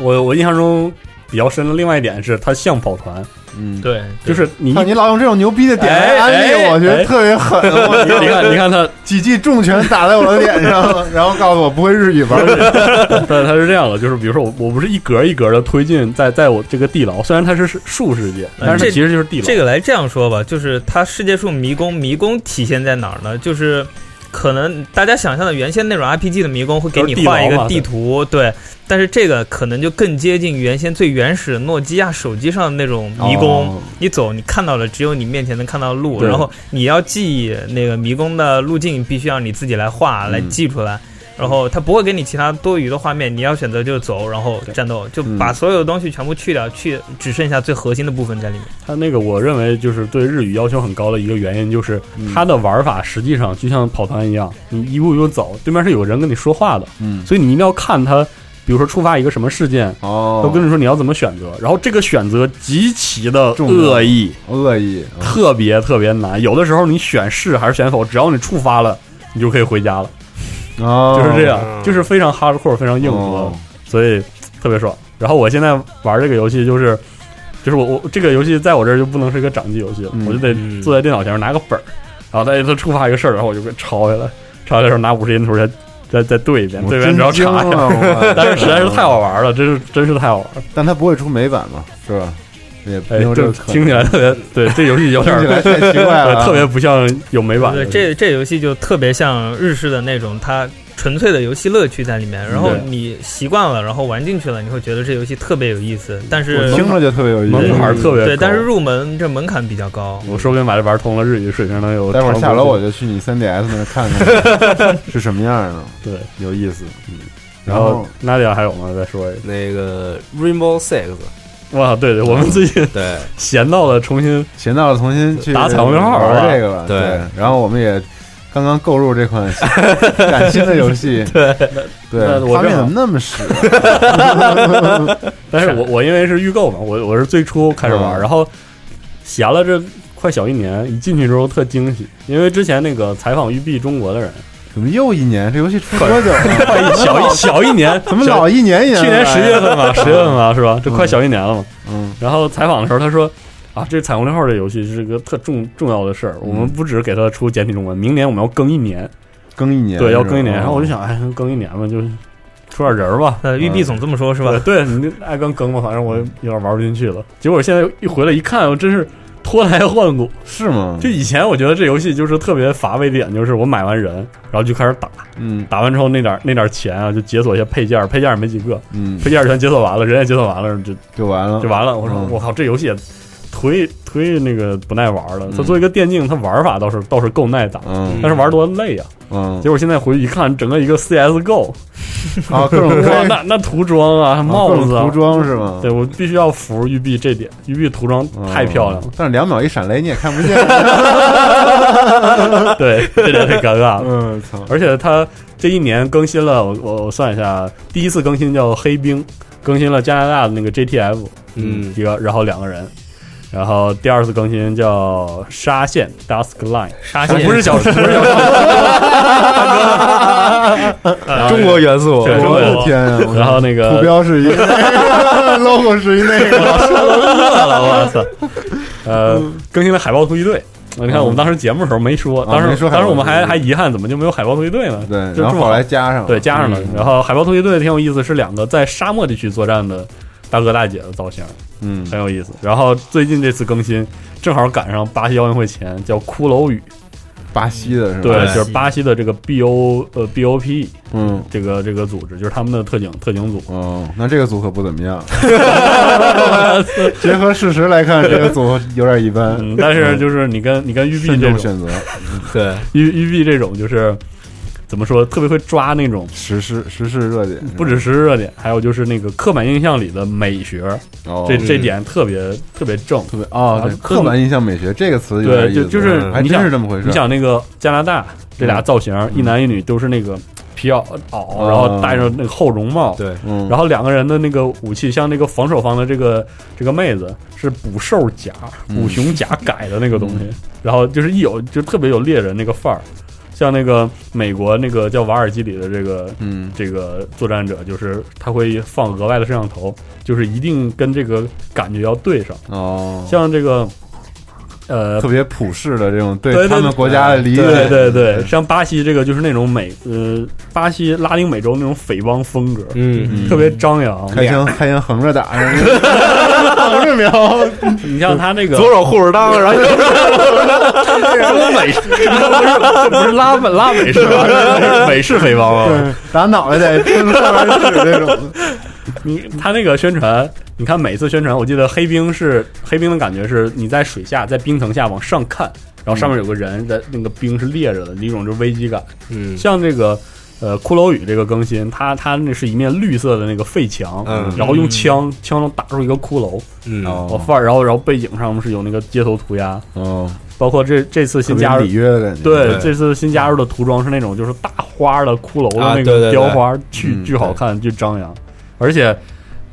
Speaker 6: 我我印象中比较深的另外一点是他像跑团，
Speaker 5: 嗯，
Speaker 8: 对，
Speaker 6: 就是你一
Speaker 5: 看你老用这种牛逼的点来
Speaker 6: 哎
Speaker 5: 安
Speaker 6: 哎
Speaker 5: 利，我觉
Speaker 6: 哎
Speaker 5: 得特别狠。我
Speaker 6: *laughs* 你
Speaker 5: 操
Speaker 6: 看你看他
Speaker 5: 几记重拳打在我的脸上，然后告诉我不会日语玩日语。
Speaker 6: *laughs* 但它是这样的，就是比如说我我不是一格一格的推进在在我这个地牢，虽然它是树世界，
Speaker 8: 呃
Speaker 6: 但是它
Speaker 8: 这
Speaker 6: 其实就是地牢。
Speaker 8: 这个来这样说吧，就是它世界树迷宫，迷宫体现在哪儿呢？就是可能大家想象的原先那种 RPG 的迷宫会给你画一
Speaker 6: 就是地牢嘛
Speaker 8: 个地图，对，但是这个可能就更接近原先最原始诺基亚手机上的那种迷宫。
Speaker 5: 哦
Speaker 8: 你走，你看到了只有你面前能看到的路，
Speaker 6: 对
Speaker 8: 然后你要记忆那个迷宫的路径，必须要你自己来画
Speaker 5: 嗯
Speaker 8: 来记出来。然后它不会给你其他多余的画面，你要选择就走，然后战斗，就
Speaker 5: 嗯
Speaker 8: 把所有的东西全部去掉，去只剩下最核心的部分在里面。
Speaker 6: 它那个我认为就是对日语要求很高的一个原因，就是
Speaker 5: 嗯
Speaker 6: 它的玩法实际上就像跑团一样，你一步一步走，对面是有人跟你说话的，
Speaker 5: 嗯，
Speaker 6: 所以你一定要看它，比如说触发一个什么事件，
Speaker 5: 哦，
Speaker 6: 都跟你说你要怎么选择，然后这个选择极其的
Speaker 5: 重要
Speaker 6: 恶意，
Speaker 5: 恶意，嗯
Speaker 6: 特别特别难。有的时候你选是还是选否，只要你触发了，你就可以回家了。
Speaker 5: 哦，
Speaker 6: 就是这样
Speaker 2: 哦，
Speaker 6: 就是非常 hardcore，非常硬核
Speaker 5: 哦，
Speaker 6: 所以特别爽。然后我现在玩这个游戏就是，就是我我这个游戏在我这儿就不能是一个掌机游戏了，
Speaker 5: 嗯
Speaker 6: 我就得坐在电脑前面拿个本儿，然后它它触发一个事儿，然后我就给抄下来，抄下来的时候拿五十音图再再再对一遍，
Speaker 5: 我
Speaker 6: 对一遍
Speaker 5: 真
Speaker 6: 只要
Speaker 5: 惊
Speaker 6: 查一下。
Speaker 5: 了，我
Speaker 6: 啊但是实在是太好玩了，真 *laughs* 是真是太好玩了，
Speaker 5: 但他不会出美版嘛，是吧？也
Speaker 6: 哎
Speaker 5: 没有，这
Speaker 6: 这
Speaker 5: 个可能
Speaker 6: 听起来特别对，这游戏有点
Speaker 5: 听
Speaker 6: 儿
Speaker 5: 起来太奇怪
Speaker 6: *laughs* 对
Speaker 5: 了，啊
Speaker 6: 特别不像有美版的游
Speaker 8: 对，
Speaker 6: 戏。
Speaker 8: 这这游戏就特别像日式的那种，它纯粹的游戏乐趣在里面。然后
Speaker 6: 嗯对
Speaker 8: 你习惯了，然后玩进去了，你会觉得这游戏特别有意思。但
Speaker 5: 我
Speaker 8: 是嗯
Speaker 5: 听着就特别有意思。
Speaker 6: 门槛儿特别
Speaker 8: 对，
Speaker 6: 高
Speaker 8: 但是入门这门槛比较高。
Speaker 6: 我说不定把这玩通了，日语水平能有
Speaker 5: 待
Speaker 6: 超过
Speaker 5: 会儿
Speaker 6: 这个。
Speaker 5: 下楼我就去你 3DS 那儿看看是什么样的，
Speaker 6: 对。
Speaker 5: 有意思。嗯，
Speaker 6: 然
Speaker 5: 然
Speaker 6: 后
Speaker 5: 后
Speaker 6: 娜迪亚还有吗？再说一个。
Speaker 2: 那个 Rainbow Six，
Speaker 6: 哇，对对，我
Speaker 5: 嗯
Speaker 6: 们最近
Speaker 2: 对，
Speaker 6: 闲到了重新
Speaker 5: 闲到了重新去
Speaker 6: 打彩虹六号啊
Speaker 5: 玩这个了。
Speaker 2: 对
Speaker 5: 对，然后我们也刚刚购入这款崭新的
Speaker 6: *laughs*
Speaker 5: 游戏。对
Speaker 6: 那
Speaker 5: 对，
Speaker 6: 我
Speaker 5: 画面
Speaker 6: 正好
Speaker 5: 怎么那么屎？
Speaker 6: 但是我我因为是预购嘛，我我是最初开始玩，
Speaker 5: 啊嗯
Speaker 6: 然后闲了这快小一年，一进去之后特惊喜，因为之前那个采访育碧中国的
Speaker 5: *laughs*
Speaker 6: 人，
Speaker 5: 怎么又一年？这游戏出多久了？
Speaker 6: 快一小一小一年，
Speaker 5: 怎么
Speaker 6: 小
Speaker 5: 老一年一年？啊
Speaker 6: 去年十月份
Speaker 5: *laughs*
Speaker 6: 吧，十月份吧，是吧？这快小一年了嘛。
Speaker 5: 嗯，
Speaker 6: 然后采访的时候他说。啊，这《彩虹六号》这游戏是个特重重要的事儿，
Speaker 5: 嗯
Speaker 6: 我们不只给它出简体中文，明年我们要更一年，
Speaker 5: 更一年。
Speaker 6: 对，要
Speaker 5: 是吧啊哦
Speaker 6: 更一年。然后我就，想，哎，更一年吧，就出点人儿吧，
Speaker 8: 呃，玉碧总这么说，是吧？
Speaker 6: 嗯对，对你那爱更更吧，反正我有点玩不进去了。结果现在一回来一看，我真是脱胎换骨。
Speaker 5: 是吗？
Speaker 6: 就以前我觉得这游戏就是特别乏味的点，就是我买完人，然后就开始打，
Speaker 5: 嗯
Speaker 6: 打完之后那点那点钱啊，就解锁一些配件，配件也没几个，
Speaker 5: 嗯，
Speaker 6: 配件全解锁完了，人也解锁完了，就
Speaker 5: 就完了，
Speaker 6: 就完了。我说
Speaker 5: 嗯
Speaker 6: 我靠，这游戏也忒忒那个不耐玩了。它作为一个电竞，它玩法倒是倒是够耐打，
Speaker 5: 嗯
Speaker 6: 但是玩多累呀、
Speaker 5: 嗯
Speaker 6: 结果现在回去一看，整个一个
Speaker 5: *laughs*
Speaker 6: CSGO，
Speaker 5: 啊各种
Speaker 6: *laughs* 哇，那那涂装啊，帽
Speaker 5: 各
Speaker 6: 子、啊、
Speaker 5: 种涂装是吗
Speaker 6: 对我必须要服育碧这点，育碧涂装
Speaker 5: 嗯
Speaker 6: 太漂亮了。
Speaker 5: 但是两秒一闪雷你也看不
Speaker 6: *laughs*
Speaker 5: 见。 *laughs*
Speaker 6: 对，这点太尴尬了。
Speaker 5: 嗯 *laughs* 操
Speaker 6: 而且它这一年更新了，我我我算一下，第一次更新叫黑冰，更新了加拿大的那个 JTF，
Speaker 2: 嗯
Speaker 6: 一个然后两个人。然后第二次更新叫沙县 Dusk Line，
Speaker 8: 沙县
Speaker 6: 不是小说，不是小说，
Speaker 2: 中国元素，
Speaker 6: 对中国元素
Speaker 5: 天啊！
Speaker 6: 然后那个
Speaker 5: 图标是一，logo 是一那个。
Speaker 6: 饿了，我操！ *laughs* 呃，
Speaker 5: 嗯
Speaker 6: 更新了海豹突击队。我你看，我们当时节目的时候没说，当
Speaker 5: 啊没
Speaker 6: 时
Speaker 5: 说海豹
Speaker 6: 当时我们还
Speaker 5: 突击队
Speaker 6: 还遗憾，怎么就没有海豹突击队呢？
Speaker 5: 对，
Speaker 6: 就这
Speaker 5: 然后
Speaker 6: 么
Speaker 5: 后
Speaker 6: 好
Speaker 5: 来加上了
Speaker 6: 对，加上了。
Speaker 2: 嗯
Speaker 6: 然后海豹突击队挺有意思，是两个在沙漠地区作战的大哥大姐的造型，
Speaker 5: 嗯
Speaker 6: 很有意思。然后最近这次更新正好赶上巴西奥运会前，叫骷髅雨，
Speaker 5: 巴西的是吧？
Speaker 6: 对，就是巴西的这个 B O 呃 B O P
Speaker 5: 嗯。
Speaker 6: 这个这个组织，就是他们的特警特警组。
Speaker 5: 哦，那这个组合不怎么样。 *laughs* 哎结合事实来看，这个组合有点一般。
Speaker 6: *laughs* 嗯，但是就是你跟你跟育碧
Speaker 5: 慎
Speaker 6: 这
Speaker 5: 重
Speaker 6: 种
Speaker 5: 选择
Speaker 2: 对，
Speaker 6: 育育碧这种就是怎么说，特别会抓那种
Speaker 5: 时事时事热点，
Speaker 6: 不只是热点，还有就是那个刻板印象里的美学，
Speaker 5: 哦
Speaker 6: 这这点特别特别正。
Speaker 5: 特别哦，对
Speaker 6: 啊
Speaker 5: 刻板印象美学这个词有点
Speaker 6: 对，就
Speaker 5: 意思啊
Speaker 6: 就是
Speaker 5: 还
Speaker 6: 你
Speaker 5: 真
Speaker 6: 想
Speaker 5: 是这么回事。嗯
Speaker 6: 你想那个加拿大这俩造型，一男一女都是那个皮袄袄，然后戴上那个厚绒帽，
Speaker 2: 对
Speaker 5: 嗯，
Speaker 6: 然后两个人的那个武器，像那个防守方的这个这个妹子是捕兽夹、
Speaker 5: 嗯
Speaker 6: 捕熊
Speaker 5: *laughs*
Speaker 6: 夹改的那个东西，然后就是一有就特别有猎人那个范儿，像那个美国那个叫瓦尔基里的这个
Speaker 5: 嗯
Speaker 6: 这个作战者，就是他会放额外的摄像头，就是一定跟这个感觉要对上，
Speaker 5: 哦，
Speaker 6: 像这个呃
Speaker 5: 特。别普世的这种
Speaker 6: 对对
Speaker 5: 他们国家的理解，
Speaker 6: 对对对，像巴西这个就是那种美，呃，巴西拉丁美洲那种匪帮风格，
Speaker 2: 嗯，
Speaker 6: 特别张扬。
Speaker 5: 开枪开枪横着打，横着瞄，
Speaker 6: 你像他 *laughs* 那个
Speaker 2: 左手护士裆，然后右手
Speaker 6: 中美式，这不是拉美拉美式吧？ *laughs* 这是美式肥包啊！
Speaker 5: 对打脑袋得蹬上面指这种，
Speaker 6: 你他那个宣传，你看每次宣传，我记得黑冰是黑冰的感觉是你在水下，在冰层下往上看，然后上面有个人在那个冰是裂着的，一种就是危机感。
Speaker 2: 嗯
Speaker 6: 像这个呃骷髅雨这个更新，它它那是一面绿色的那个废墙，
Speaker 2: 嗯
Speaker 6: 然后用枪枪能打出一个骷髅，
Speaker 2: 嗯，
Speaker 6: 我范儿，然后然后背景上面是有那个街头涂鸦，
Speaker 5: 哦，
Speaker 6: 包括这这次
Speaker 5: 特
Speaker 6: 新
Speaker 5: 别
Speaker 6: 加入
Speaker 5: 里约的感觉，
Speaker 6: 对
Speaker 2: 对，
Speaker 6: 这次新加入的涂装是那种就是大花的骷髅
Speaker 2: 啊
Speaker 6: 的
Speaker 2: 对
Speaker 6: 那个
Speaker 2: 对对
Speaker 6: 雕花，巨
Speaker 5: 嗯
Speaker 6: 巨好看，巨张扬。而且，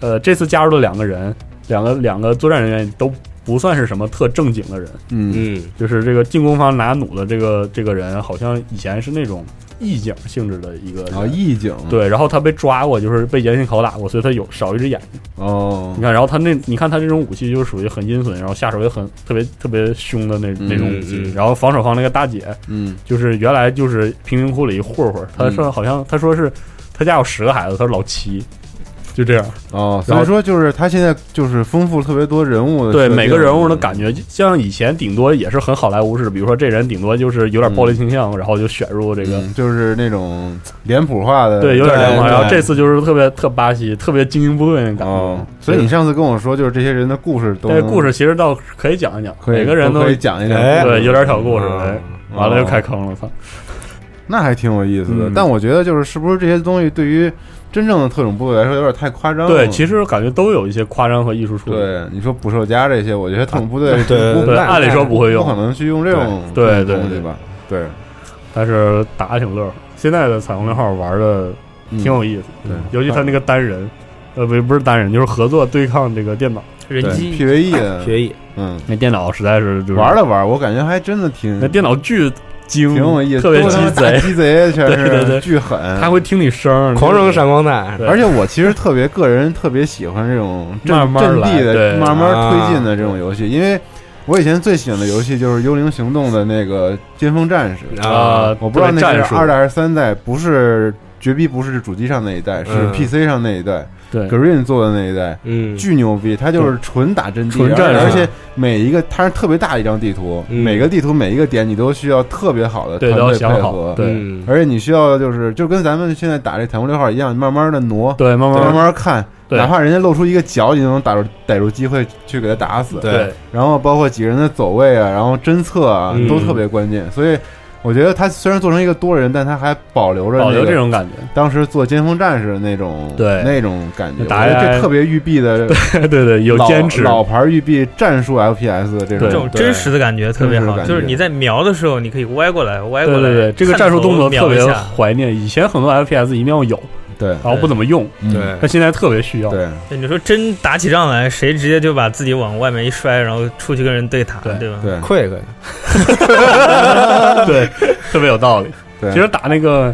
Speaker 6: 呃，这次加入的两个人，两个两个作战人员都不算是什么特正经的人，
Speaker 5: 嗯，
Speaker 2: 嗯
Speaker 6: 就是这个进攻方拿弩的这个这个人，好像以前是那种义警性质的一个人。
Speaker 5: 然
Speaker 2: 啊
Speaker 5: 后意境，
Speaker 6: 对，然后他被抓过，就是被严刑拷打过，所以他有少一只眼睛。
Speaker 5: 哦
Speaker 6: 你，看，然后他那，你看他这种武器就是属于很阴损，然后下手也很特别特别凶的那那种武器。
Speaker 2: 嗯嗯
Speaker 6: 然后防守方那个大姐，
Speaker 5: 嗯，
Speaker 6: 就是原来就是贫民窟里一混混，他说好像他说是他家有十个孩子，他说老七，就这样。
Speaker 5: 哦，所以说就是他现在就是丰富特别多人物的设
Speaker 6: 对
Speaker 5: 定，
Speaker 6: 每个人物的感觉，像以前顶多也是很好莱坞式的，比如说这人顶多就是有点暴力倾向，然后就选入这个。
Speaker 5: 嗯，就是那种脸谱化的，
Speaker 6: 对，有点
Speaker 2: 对
Speaker 6: 这种，
Speaker 2: 对
Speaker 6: 然后这次就是特别特巴西，特别精英部队那感
Speaker 5: 哦
Speaker 6: 觉。，
Speaker 5: 所以你上次跟我说，就是这些人的故事都
Speaker 6: 这故事其实倒可以讲一讲，
Speaker 5: 可以
Speaker 6: 每个人
Speaker 5: 都
Speaker 6: 都
Speaker 5: 可以讲一讲，哦
Speaker 2: 哎
Speaker 6: 对有点小故事，
Speaker 2: 嗯
Speaker 6: 哎，完了又开坑了，操！
Speaker 5: 那还挺有意思的。
Speaker 6: 嗯
Speaker 5: 但我觉得就是是不是这些东西对于真正的特种部队来说有点太夸张了？
Speaker 6: 对，其实感觉都有一些夸张和艺术处理。
Speaker 5: 对你说捕兽夹这些，我觉得特种部队
Speaker 2: 对对
Speaker 5: 不
Speaker 6: 对，
Speaker 2: 那
Speaker 6: 按理说不会用
Speaker 5: 不可，能去用这种
Speaker 6: 对对
Speaker 5: 东西
Speaker 6: 对
Speaker 5: 吧？对，
Speaker 6: 但是打得挺乐呵。现在的彩虹六号玩的
Speaker 5: 嗯
Speaker 6: 挺有意思，
Speaker 5: 对，
Speaker 6: 尤其他那个单人，呃，不不是单人，就是合作对抗这个电脑。
Speaker 8: 人
Speaker 5: 对
Speaker 8: 机
Speaker 5: PVE 的，
Speaker 6: 哎
Speaker 2: 学艺，
Speaker 5: 嗯，
Speaker 6: 那电脑实在是就是
Speaker 5: 玩了玩，我感觉还真的挺
Speaker 6: E 那电脑巨精，
Speaker 5: 嗯挺有意思，
Speaker 6: 特别
Speaker 5: 都
Speaker 6: 鸡
Speaker 5: 他妈大
Speaker 6: 贼，
Speaker 5: *laughs*
Speaker 6: *laughs*
Speaker 5: 鸡贼全
Speaker 6: 对对
Speaker 5: 是
Speaker 6: 对
Speaker 5: 巨狠，
Speaker 6: 它会听你声儿，啊
Speaker 2: 狂
Speaker 6: 就是
Speaker 2: 扔闪光弹，
Speaker 6: 对
Speaker 5: 而且我其实特别个人特别喜欢这种阵
Speaker 6: 慢慢
Speaker 5: 阵
Speaker 6: 来
Speaker 5: 地的、
Speaker 6: 对
Speaker 5: 慢慢推
Speaker 2: 啊
Speaker 5: 进的这种游戏，因为我以前最喜欢的游戏就是《幽灵行动》的那个《尖峰战士》
Speaker 6: 啊，
Speaker 5: 我不知道那
Speaker 6: 战
Speaker 5: 是
Speaker 6: 术
Speaker 5: 二代还是三代，不是绝逼不是主机上那一代，是
Speaker 2: 嗯
Speaker 5: PC 上那一代。
Speaker 6: 对
Speaker 5: Green 做的那一代，
Speaker 2: 嗯，
Speaker 5: 巨牛逼，它就是纯打真地，
Speaker 6: 纯战
Speaker 5: 而而
Speaker 6: 士
Speaker 5: 且每一个它是特别大一张地图，
Speaker 2: 嗯
Speaker 5: 每个地图每一个点你都需要特别好的
Speaker 6: 对
Speaker 5: 团
Speaker 6: 都要
Speaker 5: 队
Speaker 6: 想
Speaker 5: 配
Speaker 6: 好
Speaker 5: 合，
Speaker 6: 对
Speaker 2: 嗯
Speaker 5: 而且你需要就是就跟咱们现在打这坦克六号一样，慢慢的挪，
Speaker 6: 对，慢慢
Speaker 5: 慢慢看，
Speaker 6: 对
Speaker 5: 哪怕人家露出一个脚，你都能打住逮住机会去给他打死。
Speaker 2: 对
Speaker 6: 对
Speaker 5: 然后包括几个人的走位啊，然后侦测啊，
Speaker 2: 嗯
Speaker 5: 都特别关键。所以我觉得它虽然做成一个多人，但它还保留着、那个、
Speaker 6: 保留这种感觉。 *laughs*
Speaker 5: 当时做尖峰战士的那种
Speaker 6: 对
Speaker 5: 那种感觉，
Speaker 6: 打
Speaker 5: 我觉得
Speaker 6: AI
Speaker 5: 这特别育碧的
Speaker 6: 对对，有
Speaker 5: 老
Speaker 6: 坚持，
Speaker 5: 老牌育碧战术 FPS 这
Speaker 6: 对
Speaker 8: 这
Speaker 5: 种
Speaker 8: 种真实的感觉特别
Speaker 5: 真实的
Speaker 8: 好，
Speaker 5: 感觉
Speaker 8: 就是你在瞄的时候，你可以歪过来，歪
Speaker 6: 对
Speaker 8: 过来。
Speaker 6: 对对，这个
Speaker 8: 探
Speaker 6: 战术
Speaker 8: 头
Speaker 6: 动作特
Speaker 8: 瞄一
Speaker 6: 别
Speaker 8: 下，
Speaker 6: 怀念。以前很多 FPS 一定要有，
Speaker 5: 对
Speaker 6: 然后不怎么用，
Speaker 5: 嗯
Speaker 2: 对
Speaker 6: 但现在特别需要。
Speaker 5: 对
Speaker 8: 对你说真打起仗来，谁直接就把自己往外面一摔，然后出去跟人对打，
Speaker 6: 对
Speaker 8: 对吧？
Speaker 5: 对
Speaker 2: 溃溃，
Speaker 6: *laughs* 对，特别有道理。
Speaker 5: 对，
Speaker 6: 其实打那个，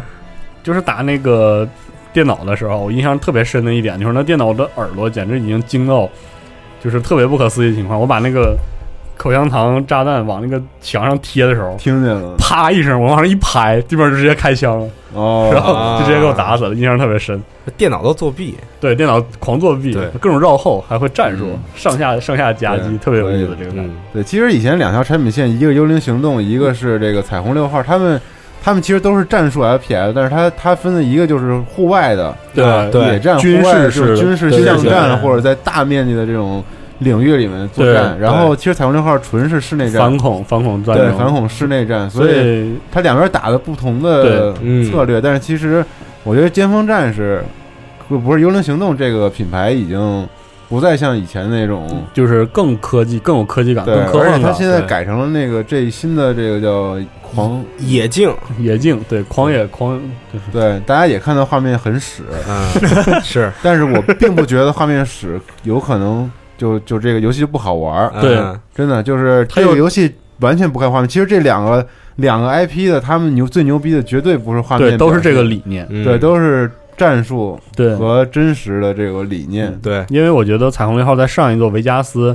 Speaker 6: 就是打那个电脑的时候，我印象特别深的一点就是那电脑的耳朵简直已经惊到，就是特别不可思议的情况。我把那个口香糖炸弹往那个墙上贴的时候，
Speaker 5: 听见了
Speaker 6: 啪一声，我往上一拍，对面就直接开枪了，然
Speaker 5: 哦，
Speaker 6: 后就直接给我打死了，印象特别深。
Speaker 2: 电脑都作弊，
Speaker 6: 对，电脑狂作弊
Speaker 2: 对，
Speaker 6: 各种绕后，还会战术
Speaker 5: 嗯，
Speaker 6: 上下上下夹击，
Speaker 5: 对
Speaker 6: 特别有意思
Speaker 5: 可以的
Speaker 6: 这个感觉。
Speaker 2: 嗯，
Speaker 5: 对，其实以前两条产品线，一个是幽灵行动，一个是这个彩虹六号，他们他们其实都是战术 FPS，但是它它分的一个就是户外的
Speaker 6: 对
Speaker 2: 对
Speaker 5: 野战、
Speaker 6: 军
Speaker 5: 户
Speaker 6: 事
Speaker 5: 外的这种
Speaker 6: 式
Speaker 5: 军事
Speaker 6: 对
Speaker 5: 巷
Speaker 6: 对
Speaker 5: 战，
Speaker 8: 对
Speaker 5: 或者在大面积的这种领域里面作
Speaker 6: 对
Speaker 5: 战。然
Speaker 6: 对
Speaker 5: 后其实彩虹六号纯是室内战，
Speaker 6: 反恐反恐战
Speaker 5: 对
Speaker 6: 争，
Speaker 5: 反恐室内战，所
Speaker 6: 所
Speaker 5: 以
Speaker 6: 以
Speaker 5: 它两边打的不同的
Speaker 2: 对嗯
Speaker 5: 策略，但是其实我觉得尖峰战士不不是幽灵行动这个品牌已经不再像以前那种。
Speaker 6: 就是更科技，更有科技感，
Speaker 5: 对，
Speaker 6: 嗯更科
Speaker 5: 而
Speaker 6: 幻
Speaker 5: 且它
Speaker 6: 感。
Speaker 5: 现在
Speaker 6: 对嗯
Speaker 5: 改成了那个这新的这个叫狂，
Speaker 2: 野径，
Speaker 6: 野径，对狂野狂，
Speaker 5: 对，大家也看到画面很屎，
Speaker 2: 嗯，是，
Speaker 5: 但是我并不觉得画面屎有可能就就这个游戏就不好玩儿，
Speaker 6: 对
Speaker 2: 嗯
Speaker 5: 真的就是
Speaker 6: 它
Speaker 5: 这
Speaker 6: 有
Speaker 5: 个游戏完全不看画面。其实这两个两个 IP 的，他们牛最牛逼的绝对不是画面
Speaker 6: 对，
Speaker 5: 表现，
Speaker 6: 都是这个理念，
Speaker 2: 嗯
Speaker 5: 对，都是战术
Speaker 6: 对，
Speaker 5: 和真实的这个理念。
Speaker 2: 对，
Speaker 6: 因为我觉得彩虹六号在上一座维加斯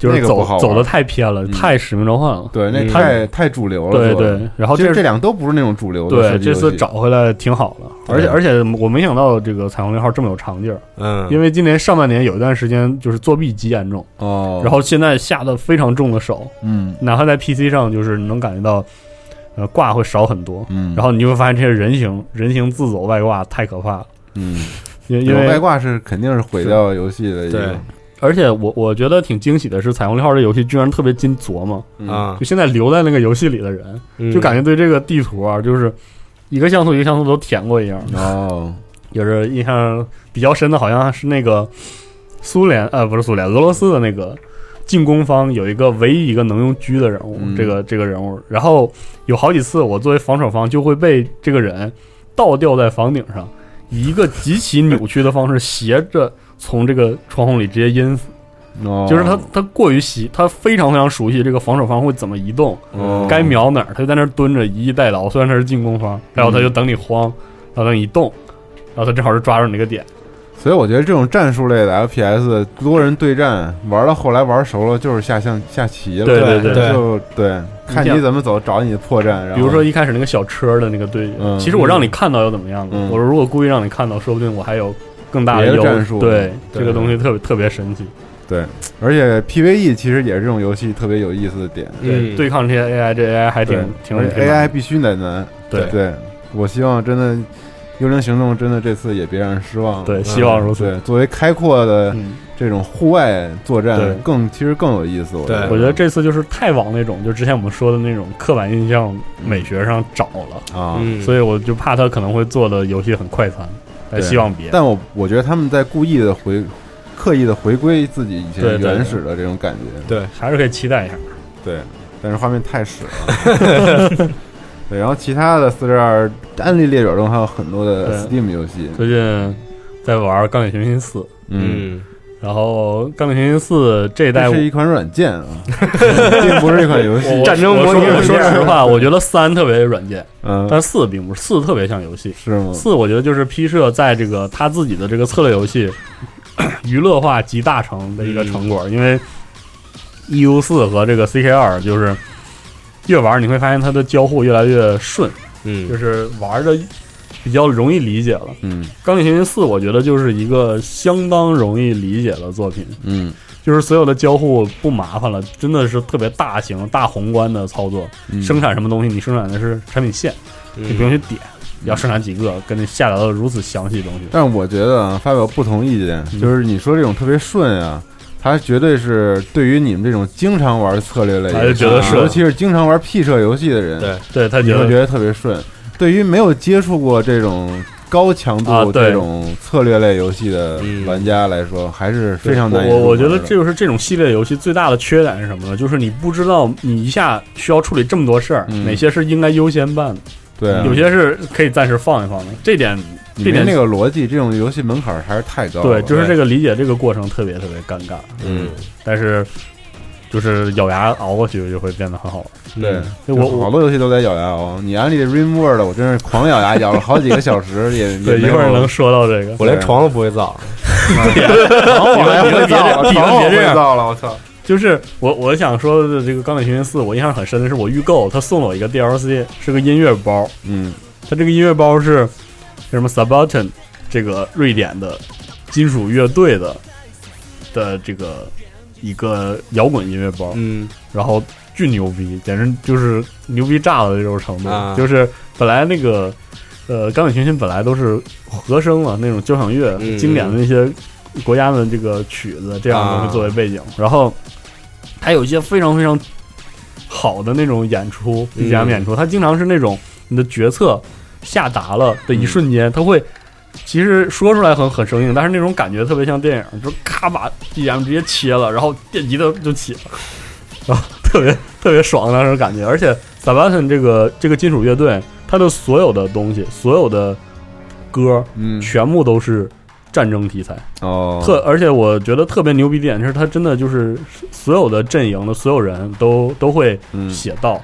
Speaker 6: 就
Speaker 5: 那
Speaker 6: 是
Speaker 5: 个不好
Speaker 6: 走
Speaker 5: 玩
Speaker 6: 走的太偏了，
Speaker 5: 嗯
Speaker 6: 太使命召唤了，
Speaker 5: 对，那
Speaker 2: 嗯
Speaker 5: 太太主流了。
Speaker 6: 对
Speaker 5: 做的
Speaker 6: 对，。然后
Speaker 5: 其
Speaker 6: 这
Speaker 5: 实这两个都不是那种主流的
Speaker 6: 对
Speaker 5: 射击游
Speaker 6: 这
Speaker 5: 戏。
Speaker 6: 次找回来挺好的，
Speaker 5: 对
Speaker 6: 而且而且我没想到这个彩虹六号这么有长劲儿，
Speaker 2: 嗯，
Speaker 6: 因为今年上半年有一段时间就是作弊极严重，
Speaker 5: 哦，
Speaker 6: 然后现在下的非常重的手，
Speaker 5: 嗯
Speaker 6: 哪怕在 PC 上就是能感觉到，呃挂会少很多，
Speaker 5: 嗯，
Speaker 6: 然后你就会发现这些人形人形自走外挂太可怕了，
Speaker 5: 嗯，
Speaker 6: 因因
Speaker 5: 有
Speaker 6: 为
Speaker 5: 外挂是肯定是毁掉游戏的一个。
Speaker 6: 而且我我觉得挺惊喜的是，《彩虹六号》这游戏居然特别经琢磨，
Speaker 5: 嗯
Speaker 2: 啊，
Speaker 6: 就现在留在那个游戏里的人，
Speaker 2: 嗯
Speaker 6: 就感觉对这个地图啊，就是一个像素一个像素都填过一样。
Speaker 5: 哦，
Speaker 6: 也是印象比较深的，好像是那个苏联呃不是苏联，俄罗斯的那个进攻方有一个唯一一个能用狙的人物，
Speaker 5: 嗯
Speaker 6: 这个这个人物，然后有好几次我作为防守方就会被这个人倒吊在房顶上，以一个极其扭曲的方式斜着从这个窗户里直接阴死。
Speaker 5: 哦
Speaker 6: 就是他他过于习，他非常非常熟悉这个防守方会怎么移动，
Speaker 5: 哦
Speaker 6: 该瞄哪儿，他就在那儿蹲着以逸待劳。虽然他是进攻方，然后他就
Speaker 5: 嗯
Speaker 6: 等你慌，然后等你一动，然后他正好是抓住你那个点。
Speaker 5: 所以我觉得这种战术类的 FPS 多人对战玩到后来玩熟了就是下象下棋了，
Speaker 6: 对对
Speaker 2: 对
Speaker 5: 对，就对，看
Speaker 6: 这
Speaker 5: 你
Speaker 6: 样
Speaker 5: 怎么走，找你的破绽。然后
Speaker 6: 比如说一开始那个小车的那个对决，
Speaker 5: 嗯
Speaker 6: 其实我让你看到又怎么样呢？
Speaker 5: 嗯
Speaker 6: 我如果故意让你看到，说不定我还有更大的
Speaker 5: 别的
Speaker 6: 优
Speaker 5: 战术
Speaker 6: 对，
Speaker 5: 对
Speaker 6: 这个东西特别特别神奇，
Speaker 5: 而且 PVE 其实也是这种游戏特别有意思的点，
Speaker 2: 嗯
Speaker 6: 对抗这些 AI，这 AI 还挺
Speaker 5: 对，
Speaker 6: 挺
Speaker 5: 而
Speaker 6: 挺
Speaker 5: 且 AI 必须得难，
Speaker 6: 对
Speaker 5: 对，我希望真的《幽灵行动》真的这次也别让人失望，
Speaker 6: 对，希望如此。
Speaker 5: 对，作为开阔的
Speaker 6: 嗯，
Speaker 5: 这种户外作
Speaker 6: 对
Speaker 5: 战更其实更有意思，我觉
Speaker 2: 对
Speaker 5: 得，
Speaker 6: 我觉得这次就是太往那种就之前我们说的那种刻板印象美学上找了，
Speaker 5: 啊，
Speaker 2: 嗯，
Speaker 6: 所以我就怕他可能会做的游戏很快餐，但
Speaker 5: 对
Speaker 6: 希望别。
Speaker 5: 但我我觉得他们在故意的回，刻意的回归自己以
Speaker 6: 对
Speaker 5: 前
Speaker 6: 对
Speaker 5: 原始的这种感觉，
Speaker 2: 对
Speaker 6: 还是可以期待一下。
Speaker 5: 对，但是画面太屎了。
Speaker 6: *laughs*
Speaker 5: 对，然后其他的四十二案例列表中还有很多的
Speaker 6: 对
Speaker 5: Steam 游戏，
Speaker 6: 最近在玩《钢铁雄心四》，
Speaker 5: 嗯，
Speaker 2: 嗯
Speaker 6: 然后《钢铁雄心四》这一代
Speaker 5: 这
Speaker 6: 我
Speaker 5: 是一款软件啊， *laughs* 并不是一款游
Speaker 6: *laughs*
Speaker 5: 戏。
Speaker 2: 战争模拟
Speaker 6: 我
Speaker 2: 软
Speaker 6: 说
Speaker 2: 件
Speaker 6: 我说实话，我觉得三特别软件，
Speaker 5: 嗯，
Speaker 6: 但四并不是四特别像游戏。
Speaker 5: 是吗？
Speaker 6: 四我觉得就是 P 社在这个他自己的这个策略游戏娱乐化集大成的一个成果，因为 EU 四和这个 CK 二就是越玩你会发现它的交互越来越顺，
Speaker 2: 嗯
Speaker 6: 就是玩的比较容易理解了。
Speaker 5: 嗯
Speaker 6: 《钢铁雄心四》我觉得就是一个相当容易理解的作品，
Speaker 5: 嗯
Speaker 6: 就是所有的交互不麻烦了，真的是特别大型、大宏观的操作。
Speaker 5: 嗯
Speaker 6: 生产什么东西，你生产的是产品线，
Speaker 2: 嗯
Speaker 6: 你不用去点
Speaker 5: 嗯
Speaker 6: 要生产几个，跟那下达了如此详细的东西。
Speaker 5: 但我觉得啊，发表不同意见，
Speaker 6: 嗯
Speaker 5: 就是你说这种特别顺啊，它绝对是对于你们这种经常玩策略类
Speaker 6: 他就
Speaker 5: 游戏，
Speaker 6: 哎觉
Speaker 5: 啊
Speaker 6: 得是
Speaker 5: 尤其是经常玩 P 社游戏的人，
Speaker 2: 对
Speaker 6: 对他
Speaker 5: 你
Speaker 6: 觉
Speaker 5: 会觉
Speaker 6: 得
Speaker 5: 得特别顺。对于没有接触过这种高强
Speaker 6: 啊
Speaker 5: 度
Speaker 6: 对
Speaker 5: 这种策略类游戏的
Speaker 2: 嗯
Speaker 5: 玩家来说，还是非常难以
Speaker 6: 我
Speaker 5: 入
Speaker 6: 我觉
Speaker 5: 门
Speaker 6: 得
Speaker 5: 的
Speaker 6: 这就是这种系列游戏最大的缺点是什么呢？就是你不知道你一下需要处理这么多事儿，
Speaker 5: 嗯
Speaker 6: 哪些是应该优先办的，
Speaker 5: 对啊
Speaker 6: 有些是可以暂时放一放的。这点
Speaker 5: 里
Speaker 6: 这
Speaker 5: 面
Speaker 6: 点
Speaker 5: 那个哦逻辑，这种游戏门槛还是太高了。
Speaker 6: 对，就是这个理解这个过程特别特别尴尬，
Speaker 2: 嗯，
Speaker 6: 但是就是咬牙熬过去就会变得很好玩。
Speaker 5: 对
Speaker 2: 嗯，
Speaker 6: 我
Speaker 5: 就
Speaker 6: 我
Speaker 5: 好多游戏都在咬牙熬。你安利 Rim World，我真是狂咬牙咬了好几个小
Speaker 6: *laughs*
Speaker 5: 时，也也
Speaker 6: 对，一
Speaker 5: 没有
Speaker 6: 会儿
Speaker 5: *laughs*
Speaker 6: 能说到这个。
Speaker 2: 我连床都不会造，
Speaker 5: 床
Speaker 6: *laughs*
Speaker 5: 我还
Speaker 6: 别
Speaker 5: 会
Speaker 6: 别
Speaker 5: 造了，
Speaker 6: 别
Speaker 5: 床我
Speaker 6: 别这
Speaker 5: 会
Speaker 6: 样
Speaker 5: 造了，我操！
Speaker 6: 就是我我想说的这个《钢铁雄心四》，我印象很深的是我预购，他送了我一个 DLC，是个音乐包。
Speaker 5: 嗯
Speaker 6: 他这个音乐包是什么 Subaltern 这个瑞典的金属乐队的的这个一个摇滚音乐包，
Speaker 2: 嗯
Speaker 6: 然后巨牛逼，简直就是牛逼炸了这种程度。
Speaker 2: 啊
Speaker 6: 就是本来那个呃钢铁雄心本来都是和声嘛，那种交响乐、
Speaker 2: 嗯
Speaker 6: 经典的那些国家的这个曲子这样的东
Speaker 2: 啊
Speaker 6: 西作为背景，然后它有一些非常非常好的那种演出
Speaker 2: 嗯
Speaker 6: BGM 演出，它经常是那种你的决策下达了的一瞬间，它会。其实说出来很很生硬，但是那种感觉特别像电影，就咔把 BGM 直接切了，然后电吉他就起了， *laughs* 然后啊特别特别爽的那种感觉。而且 s a b a t o n 这个这个金属乐队，它的所有的东西，所有的歌，
Speaker 5: 嗯
Speaker 6: 全部都是战争题材。
Speaker 5: 哦，
Speaker 6: 特而且我觉得特别牛逼的点是，他真的就是所有的阵营的所有人都都会
Speaker 5: 嗯
Speaker 6: 写到。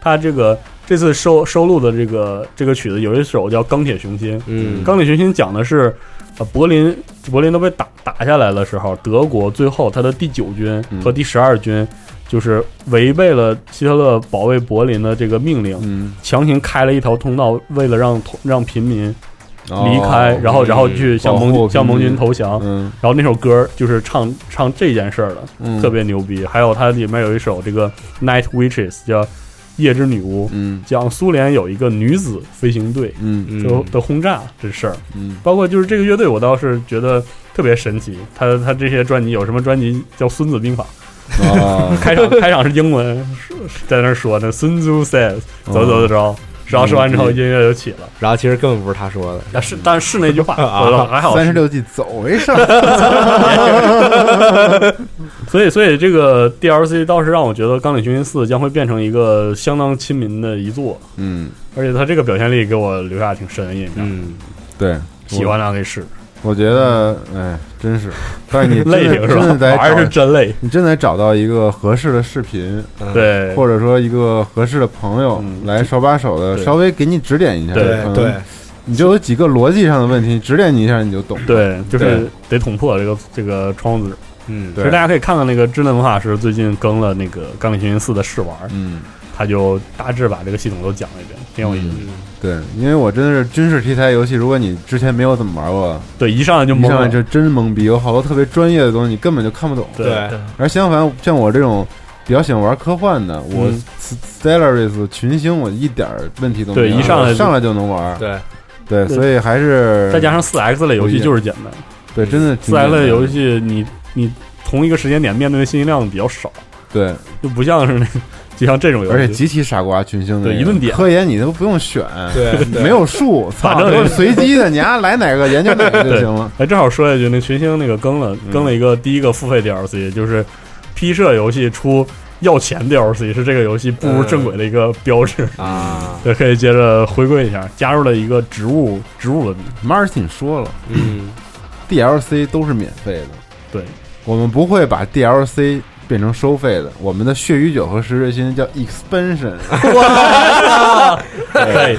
Speaker 6: 他这个这次收收录的这个这个曲子有一首叫《钢铁雄心》，
Speaker 2: 嗯
Speaker 6: 钢铁雄心》讲的是。呃，柏林柏林都被打打下来的时候，德国最后他的第九军
Speaker 5: 嗯
Speaker 6: 和第十二军，就是违背了希特勒保卫柏林的这个命令，
Speaker 5: 嗯
Speaker 6: 强行开了一条通道，为了让同让平民离
Speaker 5: 离
Speaker 6: 开，然后然后
Speaker 2: 嗯
Speaker 6: 去向
Speaker 5: 哦保
Speaker 6: 盟
Speaker 5: 护
Speaker 6: 军向
Speaker 5: 平
Speaker 6: 盟军
Speaker 5: 民
Speaker 6: 投降。
Speaker 5: 嗯
Speaker 6: 然后那首歌就是唱唱这件事儿的，
Speaker 5: 嗯
Speaker 6: 特别牛逼。还有它里面有一首这个《Night Witches》叫夜之女巫，
Speaker 5: 嗯
Speaker 6: 讲苏联有一个女子飞行队
Speaker 5: 嗯
Speaker 2: 嗯
Speaker 6: 就的轰炸这事儿。 *laughs*
Speaker 5: 嗯
Speaker 6: 包括就是这个乐队，我倒是觉得特别神奇。他他这些专辑有什么专辑叫《孙子 *laughs* 兵法》，
Speaker 5: 哦
Speaker 6: 开场开场是英文，在那儿说呢，孙子 says 走走走走，然后说完之后音乐就起了。
Speaker 2: 然后其实根本不是他说的，
Speaker 6: 但嗯啊是但是那句话，
Speaker 2: 啊
Speaker 6: *laughs* 我还好
Speaker 5: 三十六计走为上，
Speaker 6: *laughs* 所以，所以这个 DLC 倒是让我觉得《钢铁雄心四》将会变成一个相当亲民的一作，
Speaker 5: 嗯，
Speaker 6: 而且它这个表现力给我留下挺深的印象。
Speaker 2: 嗯，
Speaker 5: 对，
Speaker 6: 喜欢的话可以试，
Speaker 5: 我觉得，哎，真是，但是你
Speaker 6: *laughs*
Speaker 5: 真
Speaker 6: 累
Speaker 5: 的
Speaker 6: 挺是
Speaker 5: 真
Speaker 6: 吧
Speaker 5: 的？得
Speaker 6: 玩
Speaker 5: 找
Speaker 6: 儿是真累，
Speaker 5: 你真得找到一个合适的视频，
Speaker 2: 嗯，
Speaker 6: 对，
Speaker 5: 或者说一个合适的朋友
Speaker 6: 嗯
Speaker 5: 来手把手的
Speaker 6: 对
Speaker 5: 稍微给你指点一下，
Speaker 6: 对
Speaker 5: 可能
Speaker 2: 对对，
Speaker 5: 你就有几个逻辑上的问题，指点你一下你就懂。
Speaker 6: 对，就是得
Speaker 5: 对
Speaker 6: 捅破这个这个窗子。
Speaker 2: 嗯
Speaker 6: 其
Speaker 5: 对
Speaker 6: 实大家可以看看那个智能文化师最近更了那个《钢铁雄心四》的试玩，
Speaker 5: 嗯，
Speaker 6: 他就大致把这个系统都讲了一遍，挺有意思的。
Speaker 5: 对，因为我真的是军事题材游戏，如果你之前没有怎么玩过，
Speaker 6: 对，一上来就
Speaker 5: 一
Speaker 6: 懵
Speaker 5: 上来
Speaker 6: 了。
Speaker 5: 就真懵逼，有好多特别专业的东西你根本就看不懂。
Speaker 6: 对
Speaker 2: 对
Speaker 5: 而相反，像我这种比较喜欢玩科幻的，我
Speaker 6: 嗯
Speaker 5: Stellaris 群星我一点儿问题都没有，
Speaker 6: 对一上来就
Speaker 5: 上来就能玩。
Speaker 2: 对，
Speaker 5: 对，
Speaker 6: 对
Speaker 5: 所以还是
Speaker 6: 再加上四 X 类游戏就是简单，
Speaker 5: 对，真的挺
Speaker 6: 四 X 类
Speaker 5: 简单的
Speaker 6: 游戏你你同一个时间点面对的信息量比较少。
Speaker 5: 对，
Speaker 6: 就不像是那， *laughs* 就像这种游戏，
Speaker 5: 而且集体傻瓜群星的
Speaker 6: 对
Speaker 5: 那
Speaker 6: 一
Speaker 5: 个
Speaker 6: 顿点
Speaker 5: 科研你都不用选，
Speaker 2: 对对
Speaker 5: *laughs* 没有数，
Speaker 6: 反
Speaker 5: 操，
Speaker 6: 正
Speaker 5: 都是随
Speaker 6: *laughs*
Speaker 5: 机的，你爱来哪个研究哪个就行了。
Speaker 6: 哎，正好说一句，那群星那个更了
Speaker 5: 嗯
Speaker 6: 更了一个第一个付费 DLC，、就是批社游戏出要钱 DLC，是这个游戏步入正轨的一个
Speaker 5: 呃
Speaker 6: 标志。
Speaker 2: 啊，
Speaker 6: 对，可以接着回归一下，加入了一个植物植物文明。
Speaker 5: Martin 说了
Speaker 2: 嗯
Speaker 5: ，DLC 都是免费的， *laughs*
Speaker 6: 对，
Speaker 5: 我们不会把 DLC 变成收费的。我们的血与酒和石瑞心叫 expansion
Speaker 6: *laughs* 可以，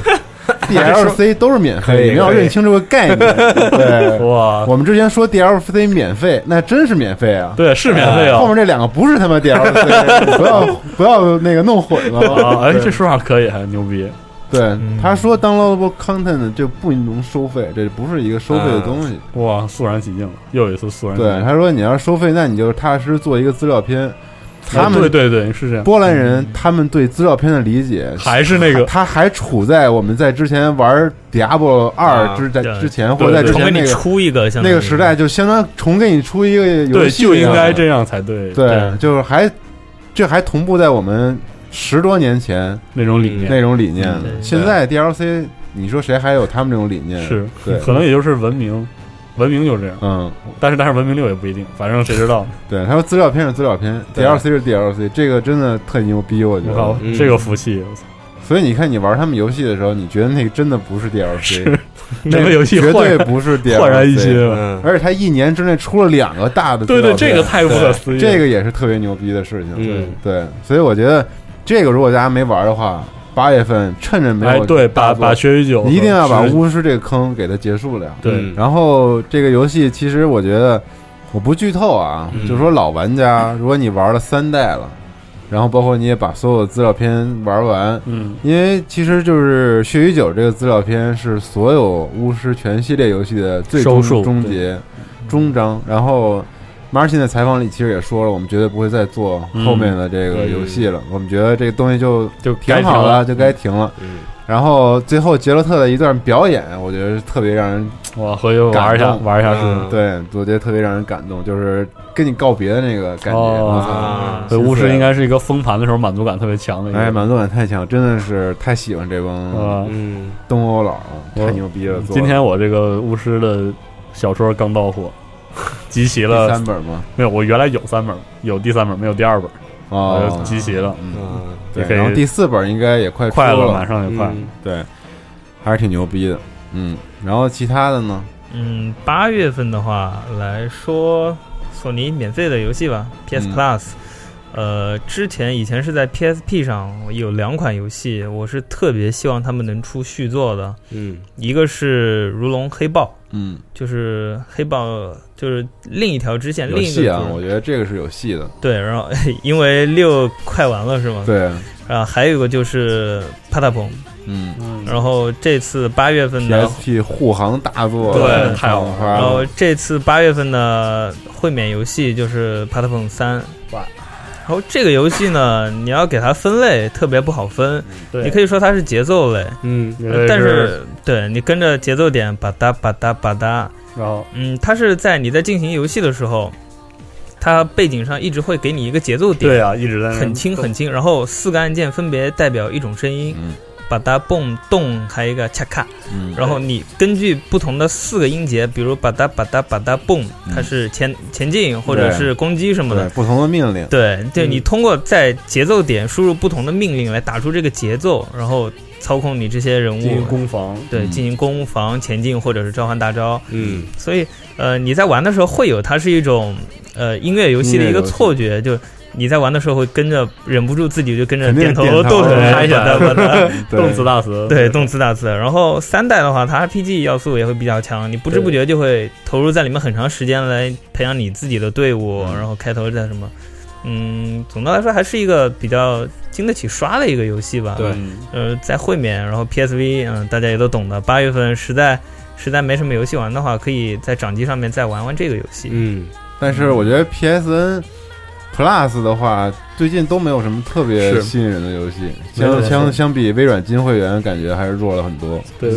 Speaker 5: DLC 都是免费
Speaker 2: 可
Speaker 5: 的，
Speaker 2: 以
Speaker 5: 你们要
Speaker 2: 可以
Speaker 5: 认清这个概
Speaker 6: *laughs*
Speaker 5: 念。对，
Speaker 6: 哇，
Speaker 5: 我们之前说 DLC 免费，那真是免费啊。
Speaker 6: 对，是免费啊
Speaker 5: 后。面这两个不是他妈 DLC，不要不要那个弄混了。
Speaker 6: 啊，哎，这说法可以，还牛逼。
Speaker 5: 对，他说 downloadable content 就不能收费，这不是一个收费的东西。
Speaker 6: 哇，肃然起敬了，又一次肃然起敬。
Speaker 5: 对，他说你要是收费，那你就踏踏实实做一个资料片。他们
Speaker 6: 对对对是这样
Speaker 5: 波兰人他们对资料片的理解
Speaker 6: 还是那个
Speaker 5: 他还处在我们在之前玩 Diablo 二
Speaker 6: 啊
Speaker 5: 之在
Speaker 8: 对
Speaker 5: 之前，或者在之
Speaker 8: 重
Speaker 5: 前
Speaker 8: 给
Speaker 5: 那
Speaker 8: 你
Speaker 5: 个
Speaker 8: 出一个，相当
Speaker 5: 那
Speaker 8: 于
Speaker 5: 个时代，就相当重给你出一个游
Speaker 6: 嗯对，
Speaker 5: 戏，啊
Speaker 6: 就应该这样才对。
Speaker 5: 对，就是还这还同步在我们十多年前
Speaker 6: 那种理念
Speaker 5: 那种理念
Speaker 6: 嗯。对
Speaker 5: 现在 DLC，你说谁还有他们这种理念？
Speaker 6: 是
Speaker 5: 嗯对，，
Speaker 6: 可能也就是文明，文明就是这样。
Speaker 5: 嗯，
Speaker 6: 但是但是文明六也不一定，反正谁知道？
Speaker 5: 对，他说资料片是资料片
Speaker 6: 对
Speaker 5: ，DLC 是 DLC，这个真的特牛逼，我觉
Speaker 6: 我靠
Speaker 5: 得，
Speaker 6: 这个服气我操
Speaker 5: 所以你看，你玩他们游戏的时候，你觉得那个真的不是 DLC， *laughs*
Speaker 6: 是
Speaker 5: 那
Speaker 6: 那个游戏
Speaker 5: 绝
Speaker 6: 焕
Speaker 5: 对
Speaker 6: 然
Speaker 5: 不
Speaker 6: *laughs*
Speaker 5: 是 DLC，
Speaker 6: 焕然一新
Speaker 5: 嗯而且他一年之内出了两个大的资
Speaker 6: 对
Speaker 5: 料
Speaker 6: 对
Speaker 5: 片，
Speaker 6: 这个太不可思议了
Speaker 5: 这个也是特别牛逼的事情。
Speaker 6: 嗯
Speaker 5: 对，所以我觉得这个如果大家没玩的话，八月份趁着没有
Speaker 6: 哎对把
Speaker 5: 大作
Speaker 6: 把血与酒
Speaker 5: 你一定要把
Speaker 6: 是
Speaker 5: 巫师这个坑给它结束了。
Speaker 6: 对嗯
Speaker 5: 然后这个游戏其实我觉得我不剧透啊，
Speaker 6: 嗯
Speaker 5: 就是说老玩家，如果你玩了三代了。然后包括你也把所有资料片玩完，
Speaker 6: 嗯，
Speaker 5: 因为其实就是《血与酒》这个资料片是所有巫师全系列游戏的最终
Speaker 6: 收束
Speaker 5: 终结终章。然后 Martin 的采访里其实也说了，我们绝对不会再做后面的这个游戏了，我们觉得这个东西就
Speaker 6: 就
Speaker 5: 挺好了，就该停
Speaker 2: 嗯
Speaker 5: 了。然后最后杰洛特的一段表演，我觉得是特别让人
Speaker 6: 我回去玩一下
Speaker 2: 啊嗯
Speaker 6: 玩一下试试
Speaker 5: 对，我觉得特别让人感动，就是跟你告别的那个感觉。哎我
Speaker 6: 哦
Speaker 5: 操，
Speaker 6: 对，巫
Speaker 5: 心
Speaker 6: 师
Speaker 5: 碎
Speaker 6: 应该是一个封盘的时候满足感特别强的一个。
Speaker 5: 哎，满足感太强，真的是太喜欢这
Speaker 6: 啊
Speaker 5: 帮东欧佬了，太牛逼了！做
Speaker 6: 今
Speaker 5: 的
Speaker 6: 天我这个巫师的小说刚到货， *laughs* 集齐了
Speaker 5: 第三本吗？
Speaker 6: 没有，我原来有三本，有第三本，没有第二本，
Speaker 5: 哦
Speaker 6: 我就集齐了。
Speaker 5: 嗯，
Speaker 6: 也
Speaker 5: 对，
Speaker 6: 可以
Speaker 5: 然后第四本应该也快出
Speaker 6: 快
Speaker 5: 了，
Speaker 6: 了马上就快嗯
Speaker 5: 对，还是挺牛逼的，嗯。然后其他的呢？
Speaker 8: 嗯，八月份的话来说，索尼免费的游戏吧，PS
Speaker 5: 嗯
Speaker 8: Plus。呃，之前以前是在 PSP 上我有两款游戏，我是特别希望他们能出续作的。
Speaker 2: 嗯，
Speaker 8: 一个是《如龙黑豹》，
Speaker 5: 嗯，
Speaker 8: 就是黑豹，就是另一条支线，
Speaker 5: 有
Speaker 8: 另一
Speaker 5: 戏
Speaker 8: 个
Speaker 5: 啊
Speaker 8: 主，
Speaker 5: 我觉得这个是有戏的，
Speaker 6: 嗯
Speaker 8: 对，然后 *laughs* 因为六快完了是吗？
Speaker 5: 对。
Speaker 8: 然后还有一个就是帕塔蓬，
Speaker 5: 嗯
Speaker 8: 然后这次八月份的
Speaker 5: PSP 护航大作，
Speaker 8: 对，
Speaker 5: 太好玩
Speaker 8: 然后
Speaker 5: 了。
Speaker 8: 这次八月份的会免游戏就是《帕特碰三》。
Speaker 5: 哇！
Speaker 8: 然后这个游戏呢，你要给它分类，特别不好分。
Speaker 6: 对
Speaker 8: 你可以说它是节奏类，
Speaker 2: 嗯
Speaker 8: 呃但是对你跟着节奏点吧嗒吧嗒吧嗒，
Speaker 6: 然后
Speaker 8: 嗯，它是在你在进行游戏的时候，它背景上一直会给你一个节奏点。
Speaker 6: 对啊一直在那
Speaker 8: 很轻很轻，然后四个按键分别代表一种声音，
Speaker 6: 嗯
Speaker 8: 把它蹦动，还有一个恰咔。
Speaker 5: 嗯
Speaker 8: 然后你根据不同的四个音节，比如把它把它把它蹦，
Speaker 6: 嗯
Speaker 8: 它是前前进或者
Speaker 5: 对
Speaker 8: 是攻击什么
Speaker 5: 对
Speaker 8: 的。
Speaker 5: 不同的命令，
Speaker 8: 对，就
Speaker 5: 嗯
Speaker 8: 你通过在节奏点输入不同的命令来打出这个节奏，然后操控你这些人物
Speaker 6: 进行攻防
Speaker 8: 对，
Speaker 6: 嗯
Speaker 8: 进行攻防前进或者是召唤大招。
Speaker 2: 嗯，
Speaker 8: 所以呃，你在玩的时候会有它是一种呃音乐游戏的一
Speaker 2: 音乐
Speaker 8: 个
Speaker 2: 游戏
Speaker 8: 错
Speaker 6: 嗯
Speaker 8: 觉，就你在玩的时候会跟着忍不住自己就跟着
Speaker 6: 肯定
Speaker 8: 点头
Speaker 6: 点头
Speaker 8: 动手
Speaker 6: 对
Speaker 8: 拍一下它，
Speaker 6: *laughs*
Speaker 8: 把它
Speaker 6: 对动词大词
Speaker 8: 对，动词大词。然后三代的话，它 RPG 要素也会比较强，你不知不觉就会投入在里面很长时间来培养你自己的队伍，然后开头在什么。嗯，总的来说还是一个比较经得起刷的一个游戏吧。
Speaker 2: 对，
Speaker 8: 呃，在会免，然后 PSV，嗯、大家也都懂的。八月份实在实在没什么游戏玩的话，可以在掌机上面再玩玩这个游戏。
Speaker 2: 嗯，
Speaker 5: 但是我觉得 PSN Plus 的话，最近都没有什么特别
Speaker 2: 是
Speaker 5: 吸引人的游戏，
Speaker 2: 没有
Speaker 5: 相
Speaker 2: 是
Speaker 5: 相相比微软金会员，感觉还是弱了很多。
Speaker 6: 对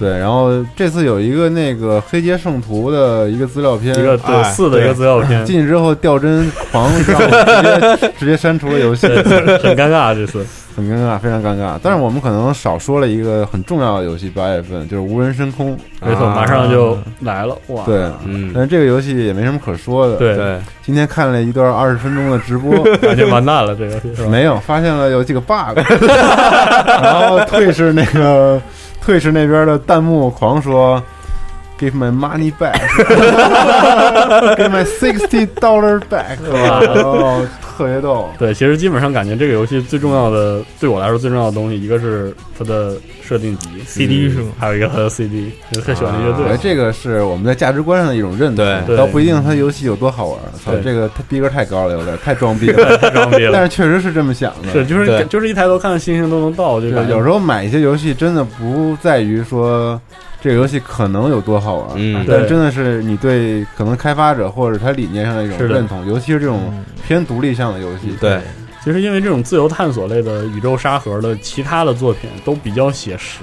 Speaker 5: 对，然后这次有一个那个《黑街圣徒》的一个资料片，
Speaker 6: 一个对
Speaker 5: 哎
Speaker 6: 四的一个资料片
Speaker 5: *laughs* 进去之后掉帧狂，让我
Speaker 6: *laughs*
Speaker 5: *laughs* 直接直接删除了游戏，
Speaker 6: 对很尴尬啊这
Speaker 5: *laughs*
Speaker 6: 次。
Speaker 5: 很尴尬，非常尴尬。但是我们可能少说了一个很重要的游戏，八月份就是《无人深空》，
Speaker 6: 没错，马上就来了哇！
Speaker 5: 啊对，
Speaker 2: 嗯
Speaker 5: 但是这个游戏也没什么可说的。
Speaker 6: 啊对对，，
Speaker 5: 今天看了一段二十分钟的直播
Speaker 6: 感觉
Speaker 5: *laughs*
Speaker 6: 完蛋了，这个是吧
Speaker 5: 没有，发现了有几个 bug，然后退是那个退是那边的弹幕狂说。Give my money *laughs* back, give my sixty dollar back，
Speaker 6: 哇
Speaker 5: 然后特别逗。
Speaker 6: 对，其实基本上感觉这个游戏最重要的，对我来说最重要的东西，一个是它的设定集
Speaker 8: CD 是吗
Speaker 6: 还有一个它的 CD，就特喜欢这乐队。
Speaker 5: 哎这个是我们在价值观上的一种认
Speaker 6: 对
Speaker 5: 同，倒不一定它游戏有多好玩。操，
Speaker 6: 对
Speaker 5: 这个它逼格太高了，有点太装逼了，
Speaker 6: *laughs* 太装逼了
Speaker 5: 但是确实是这么想的，
Speaker 6: 是，就是
Speaker 5: 对
Speaker 6: 就是一抬头看星星都能到，就
Speaker 5: 对
Speaker 6: 感觉
Speaker 5: 有时候买一些游戏真的不在于说这个游戏可能有多好玩，啊
Speaker 6: 嗯
Speaker 5: 但
Speaker 6: 对
Speaker 5: 真的是你对可能开发者或者他理念上的一种
Speaker 6: 是的
Speaker 5: 认同，尤其是这种偏独立向的游戏。
Speaker 2: 对，
Speaker 6: 其实因为这种自由探索类的宇宙沙盒的其他的作品都比较写实，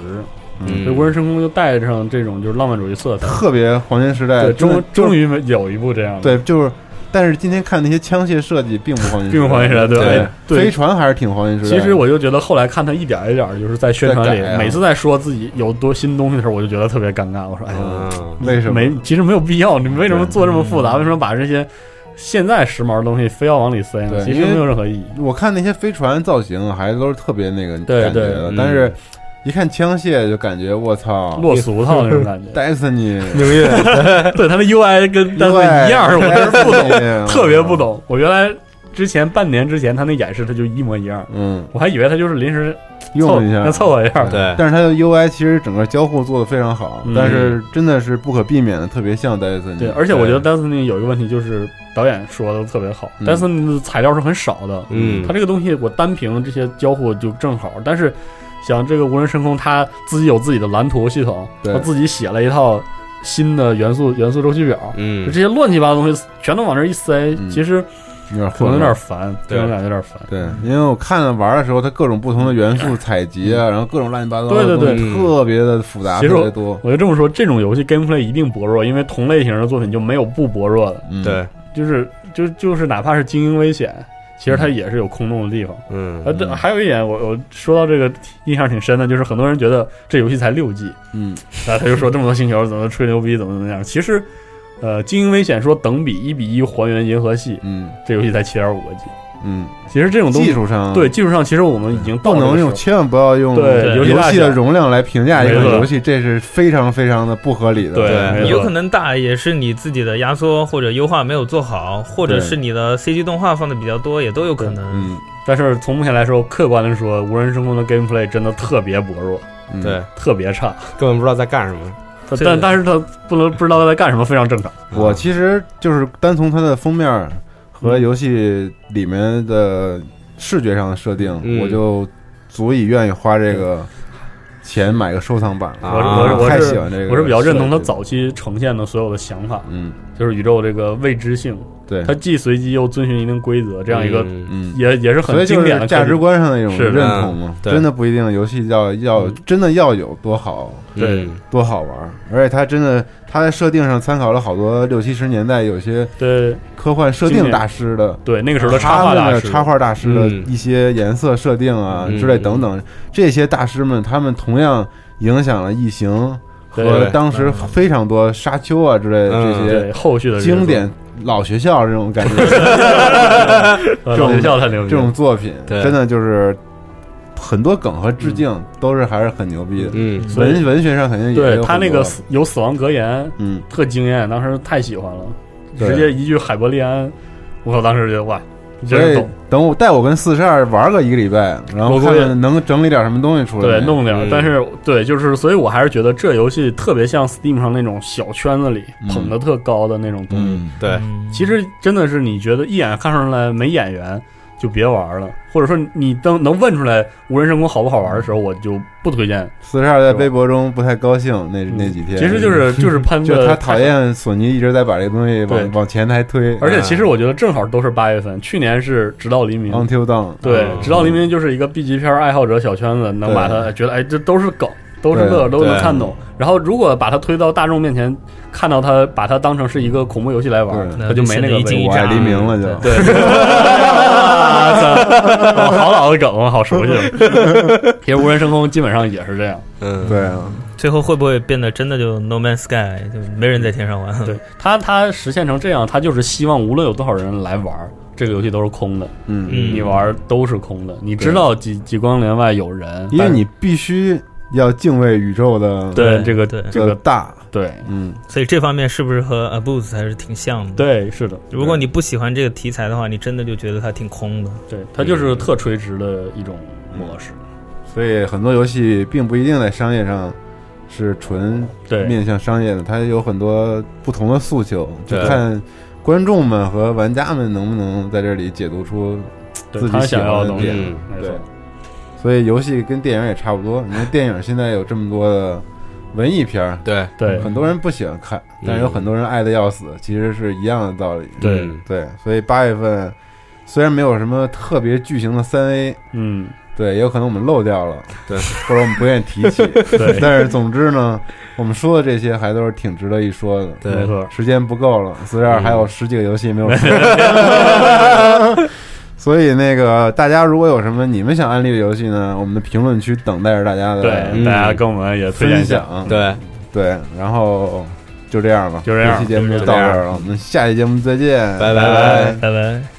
Speaker 5: 嗯
Speaker 6: 所以无人深空就带上这种就是浪漫主义色彩，
Speaker 5: 特别黄金时代
Speaker 6: 对，
Speaker 5: 真的
Speaker 6: 终终于没有一部这样的，
Speaker 5: 对，就是。但是今天看那些枪械设计并不黄金，
Speaker 6: 并不黄金时代对
Speaker 5: 对
Speaker 6: 哎对
Speaker 5: 飞船还是挺黄金时代
Speaker 6: 其
Speaker 5: 的。
Speaker 6: 实我就觉得后来看他一点儿一点儿就是在宣传里，
Speaker 5: 在改啊
Speaker 6: 每次在说自己有多新东西的时候，我就觉得特别尴尬。我说，哎呀，
Speaker 5: 嗯为什么
Speaker 6: 没？
Speaker 5: 嗯
Speaker 6: 其实没有必要，你为什么做这么复杂？为什么把这些现在时髦的东西非要往里塞呢？
Speaker 5: 对，
Speaker 6: 其
Speaker 5: 因
Speaker 6: 实
Speaker 5: 为
Speaker 6: 没有任何意义。
Speaker 5: 我看那些飞船造型还都是特别那个
Speaker 6: 对
Speaker 5: 感觉
Speaker 6: 对
Speaker 5: 的
Speaker 6: 嗯，
Speaker 5: 但是一看枪械就感觉我操，
Speaker 6: 落俗套那种感
Speaker 5: *laughs*
Speaker 6: 觉。 *laughs*
Speaker 5: Destiny
Speaker 6: 命运，对它的 UI *laughs* 跟单位一样，我真是不懂
Speaker 5: Destiny，，
Speaker 6: 特别不懂。我原来之前半年之前，它那演示它就一模一样，
Speaker 5: 嗯，
Speaker 6: 我还以为它就是临时凑
Speaker 5: 用一下嗯
Speaker 6: 那凑合一下。
Speaker 5: 但是它的 UI 其实整个交互做的非常好，
Speaker 6: 嗯
Speaker 5: 但是真的是不可避免的特别像 Destiny。
Speaker 6: 对，而且我觉得 Destiny 有一个问题就是导演说的特别好、
Speaker 5: 嗯
Speaker 6: d e s t i n y 的材料是很少的，
Speaker 2: 嗯
Speaker 6: 它这个东西我单凭这些交互就正好，但是像这个无人深空，它自己有自己的蓝图系统，
Speaker 2: 对
Speaker 6: 它自己写了一套新的元素元素周期表，
Speaker 2: 嗯
Speaker 6: 就这些乱七八糟的东西全都往这儿一塞，其实
Speaker 5: 有点
Speaker 6: 可能有
Speaker 5: 混
Speaker 6: 点
Speaker 5: 乱
Speaker 6: 烦，这
Speaker 5: 嗯对
Speaker 6: 种感觉有点烦。
Speaker 5: 对，因为我看了玩的时候，它各种不同的元素采集啊，然后各种乱七八
Speaker 6: 嗯
Speaker 5: 糟
Speaker 6: 对对
Speaker 5: 的东西
Speaker 6: 对，
Speaker 5: 特别的复杂，
Speaker 6: 其实
Speaker 5: 特别
Speaker 6: 我
Speaker 5: 多。
Speaker 6: 我就这么说，这种游戏 gameplay 一定薄弱，因为同类型的作品就没有不薄弱的。
Speaker 5: 嗯对，
Speaker 6: 就是就就是哪怕是精英危险，其实它也是有空洞的地方。
Speaker 2: 嗯
Speaker 6: 呃，对，还有一点，我我说到这个印象挺深的，就是很多人觉得这游戏才六 G，
Speaker 5: 嗯，
Speaker 6: 啊，他就说这么多星球怎么吹牛逼，怎么怎么样。其实，呃，精英危险说等比一比一还原银河系，
Speaker 5: 嗯，
Speaker 6: 这游戏才七点五个 G。
Speaker 5: 嗯，
Speaker 6: 其实这种东西
Speaker 5: 技术上
Speaker 6: 对技术上，其实我们已经到了
Speaker 5: 不
Speaker 6: 这
Speaker 5: 能
Speaker 6: 个
Speaker 5: 用，
Speaker 6: 时
Speaker 5: 千万不要用
Speaker 6: 对游戏
Speaker 5: 游
Speaker 6: 大
Speaker 5: 戏
Speaker 6: 小
Speaker 5: 的容量来评价一款
Speaker 6: 没错
Speaker 5: 游戏，这是非常非常的不合理的。
Speaker 6: 嗯
Speaker 8: 你有可能大也是你自己的压缩或者优化没有做好，或者
Speaker 5: 对
Speaker 8: 是你的 CG 动画放的比较多，也都有可能。
Speaker 5: 嗯，
Speaker 6: 但是从目前来说，客观的说，无人深空的 gameplay 真的特别薄弱，
Speaker 5: 嗯
Speaker 2: 对，
Speaker 6: 特别差，
Speaker 2: 根本不知道在干什么。
Speaker 6: 它
Speaker 2: 这
Speaker 6: 但但是它不能不知道它在干什么，非常正常。
Speaker 5: 我其实就是单从它的封面儿
Speaker 6: 嗯
Speaker 5: 和游戏里面的视觉上的设定，
Speaker 6: 嗯
Speaker 5: 我就足以愿意花这个钱买个收藏版了。啊
Speaker 6: 我是我是我是
Speaker 5: 太喜欢这个，
Speaker 6: 我是比较认同他。早期呈现的所有的想法，
Speaker 5: 嗯，
Speaker 6: 就是宇宙这个未知性，
Speaker 5: 对
Speaker 6: 它既随机又遵循一定规则，这样一个
Speaker 5: 嗯
Speaker 6: 也也是很
Speaker 5: 所以就
Speaker 6: 经典的嗯
Speaker 5: 价值观上的一种
Speaker 6: 是
Speaker 5: 认同嘛，真的不一定游戏要要真的要有多好，
Speaker 6: 对，
Speaker 5: 多好玩儿。而且它真的，它在设定上参考了好多六七十年代有些
Speaker 6: 对
Speaker 5: 科幻设定大师的，
Speaker 6: 对那个时候的插画
Speaker 5: 他们
Speaker 6: 大
Speaker 5: 的
Speaker 6: 师
Speaker 5: 插画大师的
Speaker 6: 嗯
Speaker 5: 一些颜色设定啊
Speaker 6: 嗯
Speaker 5: 之类等等，这些大师们他们同样影响了《异形》和
Speaker 6: 对
Speaker 5: 当时非常多《沙丘》啊之类的
Speaker 6: 嗯
Speaker 5: 这些
Speaker 6: 对后续的
Speaker 5: 经典老学校这种感觉，这
Speaker 6: 呃老
Speaker 5: 种
Speaker 6: 学校太牛逼了
Speaker 5: *laughs* 这种作品
Speaker 6: 对
Speaker 5: 真的就是。很多梗和致敬都是还是很牛逼的，
Speaker 2: 嗯
Speaker 6: 所以
Speaker 5: 文文学上肯定也
Speaker 6: 对
Speaker 5: 有
Speaker 6: 他
Speaker 5: 很
Speaker 6: 那
Speaker 5: 多
Speaker 6: 个死有死亡格言，
Speaker 5: 嗯，
Speaker 6: 特惊艳，当时太喜欢了，
Speaker 5: 对
Speaker 6: 直接一句海伯利安，我靠，当时觉得哇，
Speaker 5: 所
Speaker 6: 真是
Speaker 5: 以
Speaker 6: 懂，
Speaker 5: 等我带我跟四十二玩个一个礼拜，然后
Speaker 6: 我估计
Speaker 5: 看能整理点什么东西出来没。
Speaker 6: 对，弄点儿
Speaker 5: 嗯，
Speaker 6: 但是对，就是所以我还是觉得这游戏特别像 Steam 上那种小圈子里
Speaker 5: 嗯
Speaker 6: 捧得特高的那种东西，
Speaker 2: 嗯对，
Speaker 8: 嗯
Speaker 6: 其实真的是你觉得一眼看出来没演员就别玩了，或者说你能能问出来无人深空好不好玩的时候，我就不推荐。
Speaker 5: 四十二在微博中不太高兴，那那几
Speaker 6: 嗯
Speaker 5: 天
Speaker 6: 其实就是
Speaker 5: *laughs*
Speaker 6: 就是喷的
Speaker 5: 就他讨厌索尼一直在把这个东西
Speaker 6: 对
Speaker 5: 往往前台推，
Speaker 6: 而且其实我觉得正好都是八月份，去年是《直到黎明》
Speaker 5: Until Dawn
Speaker 6: 对，《
Speaker 5: 嗯
Speaker 6: 直到黎明》就是一个 B 级片爱好者小圈子能把它觉得哎，这都是梗，都是乐，
Speaker 5: 对
Speaker 6: 都能
Speaker 5: 对
Speaker 6: 看懂。然后如果把它推到大众面前，看到它把它当成是一个恐怖游戏来玩，
Speaker 5: 对
Speaker 6: 它就没那个
Speaker 5: 那就显得一惊
Speaker 6: 味道
Speaker 5: 一
Speaker 6: *laughs*
Speaker 5: 乍我爱黎明了就
Speaker 6: 对，我嗯好老的梗，我好熟悉了。其实无人深空基本上也是这样，
Speaker 2: 嗯，
Speaker 5: 对啊。
Speaker 8: 最后会不会变得真的就 No Man's Sky 就没人在天上
Speaker 5: 嗯
Speaker 8: 玩？
Speaker 6: 对他他实现成这样，他就是希望无论有多少人来玩儿，这个游戏都是空的。
Speaker 5: 嗯
Speaker 6: 你玩儿都是空的，你知道几几光年外有人，
Speaker 5: 因为
Speaker 6: 但是
Speaker 5: 你必须要敬畏宇宙的
Speaker 6: 对这个
Speaker 8: *laughs* 对
Speaker 6: 这个
Speaker 5: 大，
Speaker 6: 对，
Speaker 5: 嗯，
Speaker 8: 所以这方面是不是和 Abuse 还是挺像的？，
Speaker 6: 对，是的，
Speaker 8: 如果你不喜欢这个题材的话，你真的就觉得它挺空的。
Speaker 6: 对它就是特垂直的一种模式，
Speaker 5: 嗯所以很多游戏并不一定在商业上是纯
Speaker 6: 对
Speaker 5: 面向商业的，它有很多不同的诉求，就
Speaker 6: 对
Speaker 5: 看观众们和玩家们能不能在这里解读出
Speaker 6: 对
Speaker 5: 自
Speaker 6: 他
Speaker 5: 己喜
Speaker 6: 想
Speaker 5: 欢
Speaker 6: 要的
Speaker 5: 的
Speaker 6: 东西
Speaker 5: 点。
Speaker 2: 嗯
Speaker 6: 没
Speaker 5: 对
Speaker 6: 错，
Speaker 5: 所以游戏跟电影也差不多。你
Speaker 6: *laughs*
Speaker 5: 看电影现在有这么多的文艺片儿，
Speaker 2: 对，
Speaker 6: 对
Speaker 5: 很多人不喜欢看，但是有很多人爱的要死，其实是一样的道理。
Speaker 6: 对
Speaker 2: 嗯
Speaker 5: 对，所以八月份虽然没有什么特别巨型的三 A，
Speaker 6: 嗯，
Speaker 5: 对，也有可能我们漏掉了，
Speaker 2: 对，
Speaker 5: 或者我们不愿意提起。
Speaker 6: *laughs* 对
Speaker 5: 但是总之呢，我们说的这些还都是挺值得一说的。
Speaker 2: 对
Speaker 6: 没错，
Speaker 5: 时间不够了，四十二
Speaker 2: 嗯
Speaker 5: 还有十几个游戏没有说。
Speaker 6: 嗯 *laughs*
Speaker 5: 所以那个大家如果有什么你们想安利的游戏呢，我们的评论区等待着大家的
Speaker 6: 对，大家跟我们也推荐
Speaker 5: 分
Speaker 6: 一下，
Speaker 5: 享。
Speaker 2: 对，
Speaker 5: 对，然后就这样吧，
Speaker 6: 就这样
Speaker 5: 这期节目就到这儿了，我们下期节目再见，
Speaker 2: 拜拜
Speaker 8: 拜拜。